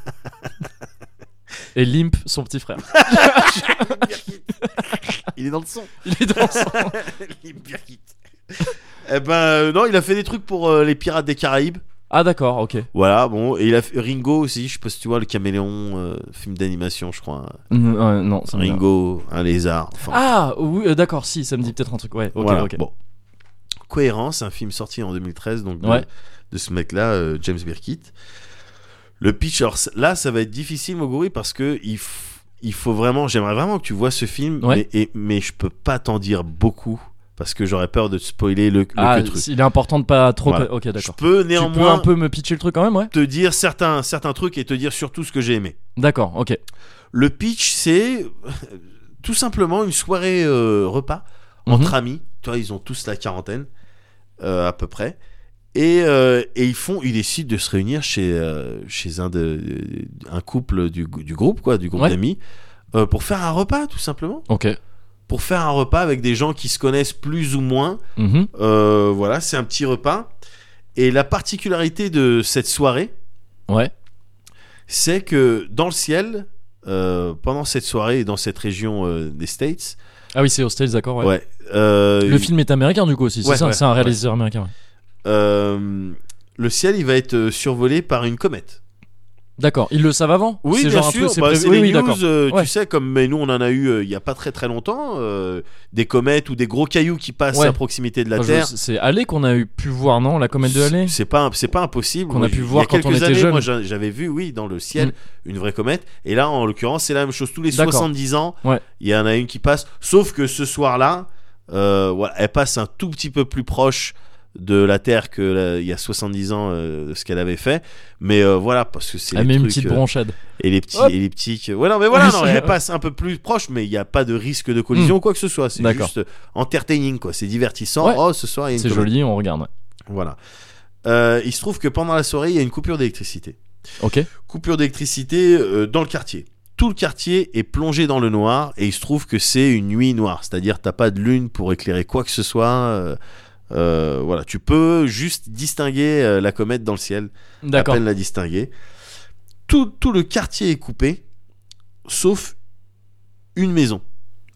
Et Limp, son petit frère. [LAUGHS] Il est dans le son. Il est dans son... Il est Birkitt. Eh ben euh, non, il a fait des trucs pour euh, les Pirates des Caraïbes. Ah d'accord, ok. Voilà, bon, et il a fait Ringo aussi, je sais pas si tu vois le caméléon, euh, film d'animation, je crois. Mm, ouais, non, ça me dit rien. Ringo, un lézard. enfin, Ah oui, euh, d'accord, si, ça me dit peut-être un truc. Ouais, ok, voilà, ok. bon. Cohérence, un film sorti en 2013, donc de, Ouais. de ce mec-là, euh, James Birkitt. Le pitch, alors, c- là, ça va être difficile, Moguri, parce que il, f- il faut vraiment, j'aimerais vraiment que tu vois ce film, Ouais. mais, et- mais je peux pas t'en dire beaucoup, parce que j'aurais peur de te spoiler le, le ah, que truc. si, il est important de pas trop. Voilà. Ok, Je d'accord. peux Tu néanmoins peux un peu me pitcher le truc quand même, ouais te dire certains, certains trucs et te dire surtout ce que j'ai aimé. D'accord, ok. Le pitch, c'est euh, tout simplement une soirée euh, repas entre Mhm. amis. Tu vois, ils ont tous la quarantaine, euh, à peu près. Et, euh, et ils font, ils décident de se réunir chez, euh, chez un, de, un couple du, du groupe, quoi, du groupe Ouais. d'amis, euh, pour faire un repas, tout simplement. Ok. Pour faire un repas avec des gens qui se connaissent plus ou moins. Mhm. Euh, voilà, c'est un petit repas. Et la particularité de cette soirée, Ouais. c'est que dans le ciel, euh, pendant cette soirée et dans cette région euh, des States, Ah oui, c'est Hostels, d'accord, ouais. ouais. euh, Le film est américain du coup aussi, c'est Ouais, ça ouais, C'est un réalisateur américain. ouais. euh, le ciel, il va être euh, survolé par une comète. D'accord, ils le savent avant Oui, C'est bien genre un sûr. truc, c'est bah, prévu- c'est oui, les oui, d'accord. news, euh, Ouais. tu sais, comme mais nous, on en a eu euh, il y a pas très très longtemps, euh, des comètes ou des gros cailloux qui passent Ouais. à proximité de la Enfin, je- Terre. C'est Allée qu'on a eu pu voir, non La comète de Allée C'est pas, c'est pas impossible. Qu'on a Moi, pu il y voir quand on quelques était années, jeune. Moi, j'a- j'avais vu, oui, dans le ciel, Mm. une vraie comète. Et là, en l'occurrence, c'est la même chose. Tous les D'accord. 70 ans, Ouais. il y en a une qui passe. Sauf que ce soir-là, euh, voilà, elle passe un tout petit peu plus proche de la Terre que la- il y a 70 ans euh, ce qu'elle avait fait mais euh, voilà parce que c'est Ah, les mais une trucs, petite euh, bronchade. et les petits Hop. et les petits que- ouais non mais voilà Oui, non, c'est- Mm. elle passe un peu plus proche mais il n'y a pas de risque de collision ou quoi que ce soit c'est D'accord. juste entertaining quoi c'est divertissant Ouais. oh ce soir il y a une C'est comète. joli, on regarde. ouais. Voilà. Euh, il se trouve que pendant la soirée, il y a une coupure d'électricité. Ok. Coupure d'électricité euh, dans le quartier. Tout le quartier est plongé dans le noir et il se trouve que c'est une nuit noire, c'est-à-dire t'as pas de lune pour éclairer quoi que ce soit. euh, euh, voilà, tu peux juste distinguer euh, la comète dans le ciel, à D'accord. peine la distinguer. Tout, tout le quartier est coupé, sauf une maison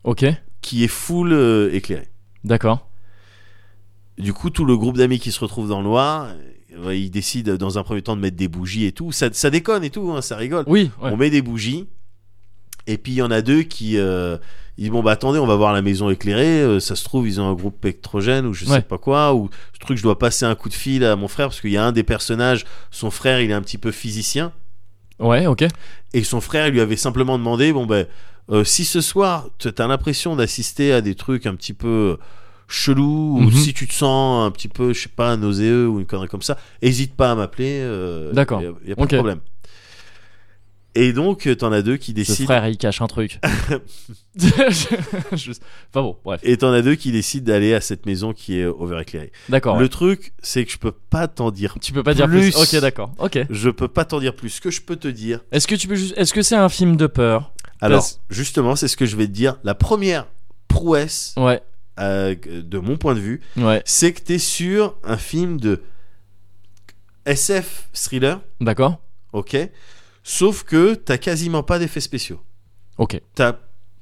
Ok. qui est full euh, éclairée. D'accord. Du coup, tout le groupe d'amis qui se retrouve dans le noir, euh, ouais, ils décident dans un premier temps de mettre des bougies et tout. Ça, ça déconne et tout, hein, ça rigole. Oui, ouais. On met des bougies. Et puis il y en a deux qui euh, ils disent bon bah attendez on va voir la maison éclairée euh, ça se trouve ils ont un groupe électrogène ou je sais Ouais. pas quoi ou ce truc je dois passer un coup de fil à mon frère parce qu'il y a un des personnages son frère il est un petit peu physicien Ouais, ok. et son frère il lui avait simplement demandé bon ben euh, si ce soir t- t'as l'impression d'assister à des trucs un petit peu chelous ou Mhm. si tu te sens un petit peu je sais pas nauséeux ou une connerie comme ça hésite pas à m'appeler euh, D'accord. y a, y a pas Ok. de problème et donc euh, t'en as deux qui Ce décident frère, il cache un [LAUGHS] truc. Je- Enfin bon, bref. et t'en as deux qui décident d'aller à cette maison qui est overéclairée D'accord. le ouais. truc c'est que je peux pas t'en dire Tu peux pas dire plus. plus. Ok, d'accord. Ok. je peux pas t'en dire plus ce que je peux te dire Est-ce que tu peux juste. Est-ce que c'est un film de peur alors Parce- justement c'est ce que je vais te dire la première prouesse Ouais. euh, de mon point de vue Ouais. c'est que t'es sur un film de SF thriller, D'accord. ok Sauf que t'as quasiment pas d'effets spéciaux. Ok. T'as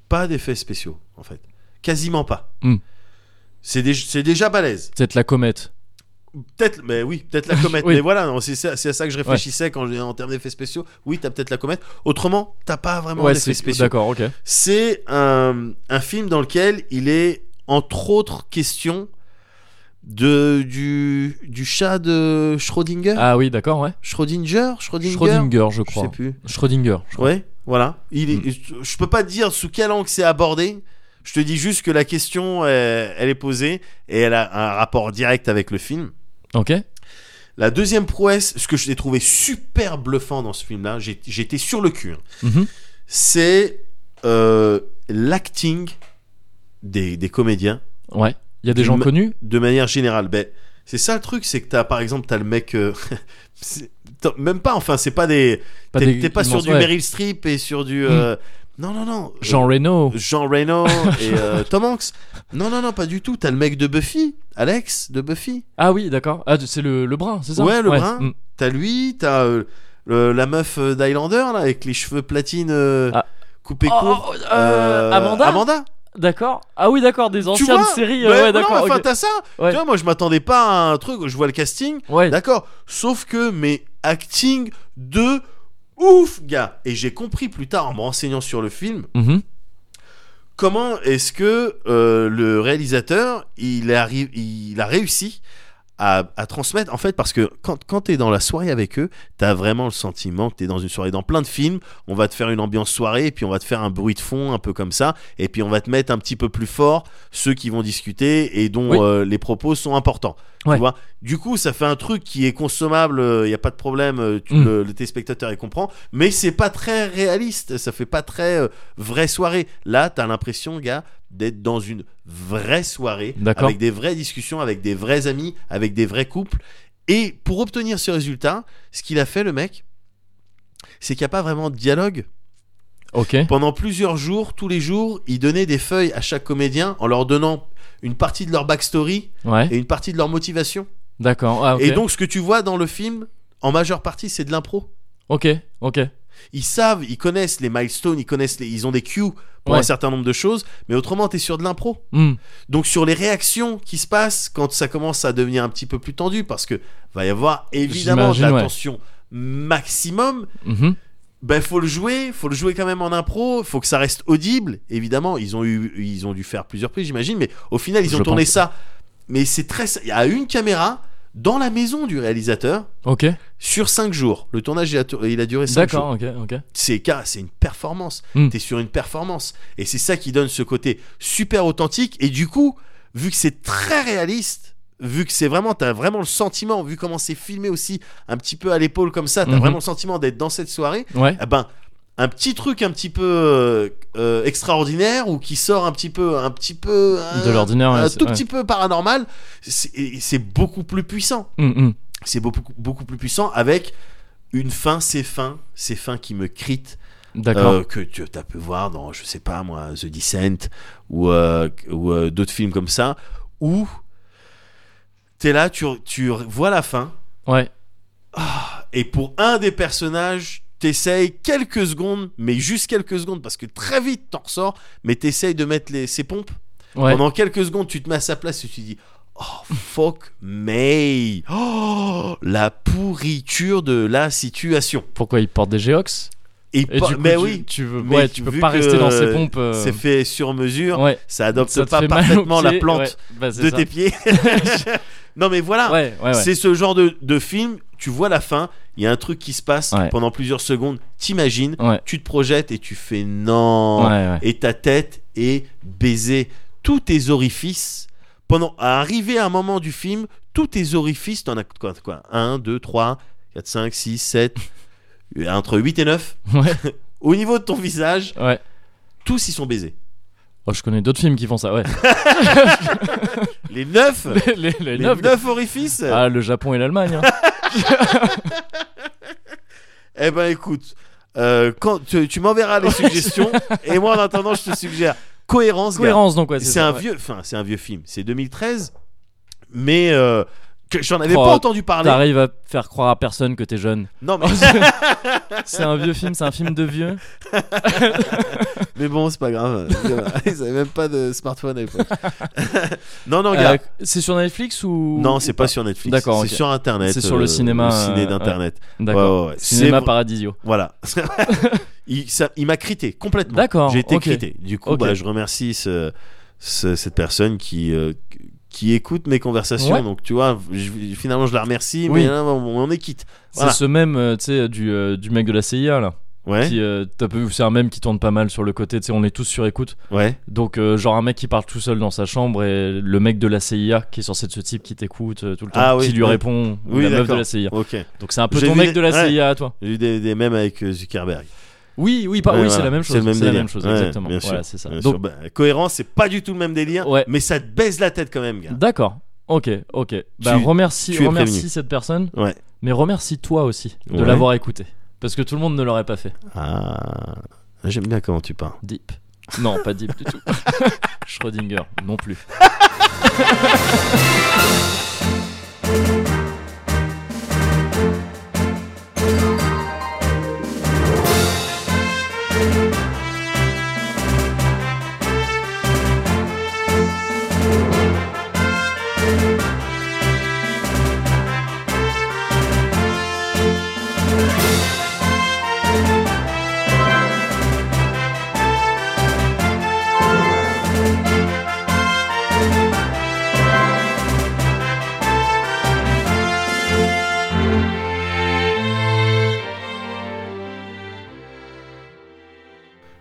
pas d'effets spéciaux, en fait. Quasiment pas. Hmm. C'est dé- c'est déjà balèze. Peut-être la comète. Peut-être, mais oui, [LAUGHS] peut-être la comète. Oui. Mais voilà, non, c'est ça- c'est à ça que je réfléchissais quand j'ai- en termes d'effets spéciaux. Oui, t'as peut-être la comète. Autrement, t'as pas vraiment Ouais, d'effets c'est. spéciaux. D'accord, ok. C'est un, un film dans lequel il est, entre autres questions, de, du, du chat de Schrödinger. Ah oui, d'accord, ouais. Schrödinger Schrödinger Schrödinger, je Je sais crois. plus. Schrödinger. je crois. Hmm. Ouais, voilà. Il est- Je peux pas te dire sous quel angle c'est abordé. Je te dis juste que la question, euh, elle est posée et elle a un rapport direct avec le film. Ok. La deuxième prouesse, ce que je l'ai trouvé super bluffant dans ce film-là, j'ai- j'étais sur le cul, hein, Mhm. c'est euh, l'acting des, des comédiens Ouais. Il y a des Du gens ma- connus de manière générale. Ben, c'est ça le truc, c'est que t'as par exemple, t'as le mec. euh, [LAUGHS] c'est- t'as- même pas, enfin, c'est pas des. Pas t'es des- t'es pas sur immenses, du ouais. Mhm. Meryl Streep et sur du. euh, Non, non, non. euh, Jean Reno. Jean Reno et euh, Tom Hanks. Non, non, non, pas du tout. T'as le mec de Buffy, Alex de Buffy. Ah oui, d'accord. Ah, c'est le, le brun, c'est ça Ouais, le brun. Mm. T'as lui, t'as euh, le- la meuf euh, d'Highlander là avec les cheveux platines euh, Ah. coupés Oh, courts. oh, euh, Amanda Amanda. D'accord. Ah oui, d'accord, des Tu anciennes vois séries. Ouais, euh, non, ouais, d'accord. Enfin, ok. t'as ça. Ouais. Tu vois, moi, je m'attendais pas à un truc. Je vois le casting. Ouais. D'accord. Sauf que mes acting de ouf, gars. Et j'ai compris plus tard en me renseignant sur le film Mhm. comment est-ce que euh, le réalisateur il, arrive, il a réussi à, à transmettre en fait parce que quand, quand tu es dans la soirée avec eux t'as vraiment le sentiment que t'es dans une soirée dans plein de films on va te faire une ambiance soirée et puis on va te faire un bruit de fond un peu comme ça et puis on va te mettre un petit peu plus fort ceux qui vont discuter et dont Oui. euh, les propos sont importants Ouais. tu vois du coup ça fait un truc qui est consommable il n'y a pas de problème euh, tu- Mm. le, le téléspectateur il comprend mais c'est pas très réaliste ça fait pas très euh, vraie soirée. Là, t'as l'impression, gars, d'être dans une vraie soirée, D'accord. avec des vraies discussions, avec des vrais amis, avec des vrais couples. Et pour obtenir ce résultat, ce qu'il a fait, le mec, c'est qu'il n'y a pas vraiment de dialogue. Ok. Pendant plusieurs jours, tous les jours, il donnait des feuilles à chaque comédien en leur donnant une partie de leur backstory Ouais. et une partie de leur motivation. D'accord. Ah, ok. Et donc, ce que tu vois dans le film, en majeure partie, c'est de l'impro. Ok. Ok. ils savent, ils connaissent les milestones, ils connaissent les- ils ont des cues pour Ouais. un certain nombre de choses, mais autrement t'es sur de l'impro. Mm. Donc sur les réactions qui se passent quand ça commence à devenir un petit peu plus tendu parce que va y avoir évidemment de J'imagine, la ouais. tension maximum, Mhm. ben faut le jouer, faut le jouer quand même en impro, faut que ça reste audible. Évidemment, ils ont eu ils ont dû faire plusieurs prises, j'imagine, mais au final ils ont Je tourné pense. ça. Mais c'est très il y a une caméra dans la maison du réalisateur Ok. sur 5 jours. Le tournage il a, tour- il a duré 5 jours D'accord. Ok. Ok. c'est car- c'est une performance. Mm. T'es sur une performance. Et c'est ça qui donne ce côté super authentique. Et du coup, vu que c'est très réaliste, vu que c'est vraiment, t'as vraiment le sentiment, vu comment c'est filmé aussi, un petit peu à l'épaule comme ça, t'as Mhm. vraiment le sentiment d'être dans cette soirée. Ouais. Eh ben, un petit truc un petit peu euh, euh, extraordinaire ou qui sort un petit peu, un petit peu, euh, De l'ordinaire, ouais, un c'est- tout ouais. petit peu paranormal, c'est et c'est beaucoup plus puissant Mm, mm. c'est beaucoup, beaucoup plus puissant avec une fin, c'est fin, c'est fin qui me crite, D'accord. euh, que tu as pu voir dans, je sais pas moi, The Descent ou, euh, ou, euh, d'autres films comme ça, où t'es là, tu, tu vois la fin, Ouais. et pour un des personnages, t'essayes quelques secondes, mais juste quelques secondes, parce que très vite t'en ressors, mais t'essayes de mettre les, ses pompes. Ouais. Pendant quelques secondes, tu te mets à sa place et tu dis Oh fuck me Oh la pourriture de la situation. Pourquoi il porte des Geox Et Et pas- du coup, Bah, mais tu, oui, tu veux, mais ouais, tu peux vu pas que rester dans ces pompes. euh, c'est fait sur mesure, Ouais. ça adopte Ça te pas fait mal aux parfaitement la pieds, plante ouais. Bah, c'est de ça. tes pieds. [LAUGHS] non mais voilà, Ouais. Ouais. Ouais. c'est ce genre de, de film, tu vois la fin, il y a un truc qui se passe Ouais. pendant plusieurs secondes, t'imagines, Ouais. tu te projettes et tu fais non Ouais. ouais. et ta tête est baisée. Tous tes orifices, pendant à arriver à un moment du film, tous tes orifices, t'en as quoi, quoi 1, 2, 3, 4, 5, 6, 7, [LAUGHS] entre 8 et 9, Ouais. [LAUGHS] au niveau de ton visage, Ouais. tous y sont baisés. Oh, je connais d'autres films qui font ça. [LAUGHS] Ouais. Les 9 les les, les Les neuf, 9 orifices Ah, le Japon et l'Allemagne. hein. Eh ben écoute, euh, quand tu, [LAUGHS] tu m'enverras les suggestions, et moi en attendant, je te suggère cohérence, gars. Cohérence, donc, ouais. [LAUGHS] c'est ça, un ouais. vieux enfin c'est un vieux film c'est 2013 mais euh, que j'en avais Oh, pas entendu parler T'arrives à faire croire à personne que t'es jeune. non mais, C'est un vieux film, c'est un film de vieux. [LAUGHS] mais bon c'est [LAUGHS] pas grave ils avaient même pas de smartphone à l'époque non non gars Euh, c'est sur Netflix ou non c'est pas sur Netflix D'accord, c'est ok. sur internet C'est sur le cinéma, le ciné euh, d'internet D'accord. Ouais, ouais, ouais. Cinéma C'est- Paradiso. voilà [LAUGHS] il, ça- il m'a crité complètement D'accord, j'ai été ok. crité du coup Ok. bah, je remercie ce- ce- cette personne qui euh, qui écoute mes conversations Ouais. donc tu vois je- finalement je la remercie Oui. mais euh, on, on est quitte Voilà. C'est ce même, euh, tu sais, du, euh, du mec de la CIA là. Ouais. qui, euh, t'as peu- c'est un mème qui tourne pas mal sur le côté. Tu sais, on est tous sur écoute. Ouais. Donc, euh, genre un mec qui parle tout seul dans sa chambre et le mec de la CIA qui est censé être ce type qui t'écoute euh, tout le temps, Ah oui, qui lui ouais. répond, ou Oui, la meuf de d'accord. la CIA. Ok. Donc c'est un peu J'ai ton vu mec les- de la ouais. CIA, toi. J'ai eu des, des mèmes avec euh, Zuckerberg. Oui, oui, pas, Ouais, oui, c'est voilà. la même chose. C'est le même la délire. même chose, Ouais, exactement. bien Voilà, sûr. c'est ça. Bien Donc, sûr, bah, cohérent, c'est pas du tout le même délire, Ouais. mais ça te baise la tête quand même, gars. d'accord. Ok, ok. Bah, Tu- remercie, tu es remercie prévenu. cette personne, Ouais. mais remercie toi aussi de Ouais. l'avoir écouté. Parce que tout le monde ne l'aurait pas fait. Ah, j'aime bien comment tu parles. Deep. Non, pas deep du tout. Schrödinger, non plus.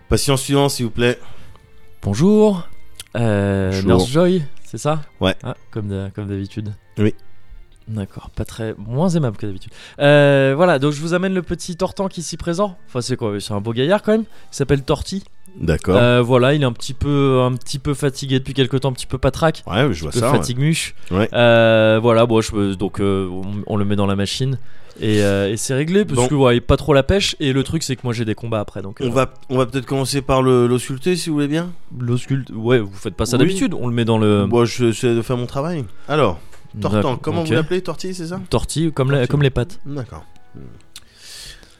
Patient suivant, s'il vous plaît. Bonjour. Euh, Bonjour. Nurse Joy, c'est ça Ouais. Ah, comme d'a- comme d'habitude. Oui. D'accord, pas très moins aimable que d'habitude. Euh, voilà, donc je vous amène le petit Tortan qui est ici présent. Enfin, c'est quoi C'est un beau gaillard quand même. Il s'appelle Torti. D'accord. Euh, voilà, il est un petit peu, un petit peu fatigué depuis quelques temps, un petit peu patraque, ouais, je un vois peu ça. ouais. fatigue muche. Ouais. Euh, voilà, bon, je, donc euh, on, on le met dans la machine et, euh, et c'est réglé parce Bon. que ouais, il est pas trop la pêche. Et le truc, c'est que moi j'ai des combats après, donc. euh, On va, on va peut-être commencer par le- l'ausculter, si vous voulez bien. L'ausculte, ouais, vous faites pas ça Oui. d'habitude. On le met dans le. Moi, je j'essaie de faire mon travail. Alors, Tortan, D'accord, hein, comment ok. vous l'appelez, Tortille, c'est ça Tortille, comme, la- Tortille. comme les pâtes. D'accord. Hmm.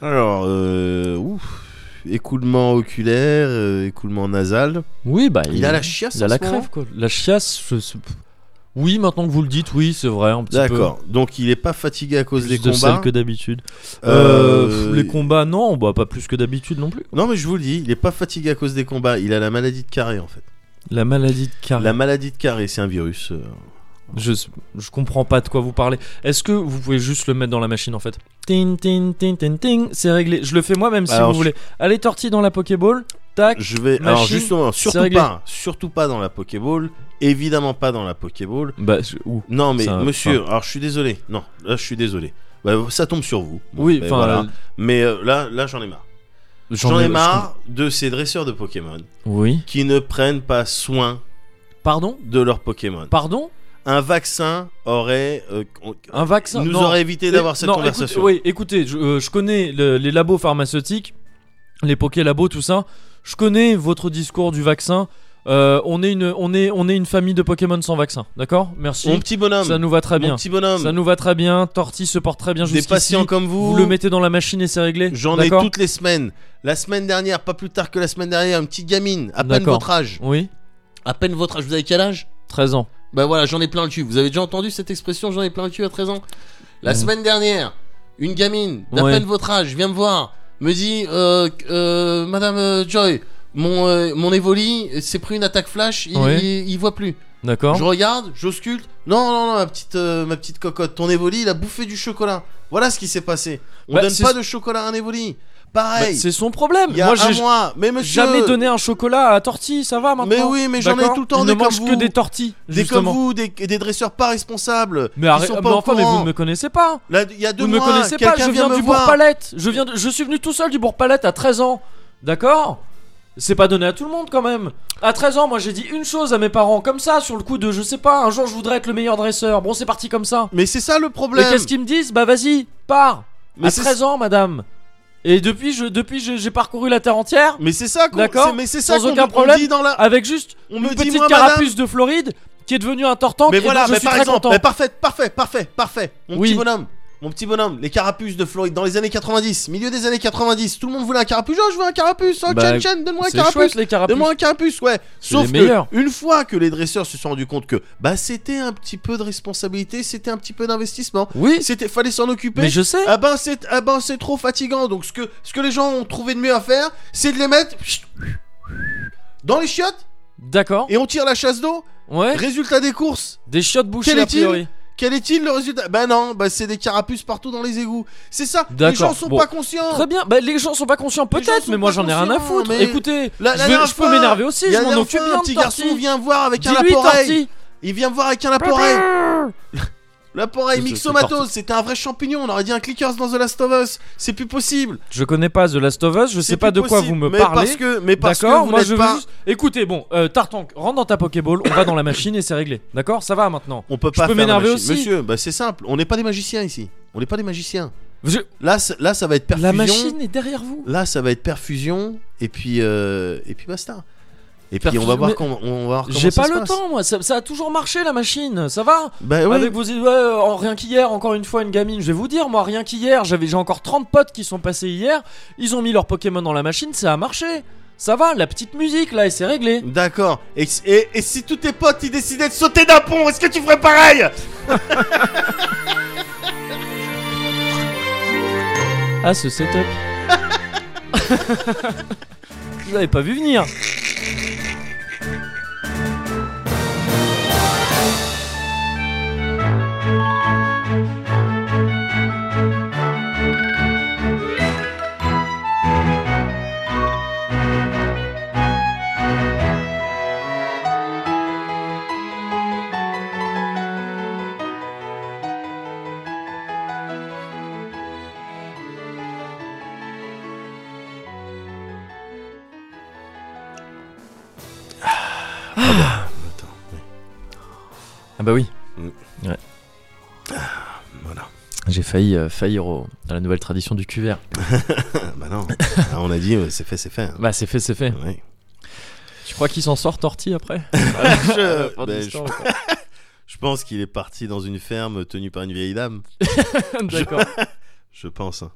Alors, euh, ouf, écoulement oculaire, euh, écoulement nasal. Oui, bah Il, a la chiasse. il a en la ce moment crève, quoi. La chiasse, je- c'est- oui, maintenant que vous le dites, oui, c'est vrai, un petit peu. D'accord. Donc, il est pas fatigué à cause Plus des de combats. sel que d'habitude. Euh, Euh, pff, les combats, non, bah pas plus que d'habitude non plus. Non, mais je vous le dis, il est pas fatigué à cause des combats. Il a la maladie de carré en fait. La maladie de Carré. La maladie de carré, c'est un virus. euh. Je, je comprends pas de quoi vous parlez. Est-ce que vous pouvez juste le mettre dans la machine en fait Ting, ting, ting, ting, ting, c'est réglé. Je le fais moi-même si Alors, vous je- voulez. Allez, tortille dans la Pokéball. Tac. Je vais. Machine, Alors justement, surtout réglé. pas, surtout pas dans la Pokéball. Évidemment pas dans la Pokéball. Bah, je- ou- Non, mais Ça, monsieur, alors je suis désolé. Non, là je suis désolé. Bah, ça tombe sur vous. Bon, Oui, ben, enfin, voilà. euh, Mais euh, là, là j'en ai marre. J'en ai marre de ces dresseurs de Pokémon Oui. qui ne prennent pas soin Pardon de leurs Pokémon. Pardon Un vaccin aurait euh, Un vaccin nous Non. aurait évité d'avoir cette Non, conversation. écoute- oui, écoutez, je, euh, je connais le- les labos pharmaceutiques, les Poké labos, tout ça. Je connais votre discours du vaccin. Euh, on, est une, on, est, on est une famille de Pokémon sans vaccin, d'accord Merci. Mon petit bonhomme. Ça nous va très mon bien. petit bonhomme. Ça nous va très bien. Torti se porte très bien Hum. des jusqu'ici. patients comme vous. Vous le mettez dans la machine et c'est réglé J'en ai D'accord toutes les semaines. La semaine dernière, pas plus tard que la semaine dernière, une petite gamine, à peine D'accord. votre âge. Oui, À peine votre âge, vous avez quel âge 13 ans. Bah voilà, j'en ai plein le cul. Vous avez déjà entendu cette expression, j'en ai plein le cul à 13 ans La Mm. semaine dernière, une gamine, d'à Ouais. peine votre âge, vient me voir, me dit euh, euh, Madame euh, Joy, mon, euh, mon Evoli euh, s'est pris une attaque flash, il, Ouais. il- il voit plus. D'accord Je regarde, j'ausculte. Non, non, non, ma petite, euh, ma petite cocotte, ton Evoli, il a bouffé du chocolat. Voilà ce qui s'est passé. On Bah, donne c'est- pas de chocolat à un Evoli. Bah, Pareil. C'est son problème. Il y a Moi, un j'ai mois, mais monsieur, jamais donné un chocolat à Torti, ça va maintenant Mais oui, mais j'en ai D'accord tout le temps, Il des ne mange comme que vous. des tortilles, des comme justement. vous, des, des dresseurs pas responsables. Mais, qui arrête- sont pas mais au enfin, mais courant. vous ne me connaissez pas. hein. Là, il y a deux vous ne me mois, connaissez pas. quelqu'un Je vient viens me du voir. Bourg-Palette. Je viens, de- je suis venu tout seul du Bourg-Palette à 13 ans. D'accord. C'est pas donné à tout le monde quand même. À 13 ans, moi j'ai dit une chose à mes parents comme ça sur le coup de je sais pas. Un jour, je voudrais être le meilleur dresseur. Bon, c'est parti comme ça. Mais c'est ça le Mais problème. qu'est-ce qu'ils me disent Bah vas-y, pars. Mais à c'est- 13 ans, madame. Et depuis, je, depuis, je- j'ai parcouru la terre entière Mais c'est ça qu'on D'accord. c'est- Mais c'est ça Sans qu'on aucun on problème. dit dans la. avec juste On une me dit, petite moi, carapuce de Floride qui est devenue un tortank. Mais et voilà, dont je mais suis par très exemple, content. mais parfait, parfait, parfait, parfait. Mon Oui. petit bonhomme, mon petit bonhomme, les carapuces de Floride dans les années 90, milieu des années 90, tout le monde voulait un carapuce. Oh, je veux un carapuce. Oh, Bah, Chen Chen, donne-moi un C'est carapuce. chouette les carapuces. Donne-moi un carapuce, ouais. C'est Sauf les que meilleurs. une fois que les dresseurs se sont rendus compte que bah c'était un petit peu de responsabilité, c'était un petit peu d'investissement, Oui, c'était fallait s'en occuper. mais je sais. Ah ben c'est ah ben c'est trop fatigant. Donc ce que ce que les gens ont trouvé de mieux à faire, c'est de les mettre dans les chiottes D'accord. et on tire la chasse d'eau. Ouais. Résultat des courses, Des chiottes bouchées a Quel est-il priori. Quel est-il le résultat Bah non, bah c'est des carapuces partout dans les égouts. C'est ça. Les D'accord, gens sont bon. pas conscients. Très bien, bah, les gens sont pas conscients peut-être, Oh. sont mais moi pas j'en ai rien à conscients, foutre. mais- Écoutez, La- je, la vais- dernière je fois, peux m'énerver aussi, Il y je a m'en dernière occupe fois, bien. Un de petit Torti. garçon vient voir avec un Dis-lui, appareil. Torti. Il vient voir avec un appareil. [LAUGHS] L'appareil C'est- c'est- Mixomatose, parti. c'était un vrai champignon. On aurait dit un clickers dans The Last of Us. C'est plus possible. Je connais pas The Last of Us, je sais C'est pas plus de quoi possible. vous me mais parlez. Parce que, mais parce D'accord, que vous moi n'êtes je veux pas. juste- Écoutez, bon, euh, Tartank, rentre dans ta Pokéball, on va dans la machine et c'est réglé. D'accord Ça va maintenant. On peut pas peux faire la m'énerver machine. aussi. Monsieur, bah c'est simple. On n'est pas des magiciens ici. On n'est pas des magiciens. Je- Là, c'est- là, ça va être perfusion. La machine est derrière vous. Là, ça va être perfusion. Et puis, euh, et puis basta. Et puis, on Perfusion, va voir mais- comment. On va voir comment J'ai ça pas se le passe. temps, moi. Ça, ça a toujours marché la machine, ça va Bah ouais. Avec vos ouais, euh, rien qu'hier, encore une fois une gamine, je vais vous dire, moi rien qu'hier, j'avais j'ai encore 30 potes qui sont passés hier, ils ont mis leur Pokémon dans la machine, ça a marché. Ça va, la petite musique là, et c'est réglé. D'accord. Et, et- et si tous tes potes ils décidaient de sauter d'un pont, est-ce que tu ferais pareil Ah ce setup. [LAUGHS] je l'avais pas vu venir. Ah bah oui. Ouais. Mm. Ah, voilà. J'ai failli euh, faillir au- à la nouvelle tradition du cuvert. [LAUGHS] Bah non. Ah, on a dit euh, c'est fait, c'est fait. [LAUGHS] hein. Bah c'est fait, c'est fait. Ouais. Bah, Tu crois qu'il s'en sort torti [LAUGHS] après je, Fin de bah, je- l'histoire, [LAUGHS] quoi. je pense qu'il est parti dans une ferme tenue par une vieille dame. D'accord. Je pense. hein.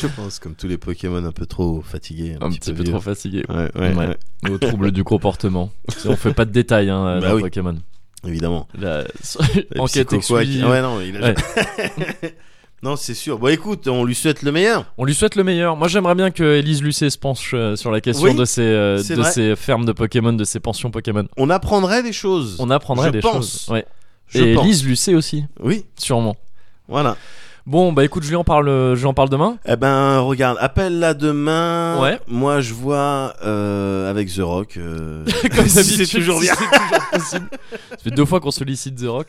Je pense comme tous les Pokémon un peu trop fatigués, un, Un petit peu vieux. trop fatigué. Ouais, ouais, Ouais. ouais, Au trouble du comportement. On fait pas de détails hein, Bah dans oui. Pokémon. évidemment. [LAUGHS] La... Les Enquête psychoquacs- exclusive. Ouais, non, il a- [LAUGHS] non, c'est sûr. Bon, écoute, on lui souhaite le meilleur. On lui souhaite le meilleur. Moi, j'aimerais bien que Élise Lucet se penche euh, sur la question Oui, de ces euh, c'est de vrai. ces fermes de Pokémon, de ces pensions Pokémon. On apprendrait des choses. On apprendrait Je des pense. choses. Ouais. Je Et pense. Élise Lucet aussi, Oui, sûrement. voilà. Bon, bah écoute, je lui en parle, euh, je lui en parle [LAUGHS] demain. Eh ben, regarde, appelle là demain. Ouais. Moi, je vois euh, avec The Rock. euh, [LAUGHS] Comme [LAUGHS] si d'habitude, c'est toujours si bien. c'est toujours possible. Ça fait deux fois qu'on sollicite The Rock.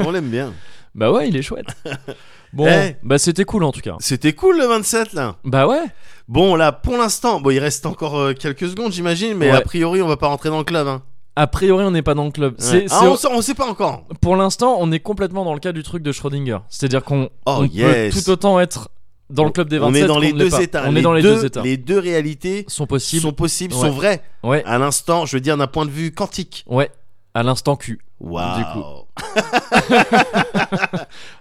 on l'aime bien. Bah ouais, il est chouette. Bon, Eh. bah c'était cool en tout cas. C'était cool le 27 là. Bah ouais. Bon, là, pour l'instant, bon, il reste encore euh, quelques secondes, j'imagine, mais Ouais. a priori, on va pas rentrer dans le club. Hein. A priori, on n'est pas dans le club. Ouais. C'est- Ah, c'est- on, sait- on sait pas encore. Pour l'instant, on est complètement dans le cas du truc de Schrödinger. C'est-à-dire qu'on Oh, on yes. peut tout autant être dans le club des 27 on est dans les qu'on ne l'est deux pas. états. On est dans les deux états. Les deux réalités Sont possibles. sont possibles, Ouais. sont vraies. Ouais. À l'instant, je veux dire, d'un point de vue quantique. Ouais. À l'instant Q. Waouh. Du coup.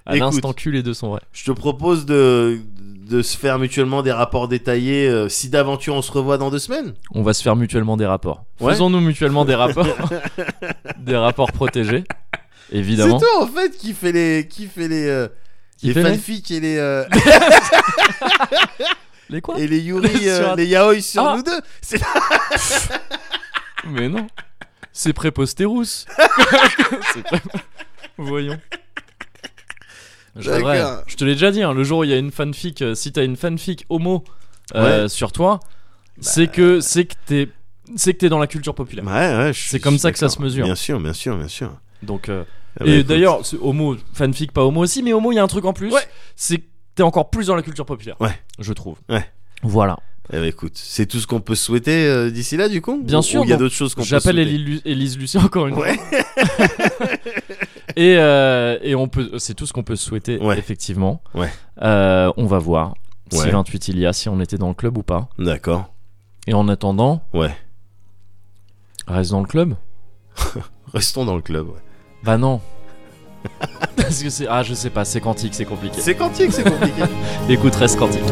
À Écoute. l'instant Q, les deux sont vrais. Je te propose de, de se faire mutuellement des rapports détaillés. euh, si d'aventure on se revoit dans deux semaines. On va se faire mutuellement des rapports. Ouais. Faisons-nous mutuellement des [LAUGHS] rapports. des rapports protégés. C'est Évidemment. toi en fait qui fait les qui fait les euh, Qui les fait les- fanfics et les euh, Les quoi [LAUGHS] et les yuri Sur euh, un- les yaoi sur Ah. nous deux. C'est Mais non. C'est [LAUGHS] préposterus. C'est pré- Voyons. Je D'accord. rêverais. Je te l'ai déjà dit, hein, le jour où il y a une fanfic, euh, si t'as une fanfic homo euh, sur toi, c'est que c'est que t'es c'est que t'es dans la culture populaire. ouais, ouais, je C'est suis- comme ça que ça d'accord. se mesure. Bien sûr, bien sûr, bien sûr. Donc euh, Ah bah, et écoute. d'ailleurs, ce homo fanfic pas homo aussi, mais homo il y a un truc en plus, Ouais. c'est que t'es encore plus dans la culture populaire. Ouais. Je trouve. Ouais. Voilà. Eh ben, écoute, c'est tout ce qu'on peut souhaiter euh, d'ici là, du coup. Bien Ou- sûr, ou Il y a bon, d'autres choses qu'on peut J'appelle souhaiter. Élise Lu- Élise Lucet encore une fois. [LAUGHS] Ouais. Et, euh, et on peut, c'est tout ce qu'on peut se souhaiter, Ouais. effectivement. Ouais. Euh, on va voir si Ouais. 28 il y a, si on était dans le club ou pas. D'accord. Et en attendant, Ouais. reste dans le club Restons dans le club. ouais. Bah non. [LAUGHS] Parce que c'est. Ah, je sais pas, c'est quantique, c'est compliqué. [LAUGHS] C'est quantique, c'est compliqué. Écoute, reste quantique.